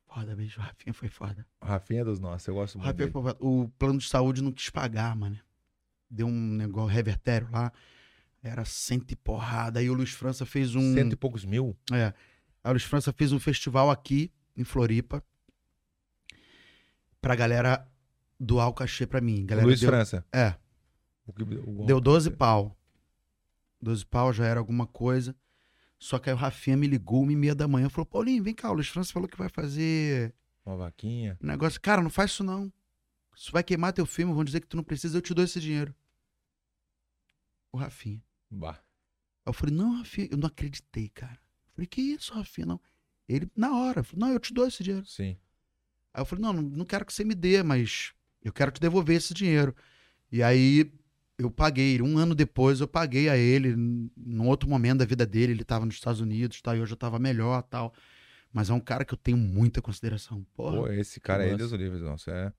S2: Foda, beijo. O Rafinha foi foda.
S1: Rafinha é dos nossos, eu gosto
S2: O,
S1: muito.
S2: Rafinha
S1: Dele.
S2: foi foda. O plano de saúde não quis pagar, mano. Deu um negócio revertério lá. Era cento e porrada. Aí o Luiz França fez um.
S1: Cento e poucos mil.
S2: É. A Luz França fez um festival aqui em Floripa pra galera doar o cachê pra mim. Galera
S1: Luiz
S2: deu,
S1: França.
S2: É,
S1: O que- o-
S2: deu 12 pau. 12 pau já era alguma coisa. Só que aí o Rafinha me ligou, uma e meia da manhã, falou, Paulinho, vem cá, o Luiz França falou que vai fazer
S1: Uma vaquinha.
S2: um negócio. Cara, não faz isso não. Isso vai queimar teu filme, vão dizer que tu não precisa, eu te dou esse dinheiro. O Rafinha.
S1: Bah.
S2: Aí eu falei, não, Rafinha, eu não acreditei, cara. Eu falei, que isso, Rafinha, não. Ele, na hora, falou, não, eu te dou esse dinheiro.
S1: Sim.
S2: Aí eu falei, não, não- não quero que você me dê, mas eu quero te devolver esse dinheiro. E aí eu paguei. Um ano depois eu paguei a ele, n- num outro momento da vida dele, ele tava nos Estados Unidos, tá? E hoje eu tava melhor tal. Mas é um cara que eu tenho muita consideração. Porra.
S1: Pô, esse cara
S3: que
S1: aí,
S3: massa.
S1: Deus o livre, nossa. É.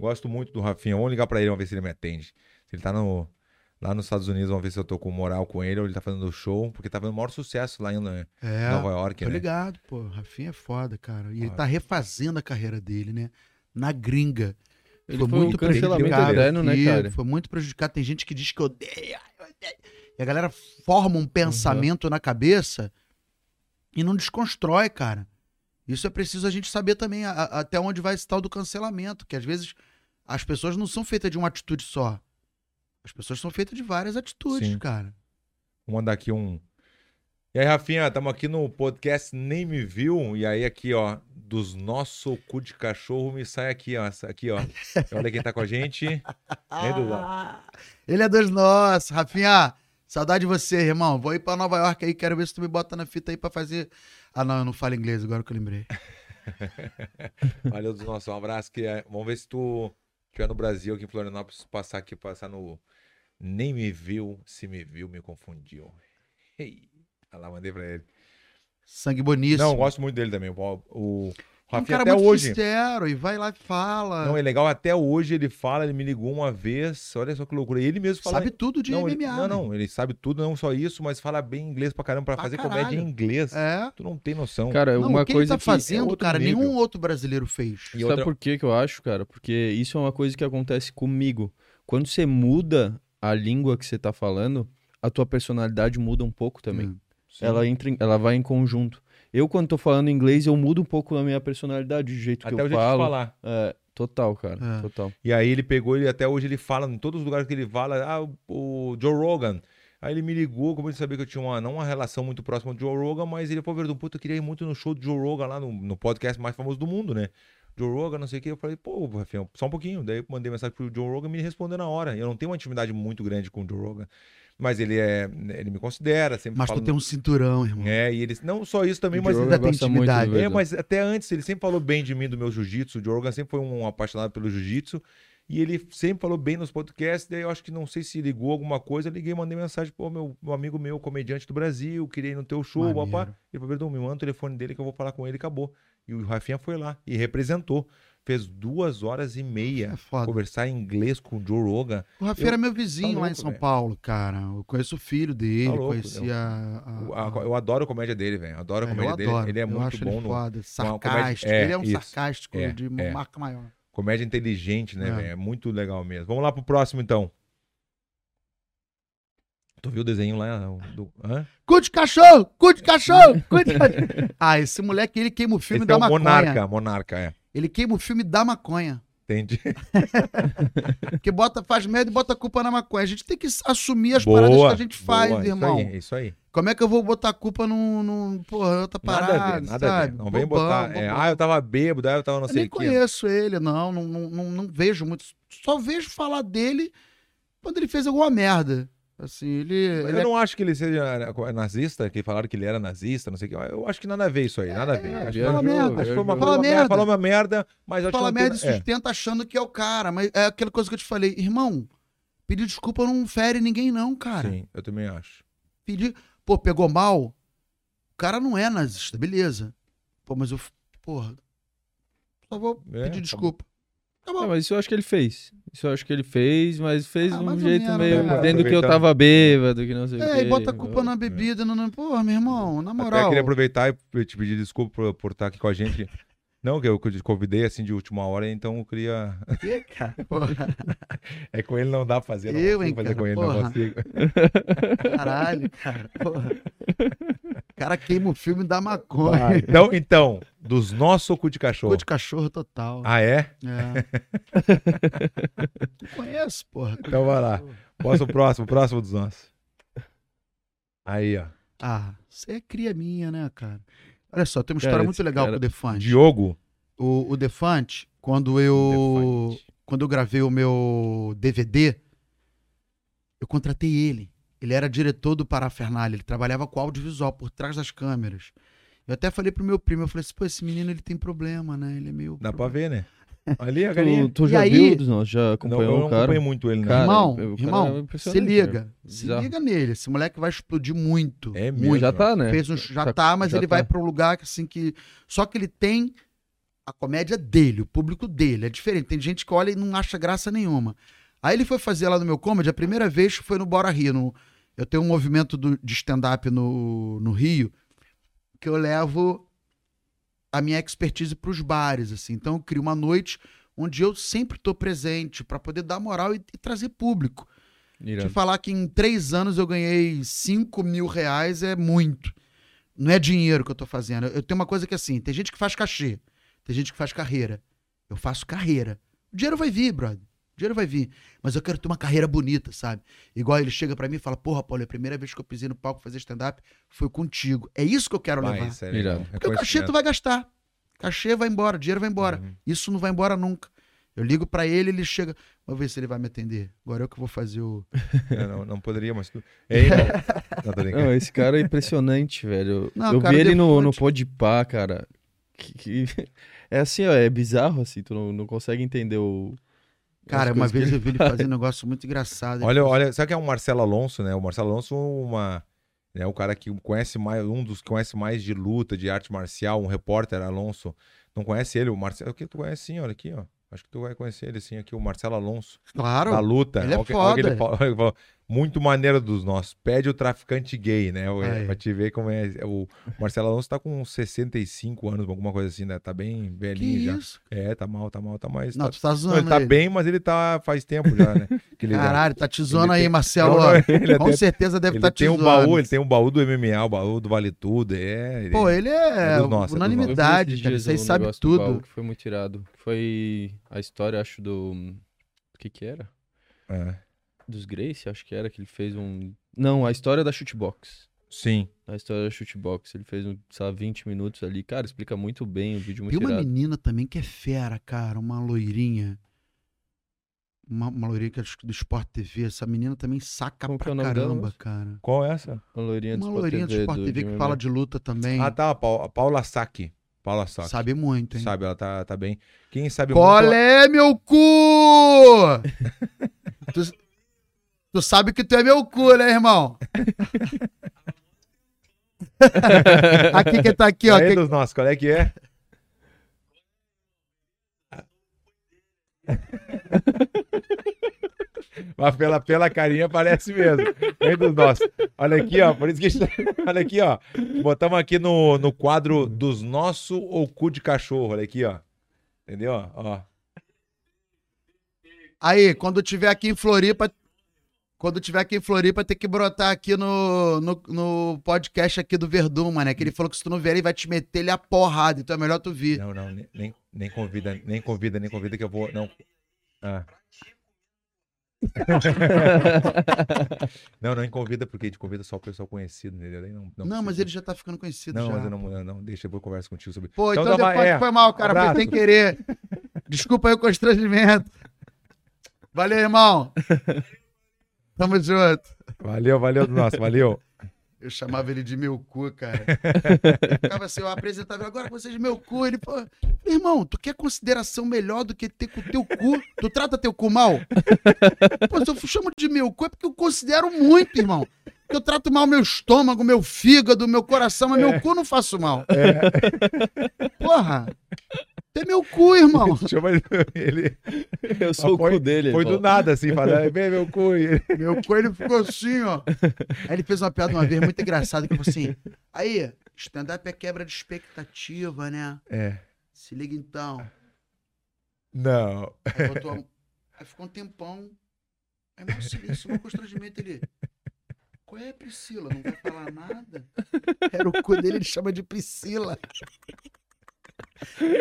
S1: Gosto muito do Rafinha. Vamos ligar pra ele, vamos ver se ele me atende. Se ele tá no, lá nos Estados Unidos, vamos ver se eu tô com moral com ele ou ele tá fazendo show, porque tá fazendo o maior sucesso lá em né,
S2: é,
S1: Nova York,
S2: tô
S1: né?
S2: ligado, pô. Rafinha é foda, cara. E ele
S1: Ah.
S2: tá refazendo a carreira dele, né? Na gringa.
S3: Ele foi um cancelamento eterno, né,
S2: aqui,
S3: cara?
S2: Foi muito prejudicado. Tem gente que diz que odeia, odeia. E a galera forma um pensamento na cabeça e não desconstrói, cara. Isso é preciso a gente saber também a- a- até onde vai esse tal do cancelamento, que às vezes as pessoas não são feitas de uma atitude só. As pessoas são feitas de várias atitudes,
S1: Sim.
S2: cara.
S1: Vou mandar aqui um. E aí, Rafinha, estamos aqui no podcast Nem Me Viu. E aí, aqui, ó, dos nosso cu de cachorro, me sai aqui, ó. essa- Aqui, ó. Olha quem tá com a gente. Hein, Duda?
S2: Ele é dos nossos, Rafinha. Saudade de você, irmão. Vou ir pra Nova York aí, quero ver se tu me bota na fita aí pra fazer. Ah, não, eu não falo inglês agora que eu lembrei.
S1: Valeu dos nossos. Um abraço. Que é- Vamos ver se tu estiver no Brasil, aqui em Florianópolis, passar aqui, passar no. Nem me viu, se me viu, me confundiu. Ei. Olha lá, mandei pra ele.
S2: Sangue bonito.
S1: Não, eu gosto muito dele também. O, o
S2: É um
S1: Rafinha
S2: cara
S1: até
S2: muito né?
S1: hoje.
S2: sincero e vai lá e fala.
S1: Não, é legal, até hoje ele fala, ele me ligou uma vez, olha só que loucura. E ele mesmo fala
S2: Sabe tudo de
S1: não,
S2: MMA.
S1: ele, não,
S2: né?
S1: não, ele sabe tudo, não só isso, mas fala bem inglês pra caramba, pra,
S2: Pra
S1: fazer
S2: caralho.
S1: comédia em inglês.
S2: É.
S1: Tu não tem noção.
S3: Cara,
S2: Não,
S3: uma
S2: o que
S3: coisa
S2: ele tá
S3: que.
S2: fazendo,
S1: é outro
S2: cara,
S1: nível.
S2: nenhum outro brasileiro fez.
S1: E
S3: Sabe
S1: outra-
S3: por que que eu acho, cara? Porque isso é uma coisa que acontece comigo. Quando você muda a língua que você tá falando, a tua personalidade muda um pouco também.
S2: Hum.
S1: É, Sim.
S3: Ela, entra em- ela vai em conjunto. Eu, quando tô falando inglês, eu mudo um pouco a minha personalidade, do jeito que
S1: até
S3: eu
S1: o jeito de
S3: falo.
S1: falar.
S3: É, total, cara.
S2: É.
S3: Total.
S1: E aí ele pegou, ele até hoje ele fala, em todos os lugares que ele fala, ah, o o Joe Rogan. Aí ele me ligou, como ele sabia que eu tinha uma, não uma relação muito próxima do Joe Rogan, mas ele falou, Verdun, puta, eu queria ir muito no show do Joe Rogan lá no, no podcast mais famoso do mundo, né? Joe Rogan, não sei o que, eu falei, pô, Rafinha, só um pouquinho. Daí eu mandei mensagem pro Joe Rogan e me respondeu na hora. Eu não tenho uma intimidade muito grande com o Joe Rogan, mas ele é, ele me considera, sempre
S2: Mas
S1: fala
S2: tu tem um cinturão, irmão.
S1: É, e eles. Não só isso também,
S3: O
S1: mas.
S2: Joe
S3: Diogo
S2: ainda tem
S3: gosta muito né? do
S2: intimidade.
S1: É,
S3: Verdun.
S1: mas até antes, ele sempre falou bem de mim, do meu jiu-jitsu. O Jorgan sempre foi um apaixonado pelo jiu-jitsu. E ele sempre falou bem nos podcasts. Daí eu acho que não sei se ligou alguma coisa. Eu liguei, mandei mensagem, pô, meu, meu amigo meu, comediante do Brasil, queria ir no teu show,
S2: Maneiro.
S1: papá. Ele falou, Verdão, me manda o telefone dele que eu vou falar com ele acabou. E o Rafinha foi lá e representou. Fez duas horas e meia.
S2: É foda.
S1: Conversar em inglês com o Joe Rogan.
S2: O Rafinha
S1: Eu-
S2: era meu vizinho
S1: Tá
S2: lá em
S1: louco,
S2: São
S1: velho.
S2: Paulo, cara. Eu conheço o filho dele,
S1: Tá louco,
S2: conheci
S1: eu-
S2: a,
S1: Eu-
S2: a-
S1: a- Eu adoro a comédia dele, velho. Adoro a
S2: Ah, É, eu
S1: comédia dele.
S2: adoro.
S1: Ele é
S2: Eu
S1: muito
S2: acho
S1: bom
S2: ele
S1: no,
S2: foda,
S1: uma comédia-
S2: sarcástico.
S1: É,
S2: ele é um
S1: isso.
S2: sarcástico
S1: É,
S2: de uma
S1: é.
S2: marca maior.
S1: Comédia inteligente, né,
S2: É.
S1: velho? É muito legal mesmo. Vamos lá pro próximo, então. Tu viu o desenho lá? o Do... Hã?
S2: Cu de cachorro, cu de cachorro, cu de cachorro. ah, esse moleque, ele queima o filme
S1: Esse
S2: da
S1: é o
S2: maconha.
S1: Monarca, Monarca, é.
S2: Ele queima o filme da maconha.
S1: Entendi.
S2: Porque bota, faz merda e bota a culpa na maconha. A gente tem que assumir as
S1: boa,
S2: paradas que a gente faz,
S1: boa,
S2: irmão.
S1: Isso aí, isso aí.
S2: Como é que eu vou botar a culpa num, num porra, outra
S1: Nada
S2: parada,
S1: a ver, nada a
S2: sabe?
S1: ver. Não vem
S2: Bobão,
S1: botar. é,
S2: bobão.
S1: ah, eu tava bêbado, ah, eu tava não
S2: eu
S1: sei
S2: nem
S1: o que.
S2: conheço ele, não não, não, não. não vejo muito. Só vejo falar dele quando ele fez alguma merda. Assim, ele. ele
S1: Eu não acho que ele seja né, nazista, que falaram que ele era nazista, não sei o que. Eu acho que nada a ver isso aí, nada a ver. acho que
S2: É, fala
S1: foi- acho
S2: merda,
S1: que foi uma,
S2: Fala
S1: falou uma merda.
S2: merda.
S1: Falou uma merda, mas eu
S2: é,
S1: acho que
S2: fala
S1: não tem-
S2: merda e
S1: é.
S2: sustenta achando que é o cara. Mas é aquela coisa que eu te falei, irmão. Pedir desculpa não fere ninguém, não, cara.
S1: Sim, eu também acho.
S2: pedir. Pô, pegou mal? O cara não é nazista, beleza. Pô, mas eu. f- Porra. Só vou
S1: É,
S2: pedir
S1: tá
S2: desculpa. Tá
S3: Não, mas isso eu acho que ele fez. Isso eu acho que ele fez, mas fez
S2: Ah,
S3: de um
S2: mais ou
S3: jeito
S2: menos,
S3: meio.
S2: né?
S3: Dizendo que eu
S1: Aproveitando.
S3: tava bêbado, que não sei o quê.
S2: É, e bota a culpa na bebida. Não, não, porra, meu irmão, na
S1: Até
S2: moral.
S1: queria aproveitar e te pedir desculpa por, por estar aqui com a gente. Não, que eu te convidei assim de última hora, então eu queria.
S2: Porra,
S1: É com ele não dá pra fazer, não
S2: Eu,
S1: consigo
S2: hein,
S1: fazer
S2: cara,
S1: com ele, não
S2: porra.
S1: consigo.
S2: caralho, cara. Porra. O cara queima o filme da maconha.
S1: Então, então, dos nossos ou cu de cachorro?
S2: Cor de cachorro total.
S1: Ah, é?
S2: É. tu conhece, porra.
S1: Então vai lá. Posso o próximo, próximo dos nossos. Aí, ó.
S2: Ah, você é cria minha, né, cara? Olha só, tem uma história
S3: Cara,
S2: muito
S3: esse
S2: legal
S3: cara-
S2: com o Defante.
S1: Diogo.
S2: O, o Defante, quando eu. Quando eu gravei o meu DVD, eu contratei ele. Ele era diretor do Parafernália, ele trabalhava com audiovisual, por trás das câmeras. Eu até falei pro meu primo, eu falei assim, pô, esse menino ele tem problema, né? Ele é meio...
S1: Dá pra ver, né? Ali, a
S3: Tu,
S1: galinha.
S3: tu
S2: E
S3: já
S2: aí-
S3: viu dos nossos? Já
S1: Não,
S3: acompanhou
S1: eu não
S3: o cara?
S1: acompanhei muito ele, né?
S3: Cara,
S2: irmão,
S3: o cara é
S2: irmão, se
S3: impressionante,
S2: liga.
S3: é
S2: Se
S3: bizarro.
S2: liga nele, esse moleque vai explodir muito.
S1: É mesmo.
S2: muito.
S3: Já tá, né?
S2: Fez um, já
S3: Já-
S2: tá, mas
S3: já
S2: ele
S3: tá.
S2: vai pra um lugar que, assim que... Só que ele tem a comédia dele, o público dele. É diferente. Tem gente que olha e não acha graça nenhuma. Aí ele foi fazer lá no meu comedy, a primeira vez foi no Bora Rio. no- eu tenho um movimento do- de stand-up no, no Rio que eu levo a minha expertise pros bares, assim. Então eu crio uma noite onde eu sempre tô presente pra poder dar moral e- e trazer público. Te
S3: Irado.
S2: falar que em três anos eu ganhei 5 mil reais é muito. Não é dinheiro que eu tô fazendo. Eu tenho uma coisa que assim, tem gente que faz cachê, tem gente que faz carreira. Eu faço carreira. O dinheiro vai vir, brother. O dinheiro vai vir. Mas eu quero ter uma carreira bonita, sabe? Igual ele chega pra mim e fala, porra, Paulo, é a primeira vez que eu pisei no palco fazer stand-up foi contigo. É isso que eu quero levar.
S1: Vai, sério.
S3: Irado.
S1: não.
S2: Porque o cachê tu vai gastar. Cachê vai embora, dinheiro vai embora.
S1: Uhum.
S2: Isso não vai embora nunca. Eu ligo pra ele, ele chega. Vamos ver se ele vai me atender. Agora eu que vou fazer o.
S1: Eu É, não, não poderia, mas. tu- Ei, não. Não, tô brincando.
S3: Não, esse cara é impressionante, velho.
S2: Não,
S3: eu
S2: cara,
S3: vi ele no, no
S2: Defante.
S3: Podpah, cara. que- que- É assim, ó, é bizarro, assim, tu não, não consegue entender o...
S2: Cara,
S3: as
S2: uma
S3: coisas que
S2: vez eu vi ele fazer um negócio muito engraçado. Ele
S1: Olha,
S2: falou
S1: olha, sabe que é o Marcelo Alonso, né? O Marcelo Alonso é uma, né, o cara que conhece mais, um dos que conhece mais de luta, de arte marcial, um repórter Alonso. Não conhece ele, o Marcelo. Aqui, tu conhece sim, olha aqui, ó. Acho que tu vai conhecer ele sim aqui, o Marcelo Alonso.
S2: assim, Claro.
S1: da luta.
S2: ele é
S1: Olha o que- olha o que
S2: foda.
S1: ele falou, olha o que ele falou. Muito maneiro dos nossos. Pede o traficante gay, né? O-
S2: Aí.
S1: Pra te ver como é. O Marcelo Alonso tá com 65 anos, alguma coisa assim, né? Tá bem
S2: que
S1: velhinho já.
S2: isso?
S1: É, tá mal, tá mal, tá mais.
S2: Não,
S1: tá...
S2: tu tá
S1: Não,
S2: zoando
S1: ele tá
S2: ele.
S1: bem, mas ele tá faz tempo já, né? Que ele já-
S2: Caralho, tá te zoando aí,
S1: tem-
S2: Marcelo.
S1: Não, não, ele
S2: Com
S1: até-
S2: certeza
S1: ele
S2: deve estar tá te
S1: tem um
S2: zoando.
S1: baú, ele tem um baú do MMA, o baú do Vale Tudo, é.
S2: Pô, ele é,
S1: É dos nossos, é dos
S3: Eu vi esses
S2: unanimidade, cara.
S3: dias
S2: Isso aí
S3: um
S2: sabe
S3: negócio do
S2: tudo.
S3: Paulo que foi muito irado. Foi a história, acho, do... O que que era?
S1: É.
S3: Dos Grace, acho que era, que ele fez um... Não, a história da shootbox.
S1: Sim.
S3: A história da shootbox. Ele fez, um, sei lá, 20 minutos ali. Cara, explica muito bem o
S1: é
S3: vídeo, muito
S2: Tem uma
S3: irado.
S2: menina também que é fera, cara, uma loirinha. Uma, uma loirinha que é do Sport TV. Essa menina também saca
S3: Como que é
S2: pra
S3: o nome dela
S2: caramba,
S3: mesmo?
S2: cara.
S1: Qual é essa?
S3: Uma loirinha do
S2: Uma
S3: Sport
S2: loirinha do
S3: TV,
S2: Sport TV que
S3: MMA.
S2: fala de luta também.
S1: né? Ah, tá, a Pau- a Paula Saque. Paula Saque.
S2: Sabe muito, hein?
S1: Sabe, ela tá, tá bem. Quem sabe
S2: Qual
S1: muito.
S2: é, meu cu? tu, tu sabe que tu é meu cu, né, irmão? aqui que tá aqui, ó.
S1: Aí
S2: que-
S1: dos nossos, qual é que é? Mas pela, pela carinha parece mesmo. Aí dos nossos. Olha aqui, ó. Por isso que a gente... tá- Olha aqui, ó. Botamos aqui no, no quadro dos nossos ou cu de cachorro. Olha aqui, ó. Entendeu? Ó.
S2: Aí, quando eu tiver aqui em Floripa. Quando tiver aqui em Floripa, tem que brotar aqui no, no, no podcast aqui do Verduma, né? Que ele falou que se tu não vier, ele vai te meter ele a porrada. Então é melhor tu vir.
S1: Não, não, nem- nem, nem convida, nem convida, nem convida que eu vou. Não. Ah. não, não convida, porque te convida só o pessoal conhecido, entendeu? Daí Não,
S2: Não,
S1: não precisa-
S2: mas ele já tá ficando conhecido
S1: Não,
S2: já.
S1: mas eu não, não, deixa, eu vou conversar contigo sobre
S2: Pô,
S1: Então
S2: então,
S1: dá uma-
S2: depois
S1: é,
S2: foi mal, cara. Foi
S1: abraço.
S2: sem querer. Desculpa aí o constrangimento. Valeu, irmão. Tamo junto.
S1: Valeu, valeu do nosso, valeu.
S2: Eu chamava ele de meu cu, cara. Eu ficava assim, eu apresentava agora com vocês meu cu. Ele, pô, irmão, tu quer consideração melhor do que ter com o teu cu? Tu trata teu cu mal? Pô, se eu chamo de meu cu é porque eu considero muito, irmão. Porque eu trato mal meu estômago, meu fígado, meu coração, mas meu cu eu não faço mal. Porra! Tem meu cu, irmão.
S1: Chama ele. ele-
S3: Eu sou
S1: Foi-
S3: É o cu dele.
S1: foi
S3: pô.
S1: do nada, assim, falando, vem meu cu. e ele-
S2: Meu cu, ele ficou assim, ó. Aí ele fez uma piada uma vez muito engraçada, que falou assim: aí, stand-up é quebra de expectativa, né?
S1: É.
S2: Se liga então.
S1: Não.
S2: Aí botou a... Aí ficou um tempão. Aí, mó silêncio, mó é um constrangimento. Ele. Qual é, Priscila? Não vai falar nada? Era o cu dele, ele chama de Priscila.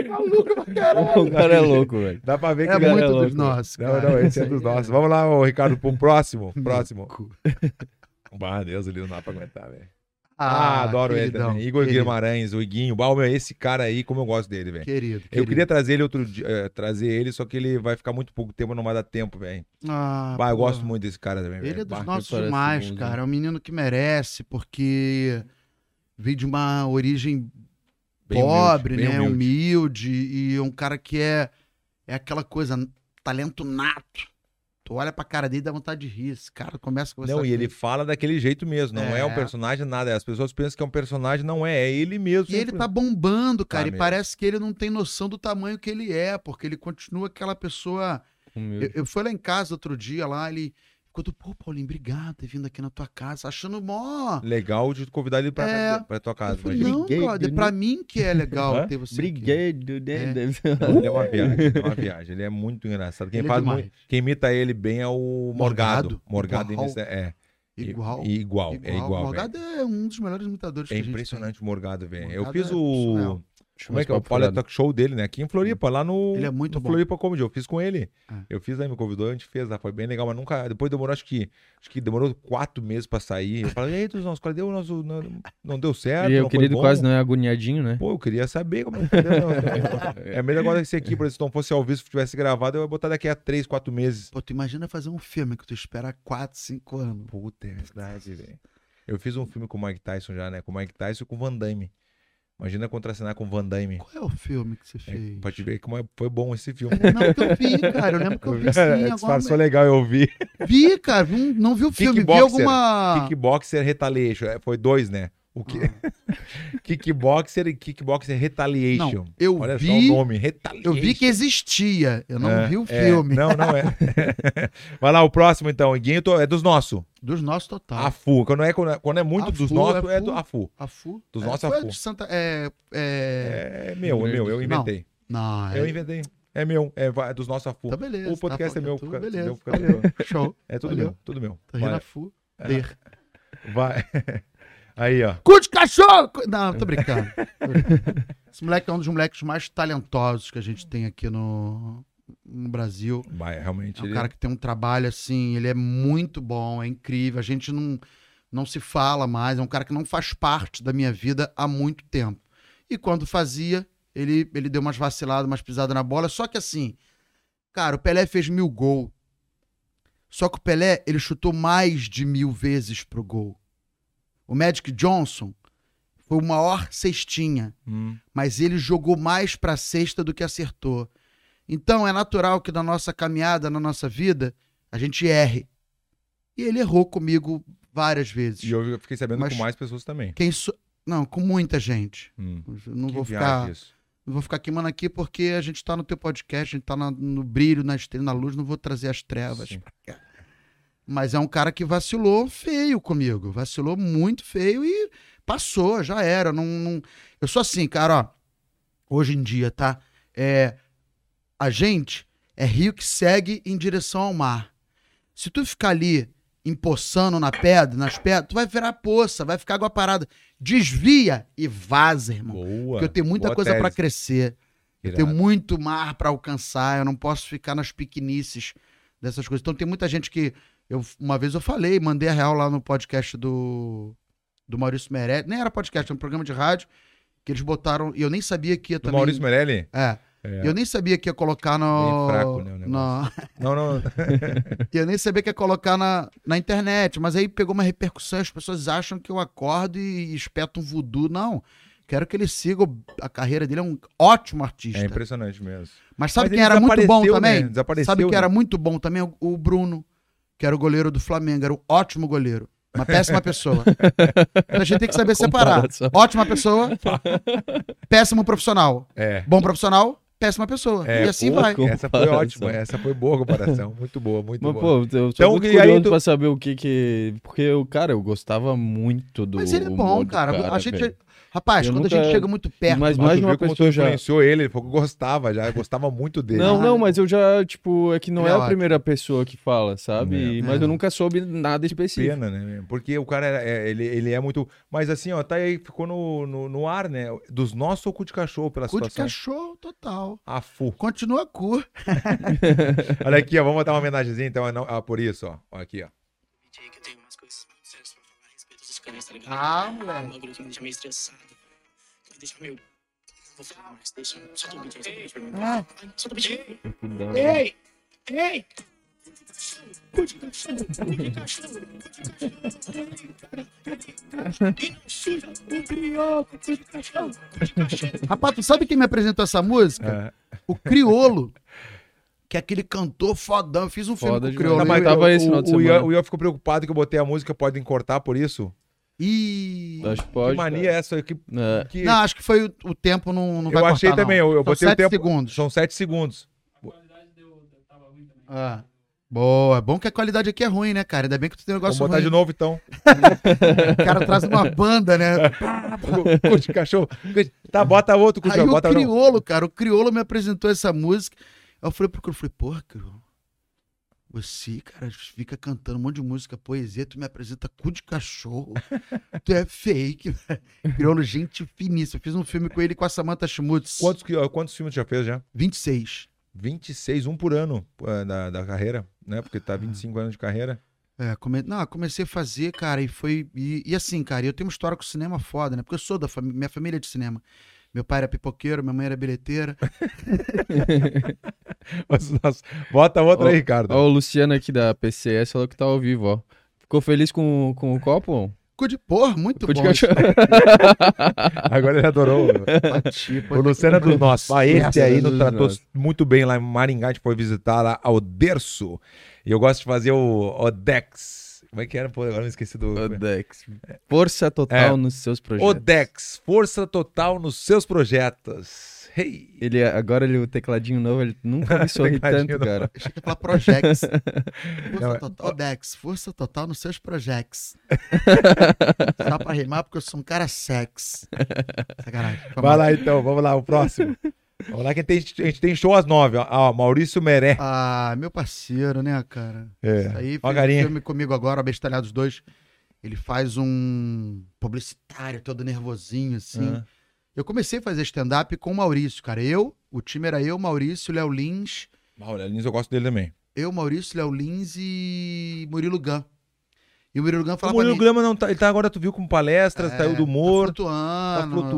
S2: Maluco pra
S3: O
S2: caralho.
S3: cara é louco, velho.
S1: Dá pra ver que
S2: É
S1: ele-
S2: muito
S3: é
S2: dos
S3: louco.
S2: nossos.
S1: Não,
S2: cara.
S1: não, esse é dos nossos. Vamos lá, ô, Ricardo, pro próximo. Próximo.
S2: cu.
S1: Bah, Deus, ele não dá pra aguentar, velho. Ah,
S2: Ah,
S1: adoro ele
S2: queridão,
S1: também. Igor
S2: querido,
S1: Guimarães, o Iguinho. Bah, meu, esse cara aí, como eu gosto dele, velho.
S2: Querido,
S1: Eu
S2: querido.
S1: queria trazer ele outro dia, eh, trazer ele, só que ele vai ficar muito pouco tempo, não vai dar tempo, velho.
S2: Ah,
S1: Bah, eu
S2: pô.
S1: gosto muito desse cara também, velho.
S2: Ele é dos
S1: Bah,
S2: nossos
S3: parece
S2: demais,
S1: né?
S3: bonzinho.
S2: cara. É um menino que merece, porque veio de uma origem
S1: bem humilde,
S2: pobre,
S1: bem
S2: né? Humilde. e é um cara que é, é aquela coisa, talento nato. Tu olha pra cara dele e dá vontade de rir. Esse cara começa a conversar.
S1: Não, e
S2: com
S1: ele fala daquele jeito mesmo, não é, um
S2: É.
S1: personagem, nada. As pessoas pensam que é um personagem, não é, é ele mesmo.
S2: E ele
S1: sempre.
S2: tá bombando, cara.
S1: Tá
S2: e
S1: mesmo.
S2: parece que ele não tem noção do tamanho que ele é, porque ele continua aquela pessoa.
S1: Uhum.
S2: Eu,
S3: Humilde.
S2: eu fui lá em casa outro dia, lá ele. Ficou, do, pô, Paulinho, obrigado por ter vindo aqui na tua casa, achando mó.
S1: Legal de convidar ele pra,
S2: É.
S1: pra tua
S2: Eu
S1: casa.
S2: falei,
S1: imagina.
S2: não,
S3: Briguei,
S2: brother,
S3: né?
S2: pra mim que é legal
S3: Hã?
S2: ter você. aqui.
S3: Brigueiro dele.
S1: Ele é uma viagem, é uma viagem. Ele é muito engraçado. Quem,
S2: Ele é
S1: faz
S2: demais.
S1: muito- quem imita ele bem é o Morgado. Morgado,
S2: Morgado?
S1: Inês- é. E-
S2: Igual.
S1: e igual, é igual.
S2: O
S1: velho.
S2: Morgado é um dos melhores imitadores
S1: É
S2: que a gente
S1: impressionante o Morgado, velho. Eu
S2: Morgado
S1: fiz
S2: é
S1: o.
S2: profissional.
S1: Como é que é? O Palha Talk Show dele, né? Aqui em Floripa, lá no.
S2: Ele é muito
S1: no
S2: bom.
S1: Floripa Comedy. Eu fiz com ele.
S2: Ah.
S1: Eu fiz, aí me convidou, a gente fez lá. Foi bem legal, mas nunca. Depois demorou, acho que. Acho que demorou quatro meses pra sair. Eu falei, eita, os nossos, cadê o nosso. Não, não deu certo.
S3: E
S1: não
S3: o
S1: foi
S3: querido
S1: bom."
S3: quase não é agoniadinho, né?
S1: Pô, eu queria saber como é que deu, não. É mesmo agora que esse aqui, por exemplo, se não fosse ao vivo, se tivesse gravado, eu ia botar daqui a três, quatro meses.
S2: tem. Pô, tu imagina fazer um filme que tu espera 4, 5 anos.
S1: Puta, é verdade, velho. Eu fiz um filme com o Mike Tyson já, né? Com o Mike Tyson e com o Van Damme. Imagina contracenar com o Van Damme.
S2: Qual é o filme que você
S1: É,
S2: fez?
S1: pra te ver como é- foi bom esse filme.
S2: Não, que eu vi, cara. Eu lembro que eu vi sim. Agora,
S1: É, Disfarçou legal, eu vi.
S2: Vi, cara. Não, não vi o filme. Vi
S1: Kickboxer.
S2: alguma... Ah,
S1: Kickboxer Retaliation. É, Foi dois, né? O que... Kickboxer e Kickboxer Retaliation.
S2: Não, eu
S1: Olha só
S2: vi...
S1: o nome, Retaliation.
S2: Eu vi que existia. Eu não
S1: É,
S2: vi o
S1: é,
S2: filme.
S1: não, não é. Vai lá, o próximo então. Iguinho tô- é dos nossos.
S2: Dos nossos total.
S1: Afu. Quando é, quando é- quando é muito dos
S2: Afu,
S1: nossos, é
S2: Afu.
S1: do Afu.
S2: A Fu.
S1: Dos
S2: É,
S1: nossos, a
S2: foi
S1: Fu.
S2: de Santa... É... é...
S1: É meu, é meu. Eu
S2: Não.
S1: inventei.
S2: Não, é...
S1: Eu inventei. É meu, é, vai- é dos nossos Afu.
S2: Tá beleza.
S1: O podcast
S2: tá,
S1: é meu,
S2: Tudo
S1: fica-
S2: beleza.
S1: meu, fica-
S2: valeu. Show.
S1: É tudo
S2: Valeu. Tá
S1: meu, tudo meu.
S2: Tô rindo
S1: Vai. É.
S2: a Fu. Der.
S1: Vai. Aí, ó.
S2: Cu de cachorro! Cu- Não, tô brincando. Tô brincando. Esse moleque é um dos moleques mais talentosos que a gente tem aqui no, no Brasil.
S1: Vai, realmente.
S2: É um
S1: ele-
S2: cara que tem um trabalho assim, ele é muito bom, é incrível. A gente não, não se fala mais, é um cara que não faz parte da minha vida há muito tempo. E quando fazia, ele, ele deu umas vaciladas, umas pisadas na bola. Só que assim, cara, o Pelé fez mil gol. Só que o Pelé, ele chutou mais de mil vezes pro gol. O Magic Johnson foi o maior cestinha
S1: Hum.
S2: mas ele jogou mais para sexta do que acertou. Então é natural que na nossa caminhada, na nossa vida, a gente erre. E ele errou comigo várias vezes.
S1: E eu fiquei sabendo
S2: Mas-
S1: com mais pessoas também.
S2: Quem sou- Não, com muita gente.
S1: Hum.
S2: Eu Não
S1: Que
S2: vou
S1: viagem é
S2: ficar,
S1: isso.
S2: não vou ficar queimando aqui porque a gente está no teu podcast, a gente está no brilho, na estrela, na luz, não vou trazer as trevas.
S1: Sim.
S2: Mas é um cara que vacilou feio comigo. Vacilou muito feio e passou, já era. Não, não- Eu sou assim, cara, ó. Hoje em dia, tá? É... A gente é rio que segue em direção ao mar. Se tu ficar ali empoçando na pedra, nas pedras, tu vai virar poça, vai ficar água parada. Desvia e vaza, irmão.
S1: Boa.
S2: Porque eu tenho muita
S1: boa
S2: coisa pra
S1: tese.
S2: crescer, eu tenho
S1: Irado.
S2: muito mar pra alcançar, eu não posso ficar nas pequenices dessas coisas. Então tem muita gente que eu uma vez eu falei, mandei a real lá no podcast do do Maurício Meirelles, nem era podcast, era um programa de rádio que eles botaram, e eu nem sabia que ia
S1: Do
S2: também.
S1: Maurício Meirelli?
S2: É.
S1: É.
S2: Eu nem sabia que ia colocar
S1: Bem
S2: no.
S1: fraco, né, o negócio.
S2: na-
S1: Não, não. É
S2: eu nem sabia que ia colocar na, na internet, mas aí pegou uma repercussão, as pessoas acham que eu acordo e espeto um voodoo. Não. Quero que ele siga o- a carreira dele, é um ótimo artista.
S1: É impressionante mesmo.
S2: Mas sabe
S1: Mas ele
S2: quem era muito bom
S1: desapareceu,
S2: também?
S1: né? Desapareceu,
S2: sabe quem era
S1: né?
S2: muito bom também? O- O Bruno, que era o goleiro do Flamengo, era um ótimo goleiro. Uma péssima pessoa. Então a gente tem que saber separar.
S3: Comparação.
S2: Ótima pessoa, péssimo profissional.
S1: É.
S2: Bom profissional, péssima pessoa.
S1: É,
S2: e assim
S1: pô,
S2: vai.
S1: Essa foi
S3: Comparação.
S1: ótima, essa foi boa a comparação. Muito boa, muito
S3: Mas,
S1: boa.
S3: pô, eu sou
S1: Então,
S3: muito
S1: e aí
S3: curioso
S1: tu-
S3: pra saber o que que... Porque, eu, cara, eu gostava muito do
S2: Mas ele é bom,
S3: humor do
S2: cara. A gente,
S3: velho.
S2: rapaz,
S3: Eu
S2: quando a
S3: nunca-
S2: gente chega muito perto,
S1: Mas
S3: Mas mais
S1: tu
S3: de
S1: viu
S3: uma
S1: como tu
S3: pessoa já...
S1: influenciou ele, ele falou que gostava já, gostava muito dele.
S3: Não,
S2: Caralho.
S3: não, mas eu já, tipo, é que não
S2: Ele Ah.
S3: é
S2: é
S3: a
S2: ótimo.
S3: primeira pessoa que fala, sabe?
S2: É.
S3: Mas
S2: É.
S3: eu nunca soube nada específico.
S1: Pena, né? Porque o cara, era- é, ele, ele é muito... Mas assim, ó, tá aí, ficou no, no, no ar, né? Dos nossos ou cu de cachorro pela
S2: cu de
S1: situação?
S2: cachorro total.
S1: A fu.
S2: Continua cu.
S1: Olha aqui, ó, vamos botar uma homenagemzinha, então, não- ah, por isso, ó. Ó, Aqui, ó.
S6: Gente, que eu tenho umas coisas muito sérias pra falar a respeito dos caras, tá ligado?
S2: Ah,
S6: Um
S2: moleque.
S6: bagulho que me deixa meio estressado. que Me deixa meio. Não vou falar mais, deixa. Só tô pedindo, só tô pedindo pra mim.
S2: Ah.
S6: Ai, Só tô pedindo.
S3: Pudão.
S6: Ei! Ei! Cu de cachorro, cu de cachorro, cu de cachorro. E não suja o brioco, cu de cachorro, cu de cachorro.
S2: Rapaz, tu sabe quem me apresentou essa
S1: É.
S2: música? O Criolo. Que é aquele cantor fodão. Eu fiz um filme
S3: Foda
S2: com o
S1: Não, Tá,
S2: Criolo.
S3: demais.
S1: mas
S3: eu tava
S1: o-
S3: esse final de
S1: o, o,
S3: semana.
S1: Ian, o Ian ficou preocupado que eu botei a música, podem cortar por isso?
S2: Ih.
S3: Acho que
S1: que
S3: pode.
S1: mania é essa? Que,
S3: cara. É.
S1: que-
S2: Não, acho que foi o, o tempo, não, não vai
S1: eu achei
S2: cortar, não.
S1: também, eu, eu
S2: São
S1: botei o
S2: sete
S1: tempo...
S2: segundos.
S1: São sete segundos.
S4: A qualidade deu, deu- tava ruim também.
S2: Ah. Boa, é bom que a qualidade aqui é ruim, né, cara? Ainda bem que tu tem um
S1: Vamos
S2: negócio
S1: botar
S2: ruim.
S1: de novo, então.
S2: O cara traz uma banda,
S1: É,
S2: né?
S1: Tá Cu de cachorro. Tá, bota outro, cu de
S2: Aí
S1: cachorro.
S2: o
S1: Bota não.
S2: Criolo, cara, o Criolo me apresentou essa música. Aí eu falei pro Criolo, falei, porra, Criolo, você, cara, fica cantando um monte de música, poesia, tu me apresenta cu de cachorro. tu é fake. Criolo, gente finíssima. Eu fiz um filme com ele e com a Samantha Schmutz.
S1: Quantos, que- ó, quantos filmes tu já fez já?
S2: 26.
S1: 26, um por ano eh, da, da carreira, né? Porque tá 25 anos de carreira.
S2: É, come... Não, comecei a fazer, cara, e foi. E, e assim, cara, eu tenho uma história com cinema foda, né? Porque eu sou da família. Minha família é de cinema. Meu pai era pipoqueiro, minha mãe era bilheteira.
S1: Mas, nossa, bota outra
S3: Ó,
S1: aí, Ricardo.
S3: Ó, o Luciano aqui da PCS falou que tá ao vivo, ó. Ficou feliz com, com o copo?
S2: Cu de porra, muito
S3: Ficou de
S2: bom. isso.
S3: cachorro.
S1: Agora ele adorou.
S2: Pati,
S1: o
S2: pode-
S1: Luciano é do nosso. Ah, esse aí
S3: Luciano
S1: nos
S3: é do
S1: tratou
S3: nosso.
S1: muito bem lá em Maringá. A gente foi visitar lá ao Derso. E eu gosto de fazer o Odex. Como é que era? Pô, agora eu me esqueci do.
S3: Odex. É. Força total nos seus projetos.
S1: É. Odex. Força total nos seus projetos. Hey.
S3: Ele, agora ele, o tecladinho novo, ele nunca me sorri
S1: Tecladinho
S3: tanto,
S1: novo.
S3: cara.
S2: Achei que ia falar Projex.
S1: Não, é-
S2: Força total, Dex. Força total nos seus Projex. Dá pra rimar porque eu sou um cara sex. Sacanagem. foi
S1: Vai
S2: mal.
S1: lá então, vamos lá, o próximo. Vamos lá que tem- a gente tem show às nove. Ó, Ó, Maurício Meré.
S2: Ah, meu parceiro, né, cara?
S1: É.
S2: Isso aí
S1: Ó a
S2: fez um
S1: carinha.
S2: filme comigo agora, Abestalhados 2. Ele faz um publicitário todo nervosinho, assim.
S1: Ah.
S2: Eu comecei a fazer stand-up com o Maurício, cara. Eu, o time era eu, Maurício, Léo Lins,
S1: Maurício Lins, Ah, eu gosto dele também.
S2: eu, Maurício, Léo Lins e Murilo Gun. E o Murilo Gun
S1: O
S2: falava pra
S1: Murilo
S2: mim,
S1: Gama não tá. Ele tá agora, tu viu, com palestras,
S2: É,
S1: saiu do humor, tá
S2: flutuando.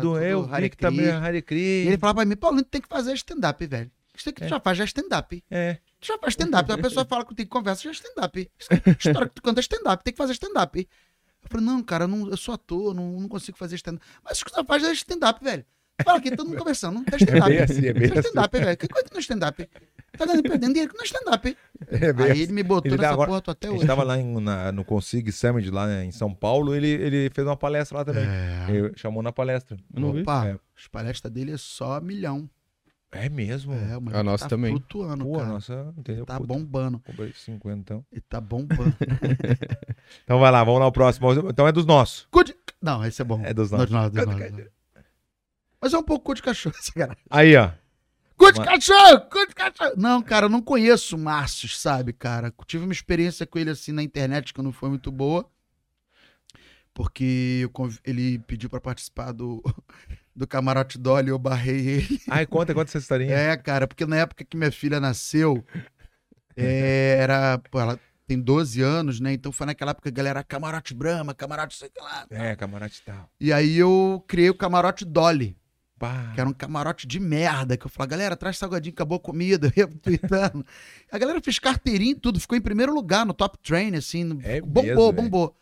S1: flutuando.
S2: tá
S1: eu
S2: tudo Hare
S1: vi que tá meio
S2: Krishna.
S1: Hare
S2: E
S1: Krishna.
S2: ele falava pra mim, Paulinho, tu tem que fazer stand-up, velho. Isso aqui tu
S1: É.
S2: já faz, já é stand-up.
S1: É.
S2: Tu já faz stand-up. A pessoa fala que tem conversa, já é stand-up. Isso aqui, História que tu canta é stand-up, tem que fazer stand-up. Eu falei, não, cara, eu, não- eu sou ator, não, não consigo fazer stand-up. Mas isso que tu faz é stand-up, velho. Fala aqui, todo mundo conversando, não tá stand-up.
S1: bem assim, é bem
S2: Isso stand-up, velho. Que coisa que não é stand-up? Tá dando perdendo dinheiro que não é stand-up.
S1: é bem
S2: Aí
S1: assim.
S2: ele me botou
S1: Ele tá
S2: nessa
S1: agora-
S2: porra, tô até
S1: A
S2: hoje.
S1: gente tava lá em- na- no Consig Summit, lá né, em São Paulo, ele, ele fez uma palestra lá também.
S2: É.
S1: Ele chamou na palestra.
S3: Eu não vi.
S2: Opa,
S1: É.
S2: as palestras dele é só milhão.
S1: É mesmo?
S2: É, o
S3: A nossa
S2: tá
S3: Ah, também.
S2: flutuando,
S1: Pô,
S2: cara.
S1: nossa, entendeu?
S2: Tá
S1: Puta,
S2: bombando.
S1: Comprei 50, então.
S2: Ele tá bombando.
S1: Então vai lá, vamos lá, o próximo. Então é dos nossos.
S2: Cu de- Não, esse é bom.
S1: É dos
S2: Não,
S1: nossos.
S2: não, não, não, não. Mas é um pouco cu de cachorro, esse cara.
S1: Aí, ó.
S2: Cu de
S1: Uma-
S2: cachorro! Cu de cachorro! Não, cara, eu não conheço o Márcios, sabe, cara? Tive uma experiência com ele assim na internet que não foi muito boa. Porque eu conv- ele pediu pra participar do, do camarote Dolly, eu barrei ele.
S1: Ai, conta, conta essa historinha.
S2: É, cara, porque na época que minha filha nasceu, é, era. Pô, ela tem 12 anos, né? Então foi naquela época que a galera, camarote Brahma, camarote sei lá.
S1: É, camarote e tal.
S2: E aí eu criei o camarote Dolly,
S1: Pá.
S2: que era um camarote de merda, que eu falava, galera, traz salgadinho, acabou a comida, eu ia tweetando. A galera fez carteirinha e tudo, ficou em primeiro lugar no top train, assim, no-
S1: É
S2: bombou,
S1: mesmo, velho.
S2: bombou.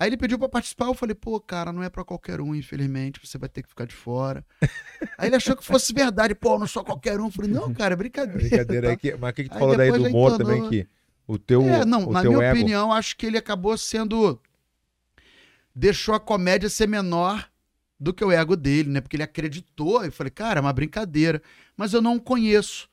S2: Aí ele pediu pra participar, eu falei, pô, cara, não é pra qualquer um, infelizmente, você vai ter que ficar de fora. Aí ele achou que fosse verdade, pô, não sou qualquer um. Eu falei, não, cara, é brincadeira.
S1: Brincadeira aqui. Mas o que, que tu
S2: Aí
S1: falou daí
S2: depois
S1: do
S2: já
S1: humor
S2: entornou.
S1: também que o teu,
S2: É, não,
S1: o
S2: na
S1: teu
S2: minha
S1: ego.
S2: opinião, acho que ele acabou sendo. Deixou a comédia ser menor do que o ego dele, né? Porque ele acreditou. Eu falei, cara, é uma brincadeira. Mas eu não o conheço.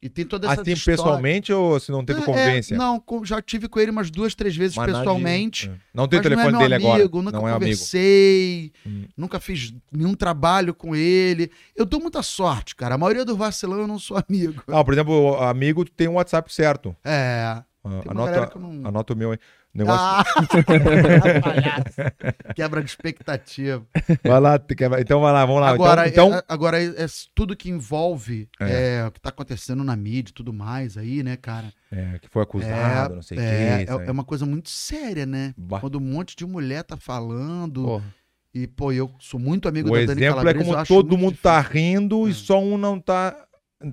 S2: E tem toda essa É,
S1: assim, pessoalmente ou se não teve convivência?
S2: não, com- já tive com ele umas duas, três vezes
S1: Mas nada de-
S2: pessoalmente.
S1: É. Não tem o
S2: Mas
S1: telefone
S2: não é
S1: dele
S2: meu
S1: agora.
S2: amigo, Nunca
S1: não é amigo.
S2: conversei,
S1: Hum.
S2: nunca fiz nenhum trabalho com ele. Eu dou muita sorte, cara. A maioria do vacilão eu não sou amigo.
S1: Ah, por exemplo, o amigo tem um WhatsApp certo.
S2: É.
S1: Ah,
S2: Tem uma galera
S1: Anota,
S2: que eu não.
S1: anota o é meu aí. O negócio...
S2: Ah, palhaço. Quebra de expectativa.
S1: Vai lá, te quer- então vai lá, vamos lá.
S2: Ah. agora,
S1: então, então-
S2: é- agora é, é tudo que envolve é, o que tá acontecendo na mídia e tudo mais aí, né, cara?
S1: É, que foi acusado, não sei o
S2: É,
S1: que. isso
S2: é,
S1: aí.
S2: é uma coisa muito séria, né?
S1: Bah.
S2: Quando um monte de mulher tá falando.
S3: Porra.
S2: E, pô, eu sou muito amigo
S1: O
S2: da Dani
S1: exemplo é
S2: Calabresa. eu
S1: como
S2: acho
S1: todo
S2: muito
S1: mundo
S2: difícil.
S1: tá rindo e
S2: É.
S1: só um não tá.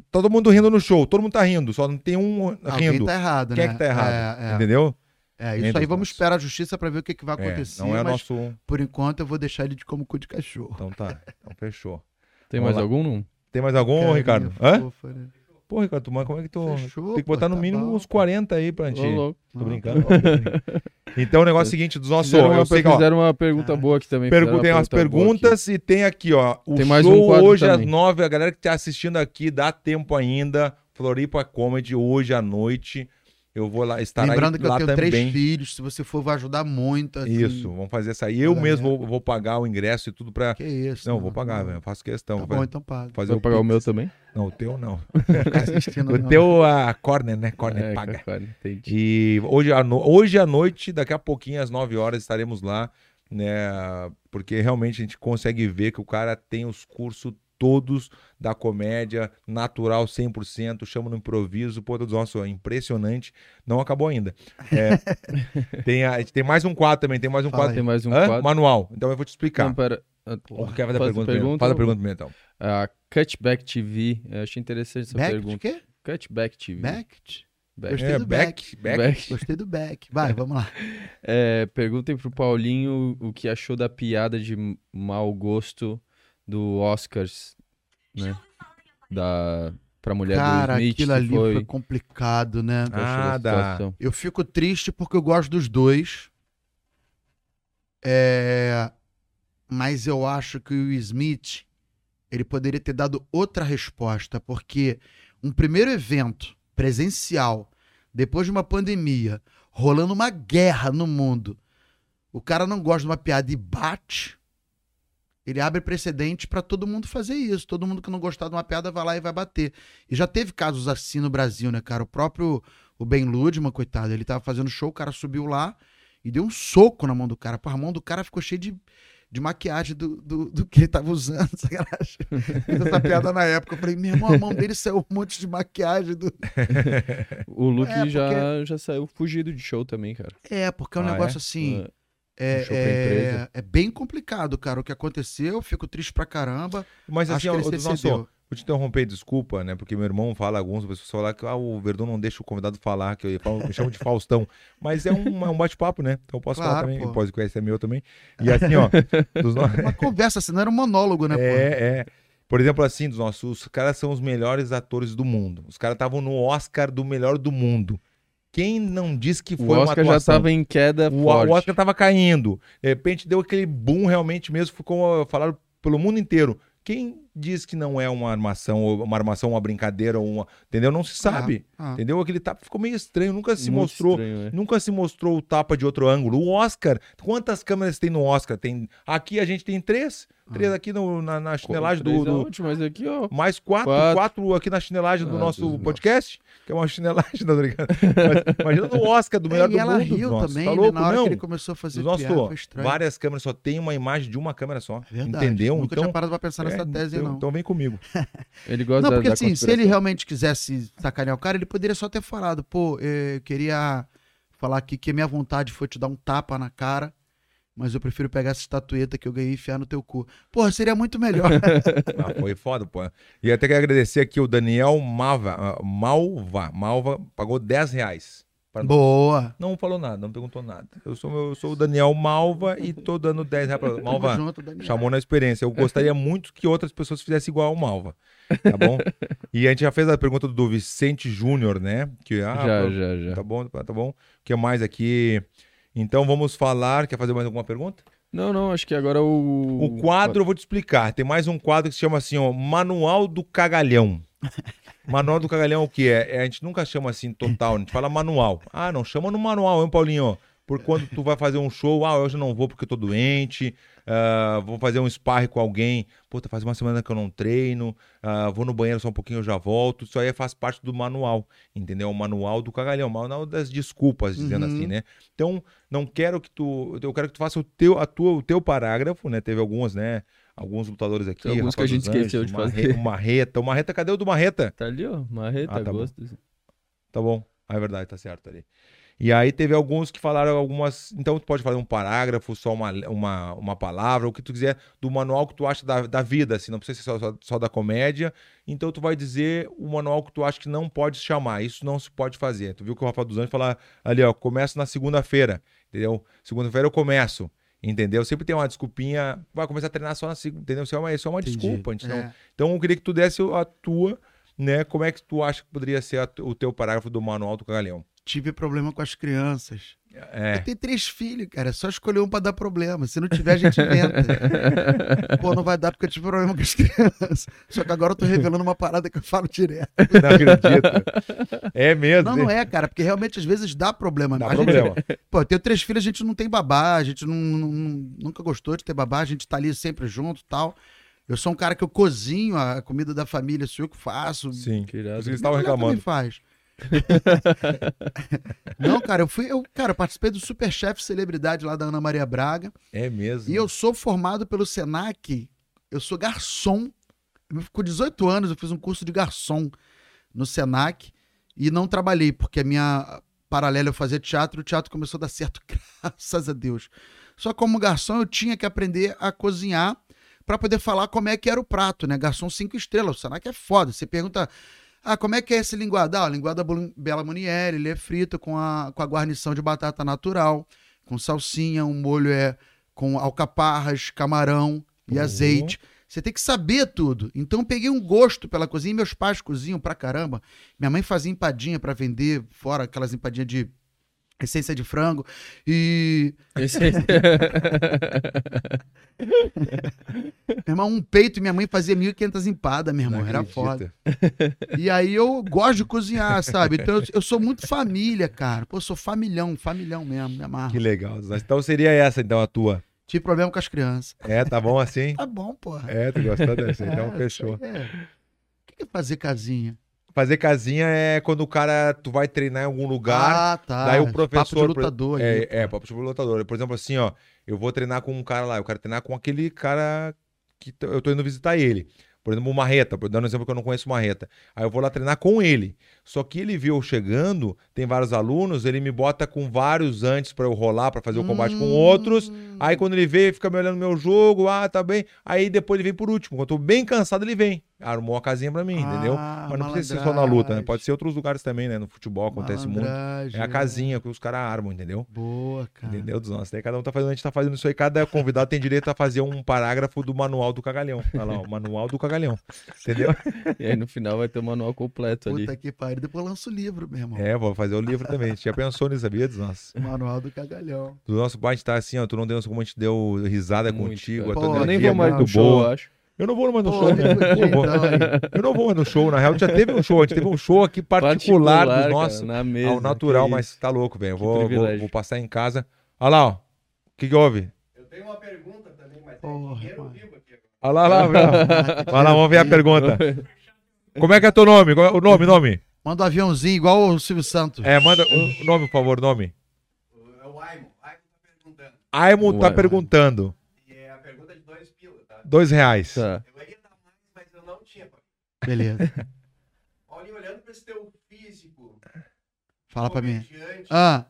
S1: Todo mundo rindo no show, todo mundo tá rindo, só não tem um
S2: Alguém
S1: rindo.
S2: tá errado,
S1: Quem
S2: né?
S1: é que tá errado?
S2: É, é.
S1: Entendeu?
S2: É, isso
S1: Entre
S2: aí
S1: os
S2: vamos
S1: nossos.
S2: esperar a justiça pra ver o que, que vai
S1: É,
S2: acontecer.
S1: não é
S2: mas
S1: nosso.
S2: por enquanto eu vou deixar ele de como cu de cachorro.
S1: Então tá, então fechou.
S3: Tem
S1: Vamos
S3: mais
S1: lá.
S3: algum? Não?
S1: Tem mais algum,
S2: Carinha
S1: Ricardo? Hã?
S2: fofa, né?
S1: Pô, Ricardo, tu, mas como é que tu.
S2: Fechou,
S1: tem que
S2: pô,
S1: botar no
S2: tá
S1: mínimo
S2: bom.
S1: uns 40 aí pra
S3: Ô,
S1: gente.
S3: louco.
S1: Tô
S2: Hum.
S1: brincando. então o negócio é o seguinte dos nossos.
S3: Fizeram,
S1: Eu
S3: uma,
S1: sei que, ó,
S3: fizeram uma pergunta boa aqui também. fizeram
S1: Pergun- tem umas
S3: pergunta boa aqui.
S1: perguntas e tem aqui, ó. O
S3: Tem mais um
S1: show
S3: quadro
S1: hoje às
S3: também.
S1: nove. A galera que tá assistindo aqui, dá tempo ainda. Floripa Comedy hoje à noite. Eu vou lá estar
S2: Lembrando
S1: aí,
S2: que eu
S1: lá
S2: tenho
S1: também.
S2: três filhos, se você for, vai ajudar muito. assim.
S1: Isso, vamos fazer essa aí. Eu
S2: Galera.
S1: mesmo vou, vou pagar o ingresso e tudo pra.
S2: Que isso.
S1: Não, vou pagar, velho. Eu Faço questão.
S2: Tá
S1: vou
S2: bom,
S1: fazer,
S2: então paga.
S1: fazer
S3: Vou pagar o
S1: Pix.
S3: meu também?
S1: Não, o teu não.
S2: Vou ficar assistindo,
S1: O
S2: não.
S1: teu a Corner, né? Corner
S3: É,
S1: paga.
S3: cara, entendi.
S1: E hoje à, no- hoje à noite, daqui a pouquinho, às 9 horas, estaremos lá, né? Porque realmente a gente consegue ver que o cara tem os cursos todos da comédia, natural 100%, chama no improviso, pô, todos nosso, é impressionante. Não acabou ainda. É, tem, a, a gente tem mais um quadro também, tem mais um
S2: Fala
S1: quadro.
S3: Tem mais um
S1: Hã?
S3: quadro.
S1: Manual. Então eu vou te explicar.
S3: Não, pera. Ah,
S1: Ou quer fazer a
S3: faz
S1: pergunta,
S3: a
S1: primeiro?
S3: pergunta
S1: Faz a
S3: ou-
S1: pergunta primeiro, então.
S3: A Cutback TV. Eu achei interessante essa
S2: Back de
S3: pergunta.
S2: quê?
S3: Cutback TV.
S2: Back?
S3: Back.
S2: Gostei
S1: É,
S2: do
S1: back,
S2: back.
S1: back.
S3: Back.
S2: Gostei do back. Vai, vamos lá.
S3: É, perguntem pro Paulinho o que achou da piada de m- mau gosto do Oscars, né? Da, pra mulher
S2: Cara,
S3: do Smith,
S2: aquilo
S3: que
S2: ali foi...
S3: foi...
S2: complicado, né?
S3: que achou da
S1: Ah, dá.
S3: situação.
S2: Eu fico triste porque eu gosto dos dois. É... Mas eu acho que o Smith ele poderia ter dado outra resposta, porque um primeiro evento presencial, depois de uma pandemia, rolando uma guerra no mundo, o cara não gosta de uma piada e bate, ele abre precedente pra todo mundo fazer isso. Todo mundo que não gostar de uma piada vai lá e vai bater. E já teve casos assim no Brasil, né, cara? O próprio o Ben Ludman, coitado, ele tava fazendo show, o cara subiu lá e deu um soco na mão do cara. Pô, a mão do cara ficou cheia de, de maquiagem do, do, do que ele tava usando, sacanagem. Fiz essa piada na época. Eu falei, meu irmão, a mão dele saiu um monte de maquiagem. Do...
S3: O Luke
S2: É,
S3: já, já saiu fugido de show também, cara.
S2: É, porque é um
S1: Ah, é?
S2: negócio assim.
S3: É,
S2: É,
S3: Um show pra
S2: é-
S3: empresa.
S2: é bem complicado, cara. O que aconteceu, eu fico triste pra caramba.
S1: Mas
S2: Acho
S1: assim,
S2: que
S1: ó,
S2: ele se
S1: dos nossos,
S2: excedeu.
S1: Vou te interromper, desculpa, né? Porque meu irmão fala alguns pessoas falam que ah, o Verdão não deixa o convidado falar, que eu ia falar- me chamo de Faustão. Mas é um, é um bate-papo, né? Então eu posso falar
S2: Claro,
S1: também,
S2: pô.
S1: pode conhecer meu também. E assim, ó, dos no...
S2: Uma conversa, assim, não era um monólogo, né, pô?
S1: é, é. Por exemplo, assim, dos nossos, os caras são os melhores atores do mundo. Os caras estavam no Oscar do melhor do mundo. Quem não disse que
S3: o
S1: foi uma
S3: Oscar já
S1: atuação?
S3: tava em queda
S2: Tá
S1: O,
S3: forte.
S1: o Oscar tava caindo. De repente deu aquele boom realmente mesmo, ficou falaram pelo mundo inteiro. Quem diz que não é uma armação, ou uma armação, uma brincadeira, ou uma. Entendeu? Não se sabe.
S2: Ah, ah.
S1: Entendeu? Aquele tapa ficou meio estranho, nunca se
S3: Muito
S1: mostrou.
S3: estranho, né?
S1: Nunca se mostrou o tapa de outro ângulo. O Oscar, quantas câmeras tem no Oscar? Tem aqui a gente tem três.
S2: Ah.
S1: Três aqui no- na, na chinelagem do,
S3: Três é
S1: do-
S3: último, mas aqui, ó.
S1: Mais quatro, quatro,
S3: Quatro.
S1: aqui na chinelagem do
S3: Ah,
S1: nosso
S3: Jesus,
S1: podcast, que é uma chinelagem, não tô brincando. Mas, imagina no Oscar do melhor
S2: É, e
S1: do
S2: ela
S1: mundo.
S2: riu
S1: nossa,
S2: também,
S1: tá
S2: né,
S1: louco?
S2: na hora
S1: não.
S2: que ele começou a fazer
S1: Nosso,
S2: piada, foi estranho.
S1: várias câmeras só tem uma imagem de uma câmera só.
S2: É verdade.
S1: Entendeu?
S2: Nunca
S1: então,
S2: tinha parado pra pensar
S1: é,
S2: nessa tese,
S1: então,
S2: não.
S1: então vem comigo.
S3: Ele gosta
S2: Não,
S3: da-
S2: porque
S3: da
S2: assim, se
S3: conspiração.
S2: ele realmente quisesse sacanear o cara, ele poderia só ter falado, pô, eh, eu queria falar aqui que a minha vontade foi te dar um tapa na cara, mas eu prefiro pegar essa estatueta que eu ganhei e enfiar no teu cu. Porra, seria muito melhor.
S1: Ah, foi foda, pô. E até quero agradecer aqui o Daniel Mava, ah, Malva. Malva pagou 10 reais. pra nós.
S2: Boa.
S1: Não falou nada, não perguntou nada. Eu sou, eu sou o Daniel Malva e tô dando 10 reais pra
S2: Tamo
S1: Malva.
S2: junto, Daniel.
S1: Chamou na experiência. Eu gostaria muito que outras pessoas fizessem igual ao Malva. Tá bom? E a gente já fez a pergunta do Vicente Júnior, né? Que, ah,
S3: já,
S1: pô,
S3: já, já.
S1: Tá bom, tá bom. O que mais aqui? Então vamos falar. Quer fazer mais alguma pergunta?
S3: Não, não, acho que agora o.
S1: O quadro eu vou te explicar. Tem mais um quadro que se chama assim, ó, Manual do Cagalhão. Manual do Cagalhão o que é? É, A gente nunca chama assim total, a gente fala manual. Ah, não, chama no manual, hein, Paulinho? Por quando tu vai fazer um show, ah, hoje eu não vou porque eu tô doente, ah, vou fazer um sparring com alguém, puta, faz uma semana que eu não treino, ah, vou no banheiro só um pouquinho, eu já volto. Isso aí faz parte do manual, entendeu? O manual do cagalhão, o manual das desculpas, dizendo
S2: Uhum.
S1: assim, né? Então, não quero que tu. Eu quero que tu faça o teu, a tua, o teu parágrafo, né? Teve algumas, né? Alguns lutadores aqui.
S3: Tem alguns
S1: Rafa
S3: que a gente
S1: dos Anjos,
S3: esqueceu de
S1: Marre-
S3: fazer.
S1: O Marreta. O Marreta, cadê o do Marreta?
S3: Tá ali, ó. Marreta,
S1: Ah, tá bom.
S3: gosto. assim.
S1: Tá bom. Ah, é verdade, tá certo ali. E aí teve alguns que falaram algumas. Então tu pode fazer um parágrafo, só uma, uma, uma palavra, o que tu quiser, do manual que tu acha da, da vida, assim, não precisa ser só, só, só da comédia. Então tu vai dizer o manual que tu acha que não pode se chamar. Isso não se pode fazer. Tu viu que o Rafael dos Anjos fala ali, ó, começo na segunda-feira, entendeu? Segunda-feira eu começo. Entendeu? Sempre tem uma desculpinha. Vai começar a treinar só na segunda. Entendeu? Isso é uma, isso é uma
S2: Entendi.
S1: desculpa. A gente não,
S2: É.
S1: então eu queria que tu desse a tua, né? Como é que tu acha que poderia ser a- o teu parágrafo do manual do cagalhão?
S2: Tive problema com as crianças.
S1: É.
S2: Eu tenho três filhos, cara. É só escolher um pra dar problema. Se não tiver, a gente inventa. Pô, não vai dar porque eu tive problema com as crianças. Só que agora eu tô revelando uma parada que eu falo direto.
S1: Não acredito. É mesmo.
S2: Não, é. não é, cara, porque realmente às vezes dá problema.
S1: Dá
S2: A gente-
S1: problema.
S2: pô, eu tenho três filhos, a gente não tem babá, a gente não, não- nunca gostou de ter babá, a gente tá ali sempre junto e tal. Eu sou um cara que eu cozinho a comida da família, sou eu que faço.
S1: Sim.
S3: Que irado.
S1: Vocês estavam
S2: Minha mulher também
S1: reclamando.
S2: faz. não, cara, eu fui, eu, cara, eu participei do Superchef Celebridade lá da Ana Maria Braga.
S1: É mesmo.
S2: E eu sou formado pelo Senac, eu sou garçom. Eu Com 18 anos, eu fiz um curso de garçom no Senac e não trabalhei, porque a minha paralela eu fazia teatro, o teatro começou a dar certo, graças a Deus. Só como garçom eu tinha que aprender a cozinhar para poder falar como é que era o prato, né? Garçom cinco estrelas, o Senac é foda. Você pergunta, ah, como é que é esse linguada? Ah, o linguada Bol- Bela Munieri, ele é frito com a, com a guarnição de batata natural, com salsinha, um molho é com alcaparras, camarão e
S1: Uhum.
S2: azeite. Você tem que saber tudo. Então eu peguei um gosto pela cozinha. e Meus pais cozinham pra caramba. Minha mãe fazia empadinha pra vender fora, aquelas empadinhas de essência de frango. E
S3: Esse aí.
S2: Meu irmão, um peito, minha mãe fazia 1.500 empadas, meu irmão,
S1: Não
S2: era
S1: acredito.
S2: foda. E aí eu gosto de cozinhar, sabe? Então eu, eu sou muito família, cara. Pô, eu sou familhão, familhão mesmo, me
S1: Que
S2: amarro.
S1: legal. Então seria essa, então, a tua.
S2: Tive problema com as crianças.
S1: É, tá bom assim?
S2: Tá bom, porra.
S1: É, tu gostou dessa? Então
S2: É,
S1: fechou.
S2: isso aí é. O que que é fazer casinha?
S1: Fazer casinha é quando o cara, tu vai treinar em algum lugar.
S2: ah, tá.
S1: daí o
S2: Papo de
S1: professor, por-
S2: lutador ali.
S1: É, é, papo de lutador. Por exemplo, assim, ó, eu vou treinar com um cara lá, eu quero treinar com aquele cara que t- eu tô indo visitar ele. Por exemplo, o Marreta, por dar um exemplo que eu não conheço o Marreta. Aí eu vou lá treinar com ele. Só que ele viu eu chegando, tem vários alunos, ele me bota com vários antes pra eu rolar, pra fazer o combate com
S2: Hum.
S1: outros. Aí quando ele vê, fica me olhando meu jogo, ah, tá bem. Aí depois ele vem por último. Quando eu tô bem cansado, ele vem. Armou a casinha pra mim, entendeu?
S2: Ah,
S1: Mas não precisa ser só na luta, né? Pode ser em outros lugares também, né? No futebol acontece
S2: malandragem.
S1: muito.
S2: Malandragem, né?
S1: É a casinha que os caras armam, entendeu?
S2: Boa, cara.
S1: Entendeu? Dos nossos. Daí cada um tá fazendo, a gente tá fazendo isso aí. Cada convidado tem direito a fazer um parágrafo do manual do cagalhão. Olha lá, o manual do cagalhão. Entendeu?
S3: e aí no final vai ter o manual completo ali.
S2: Puta que pariu. Depois eu lanço o livro, meu irmão.
S1: É, vou fazer o livro também. A gente já pensou nisso, sabia? Dos nossos.
S2: Manual do Cagalhão.
S1: Do nosso pai, a gente tá assim, ó. Tu não deu como a gente deu risada
S3: Muito,
S1: contigo.
S3: cara.
S1: a tua
S2: Pô,
S3: eu nem
S1: energia
S3: vou mais
S1: é
S3: no
S1: muito
S3: show, eu
S1: boa.
S3: acho.
S1: Eu não vou mais no
S2: Pô,
S1: show.
S2: nem
S1: né?
S2: podia,
S1: Eu vou-
S2: então, aí.
S1: Eu não vou mais no show. Na real, já teve um show. A gente teve um show aqui particular, dos
S3: cara,
S1: nossos.
S3: na mesa,
S1: ao natural,
S3: que
S1: mas
S3: isso.
S1: tá louco, velho. Eu
S3: Que
S1: Vou, vou,
S3: privilégio.
S1: vou passar em casa. Olha lá, ó. O que, que houve?
S7: Eu tenho uma pergunta também, mas
S2: Porra,
S7: é dinheiro
S2: mano.
S7: vivo aqui agora.
S1: Olha lá, olha lá, meu. Vai lá, vamos ver a pergunta. Como é que é teu nome? Qual é O nome, nome.
S2: Manda um aviãozinho igual o Silvio Santos.
S1: É, manda o nome, por favor, nome. Aimon tá
S3: Ué.
S1: perguntando.
S7: é
S1: Dois reais.
S3: Tá.
S2: Beleza.
S7: Olha, olhando para esse teu físico,
S2: Fala pra mim.
S7: comediante,
S2: Ah,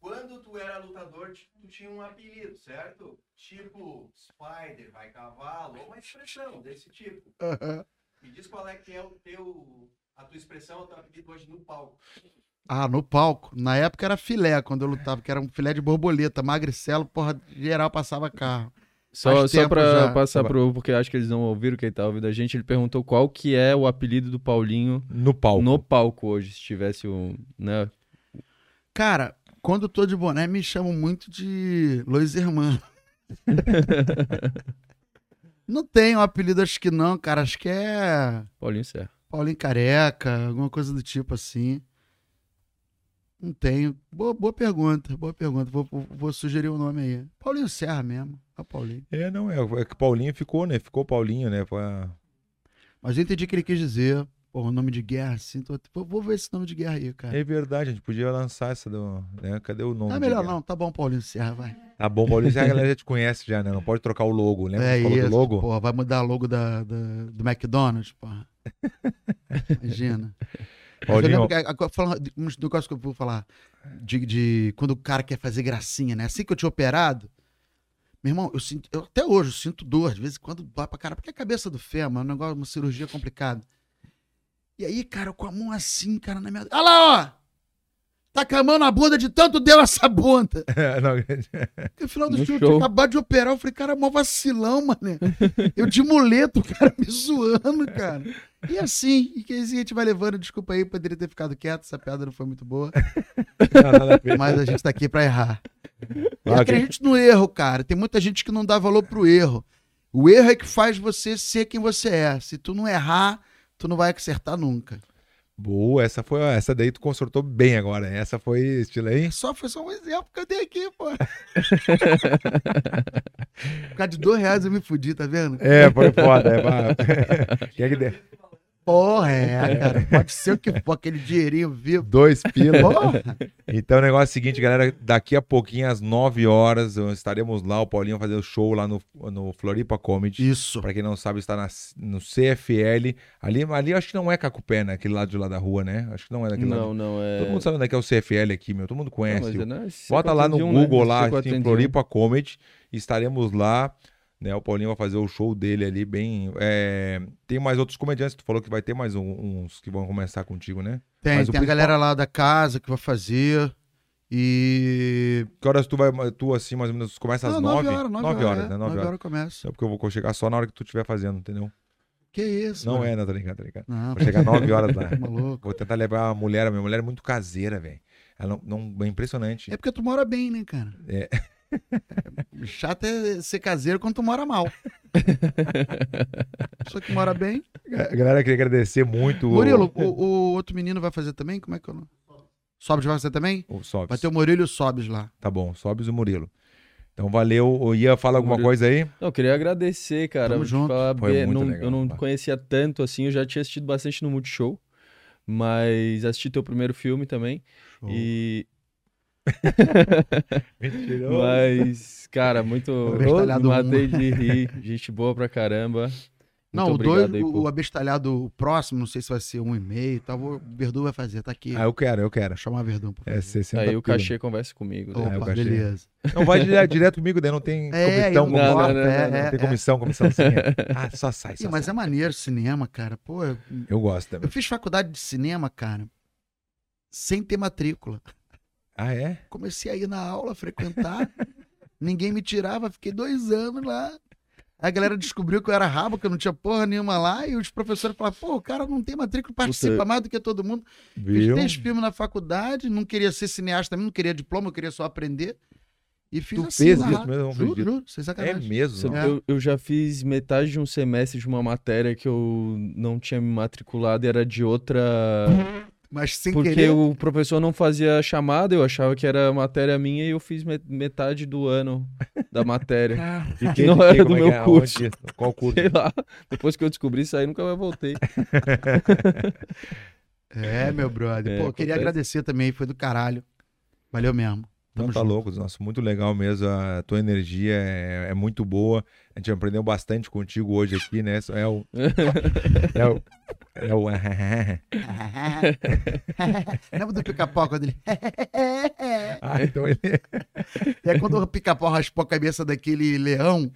S7: quando tu era lutador, ti- tu tinha um apelido, certo? Tipo, Spider, vai cavalo, ou uma expressão desse tipo. Me diz qual é que é o teu, a tua expressão, o teu apelido hoje no palco.
S2: ah, no palco. Na época era filé, quando eu lutava, que era um filé de borboleta, magricelo, porra, geral passava carro.
S3: Só,
S2: Faz
S3: só
S2: tempo
S3: pra
S2: já.
S3: passar
S1: Tá
S3: pro. Porque eu acho que eles não ouviram quem tá ouvindo a gente. Ele perguntou qual que é o apelido do Paulinho
S1: No palco.
S3: no palco hoje, se tivesse um. Né?
S2: Cara, quando eu tô de boné, me chamam muito de Luiz Irmã. não tem um apelido, acho que não, cara. Acho que é
S3: Paulinho Serra.
S2: Paulinho Careca, alguma coisa do tipo assim. Não tenho. Boa, boa pergunta, boa pergunta. Vou, vou- vou sugerir o nome aí. Paulinho Serra mesmo. É o Paulinho.
S1: É, não, é, é que Paulinho ficou, né? Ficou Paulinho, né? Foi a-
S2: Mas eu entendi o que ele quis dizer. Pô, o nome de guerra, assim. tô- vou, vou ver esse nome de guerra aí, cara.
S1: É verdade, a gente podia lançar essa do. Né? Cadê o nome?
S2: Não
S1: de
S2: é melhor
S1: guerra?
S2: não. Tá bom, Paulinho Serra, vai.
S1: Tá bom, Paulinho, a galera já te conhece já, né? Não pode trocar o logo, lembra? que falou do logo?
S2: Porra, É vai mudar o logo da, da- do McDonald's, porra. Imagina. Mas eu
S1: Paulinho,
S2: lembro que, agora, falando de um negócio que eu vou falar, de, de quando o cara quer fazer gracinha, né? Assim que eu tinha operado, meu irmão, eu sinto, eu até hoje eu sinto dor, de vez em quando dói pra cara, porque a cabeça do fêmur é um negócio, uma cirurgia complicada. E aí, cara, eu com a mão assim, cara, na minha. Olha lá, ó! Tá com a mão na bunda de tanto deu essa bunda.
S1: não,
S2: Porque no final do
S3: No
S2: show, eu
S3: show.
S2: tinha acabado de operar. Eu falei, cara, mó vacilão, mano. Eu de muleto, o cara me zoando, cara. E assim, e que assim a gente vai levando. Desculpa aí, poderia ter ficado quieto, essa piada não foi muito boa.
S1: nada a ver.
S2: Mas a gente tá aqui pra errar. E é
S1: Ah, ok.
S2: acredite no erro, cara. Tem muita gente que não dá valor pro erro. O erro é que faz você ser quem você é. Se tu não errar, tu não vai acertar nunca.
S1: Boa, essa foi. Essa daí tu consertou bem agora. Essa foi estilo aí.
S2: Só foi só um exemplo que eu dei aqui, pô. Por causa de dois reais eu me fudi, tá vendo?
S1: É, foi foda. É, pá. Quem é que deu?
S2: Porra, é, cara. Pode ser o que for, aquele dinheirinho vivo.
S1: Dois pila.
S2: Porra.
S1: Então o negócio é o seguinte, galera. Daqui a pouquinho, às 9 horas, estaremos lá. O Paulinho vai fazer o show lá no, no Floripa Comedy.
S2: Isso.
S1: Pra quem não sabe, está na- no CFL. Ali, ali acho que não é Cacupé, né? Aquele lado de lá da rua, né? Acho que não é daquele
S3: Não,
S1: lado.
S3: não é.
S1: Todo mundo sabe onde é que é o CFL aqui, meu. Todo mundo
S3: Não,
S1: conhece.
S3: mas
S1: o
S3: é, né? Esse
S1: Bota lá no
S3: 401, né?
S1: Google lá,
S3: Esse
S1: assim,
S3: 401.
S1: Floripa Comedy. Estaremos lá. Né, o Paulinho vai fazer o show dele ali bem. é, Tem mais outros comediantes. Tu falou que vai ter mais um- uns que vão começar contigo, né?
S2: Tem,
S1: Mas o
S2: tem a
S1: principal-
S2: galera lá da casa que vai fazer. E.
S1: Que horas tu vai, tu assim, mais ou menos, começa às
S2: Não,
S1: nove?
S2: horas, nove
S1: Nove
S2: horas.
S1: horas,
S2: é.
S1: né? Nove
S2: Nove
S1: horas.
S2: horas começa.
S1: É porque eu vou chegar só na hora que tu estiver fazendo, entendeu?
S2: Que isso?
S1: Não
S2: mano.
S1: é, não, tá ligado, tá ligado.
S2: Não,
S1: Vou chegar nove horas lá.
S2: tá maluco.
S1: Vou tentar levar a mulher, a minha mulher é muito caseira, velho. Ela não, não- é impressionante.
S2: É porque tu mora bem, né, cara?
S1: É.
S2: Chato é ser caseiro quando tu mora mal.
S3: um.
S2: Só que mora bem.
S1: A galera queria agradecer muito. o-
S2: Murilo, o, o outro menino vai fazer também? Como é que eu não. Sobes vai fazer também?
S1: o Sobs.
S2: Vai ter um o Murilo e o Sobes lá.
S1: Tá bom, Sobes e o Murilo. Então valeu. O Ian, fala alguma
S3: Murilo.
S1: coisa aí?
S3: Não, eu queria agradecer, cara.
S2: Tamo
S3: Vou te
S2: junto.
S3: falar,
S1: Foi
S3: bem,
S1: muito
S3: não-
S1: legal,
S3: eu não
S1: pá.
S3: conhecia tanto assim, eu já tinha assistido bastante no Multishow, mas assisti teu primeiro filme também.
S2: Oh.
S3: E. Mas, cara, muito.
S2: Bestalhado
S3: Matei de rir. Gente boa pra caramba.
S2: Não,
S3: Muito
S2: o dois,
S3: obrigado aí,
S2: o,
S3: pô.
S2: o abestalhado o próximo, não sei se vai ser um e meio e tal. O Verdun vai fazer, tá aqui.
S1: Ah, eu quero, eu quero.
S2: Vou chamar o Verdun. Por
S1: É
S2: favor.
S1: 60
S3: tá Aí o
S1: pila.
S3: cachê conversa comigo. né?
S1: é, o
S2: Opa,
S1: cachê.
S2: beleza.
S1: Não vai direto, direto comigo, daí não tem
S2: É,
S1: comissão. comissão.
S2: eu
S3: não
S1: Não,
S3: gosto, é,
S2: é,
S1: tem
S2: é.
S1: comissão, comissãozinha. Ah, só sai, só
S2: Ih, mas é
S1: sai.
S2: maneiro cinema, cara. Pô, eu,
S1: Eu gosto também.
S2: eu fiz faculdade de cinema, cara, sem ter matrícula.
S1: Ah, é?
S2: Comecei a ir na aula, frequentar. ninguém me tirava, fiquei dois anos lá. Aí A galera descobriu que eu era rabo, que eu não tinha porra nenhuma lá, e os professores falavam, pô, o cara não tem matrícula, participa mais do que todo mundo. Fiz
S1: Viu?
S2: três filmes na faculdade, não queria ser cineasta também, não queria diploma, eu queria só aprender. E fiz
S1: Tu
S2: assim.
S1: fez
S2: na
S1: isso
S2: raça.
S1: mesmo? Eu não
S2: Juro,
S1: acredito.
S2: juro, sem
S1: É
S2: sacanagem.
S1: mesmo?
S3: Sabe,
S1: não?
S2: É.
S3: Eu, eu já fiz metade de um semestre de uma matéria que eu não tinha me matriculado e era de outra.
S2: Mas sem
S3: Porque
S2: querer.
S3: o professor não fazia a chamada, eu achava que era matéria minha e eu fiz me- metade do ano da matéria.
S1: De
S3: não
S1: de
S3: era do
S1: como
S3: meu
S1: que é?
S3: curso.
S1: Aonde? Qual curso?
S3: Sei lá. Depois que eu descobri isso aí, nunca mais voltei.
S2: É, meu brother.
S3: É,
S2: Pô, eu queria
S3: acontece.
S2: agradecer também, foi do caralho. Valeu mesmo.
S1: Não,
S2: Tamo
S1: tá
S2: junto.
S1: louco, nossa, muito legal mesmo. A tua energia é, é muito boa. A gente aprendeu bastante contigo hoje aqui, né? É o. É o. É o.
S2: Lembra do pica-pau quando ele.
S1: Ah, então ele.
S2: E aí, quando o pica-pau raspou a cabeça daquele leão,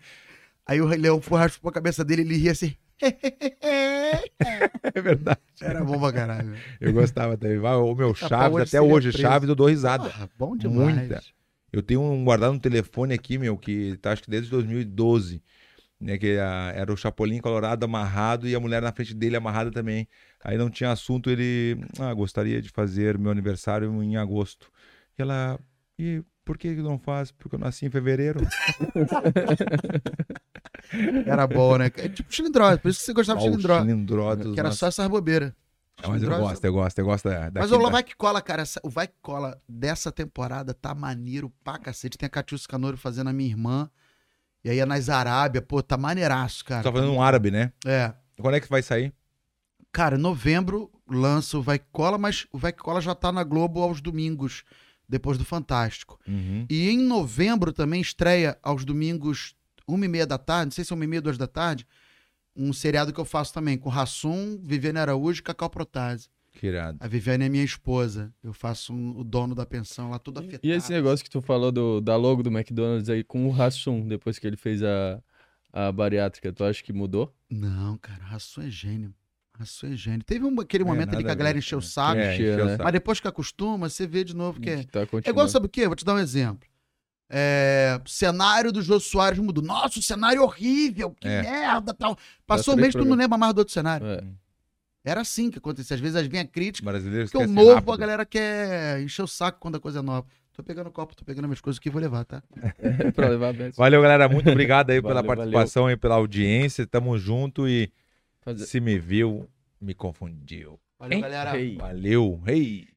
S2: aí o leão foi raspou a cabeça dele ele ria assim.
S1: É verdade.
S2: Era bom pra caralho.
S1: Eu gostava também. Vai, O meu
S2: Capaz
S1: Chaves,
S2: hoje
S1: até
S2: seria
S1: hoje,
S2: preso.
S1: Chaves, eu dou risada.
S2: Porra, bom demais.
S1: Muita. Eu tenho um guardado no telefone aqui, meu, que tá acho que desde 2012. Né, que a- era o Chapolin Colorado amarrado e a mulher na frente dele amarrada também. Aí não tinha assunto, ele. Ah, gostaria de fazer meu aniversário em agosto. E ela. E por que que não faz? Porque eu nasci em fevereiro.
S2: Era bom, né? É tipo chilindró, por isso que você gostava de
S1: Ó, o
S2: chilindró.
S1: Chilindró.
S2: Que era só essas bobeiras.
S1: Mas eu
S2: chilindró-
S1: gosto, eu gosto, eu gosto da. da
S2: Mas o
S1: quinta-
S2: Vai Que Cola, cara, essa- o Vai Que Cola dessa temporada tá maneiro pra cacete. Tem a Catiúcia Canoro fazendo a minha irmã. E aí a Nas Arábia, pô, tá maneiraço, cara.
S1: Só fazendo um árabe, né?
S2: É.
S1: Quando é que vai sair?
S2: Cara, em novembro lança o Vai Que Cola, mas o Vai Que Cola já tá na Globo aos domingos, depois do Fantástico.
S1: Uhum.
S2: E em novembro também estreia aos domingos, uma e meia da tarde, não sei se é uma e meia, duas da tarde, um seriado que eu faço também, com Rassum, Viviane Araújo e Cacau Protase.
S1: Que irado.
S2: A Viviane é minha esposa. Eu faço um- o dono da pensão lá, todo afetado.
S3: E esse negócio que tu falou do, da logo do McDonald's aí com o Rassum, depois que ele fez a, a bariátrica, tu acha que mudou?
S1: é
S2: Não, cara, Rassum é gênio. Rassum é gênio. Teve um, aquele
S1: É,
S2: momento ali
S1: nada
S2: que
S1: a
S2: a galera
S1: ver,
S2: encheu o
S1: cara.
S2: saco,
S1: É,
S3: Mentira,
S1: encheu o
S3: né?
S1: saco.
S2: mas depois que acostuma, você vê de novo que é...
S3: Que tá
S2: É igual,
S3: continuando.
S2: sabe o quê? Vou te dar um exemplo. É, cenário do Jô Soares mudou. Nossa, o cenário é horrível, que
S1: É.
S2: merda, tal. Passou um mês,
S3: três
S2: tu não
S3: programas.
S2: lembra mais do outro cenário.
S3: É.
S2: Era assim que acontecia. Às vezes vem a crítica,
S1: Brasileiros
S2: porque o
S1: crescem
S2: novo,
S1: rápido.
S2: a galera quer encher o saco quando a coisa é nova. Tô pegando copo, tô pegando minhas coisas aqui, vou levar, tá?
S3: pra levar a benção.
S1: Valeu, galera. Muito obrigado aí pela
S3: Valeu,
S1: participação e pela audiência. Tamo junto e
S3: Fazer-
S1: se me viu, me confundiu.
S2: Valeu, galera.
S3: Ei.
S1: Valeu. Hey.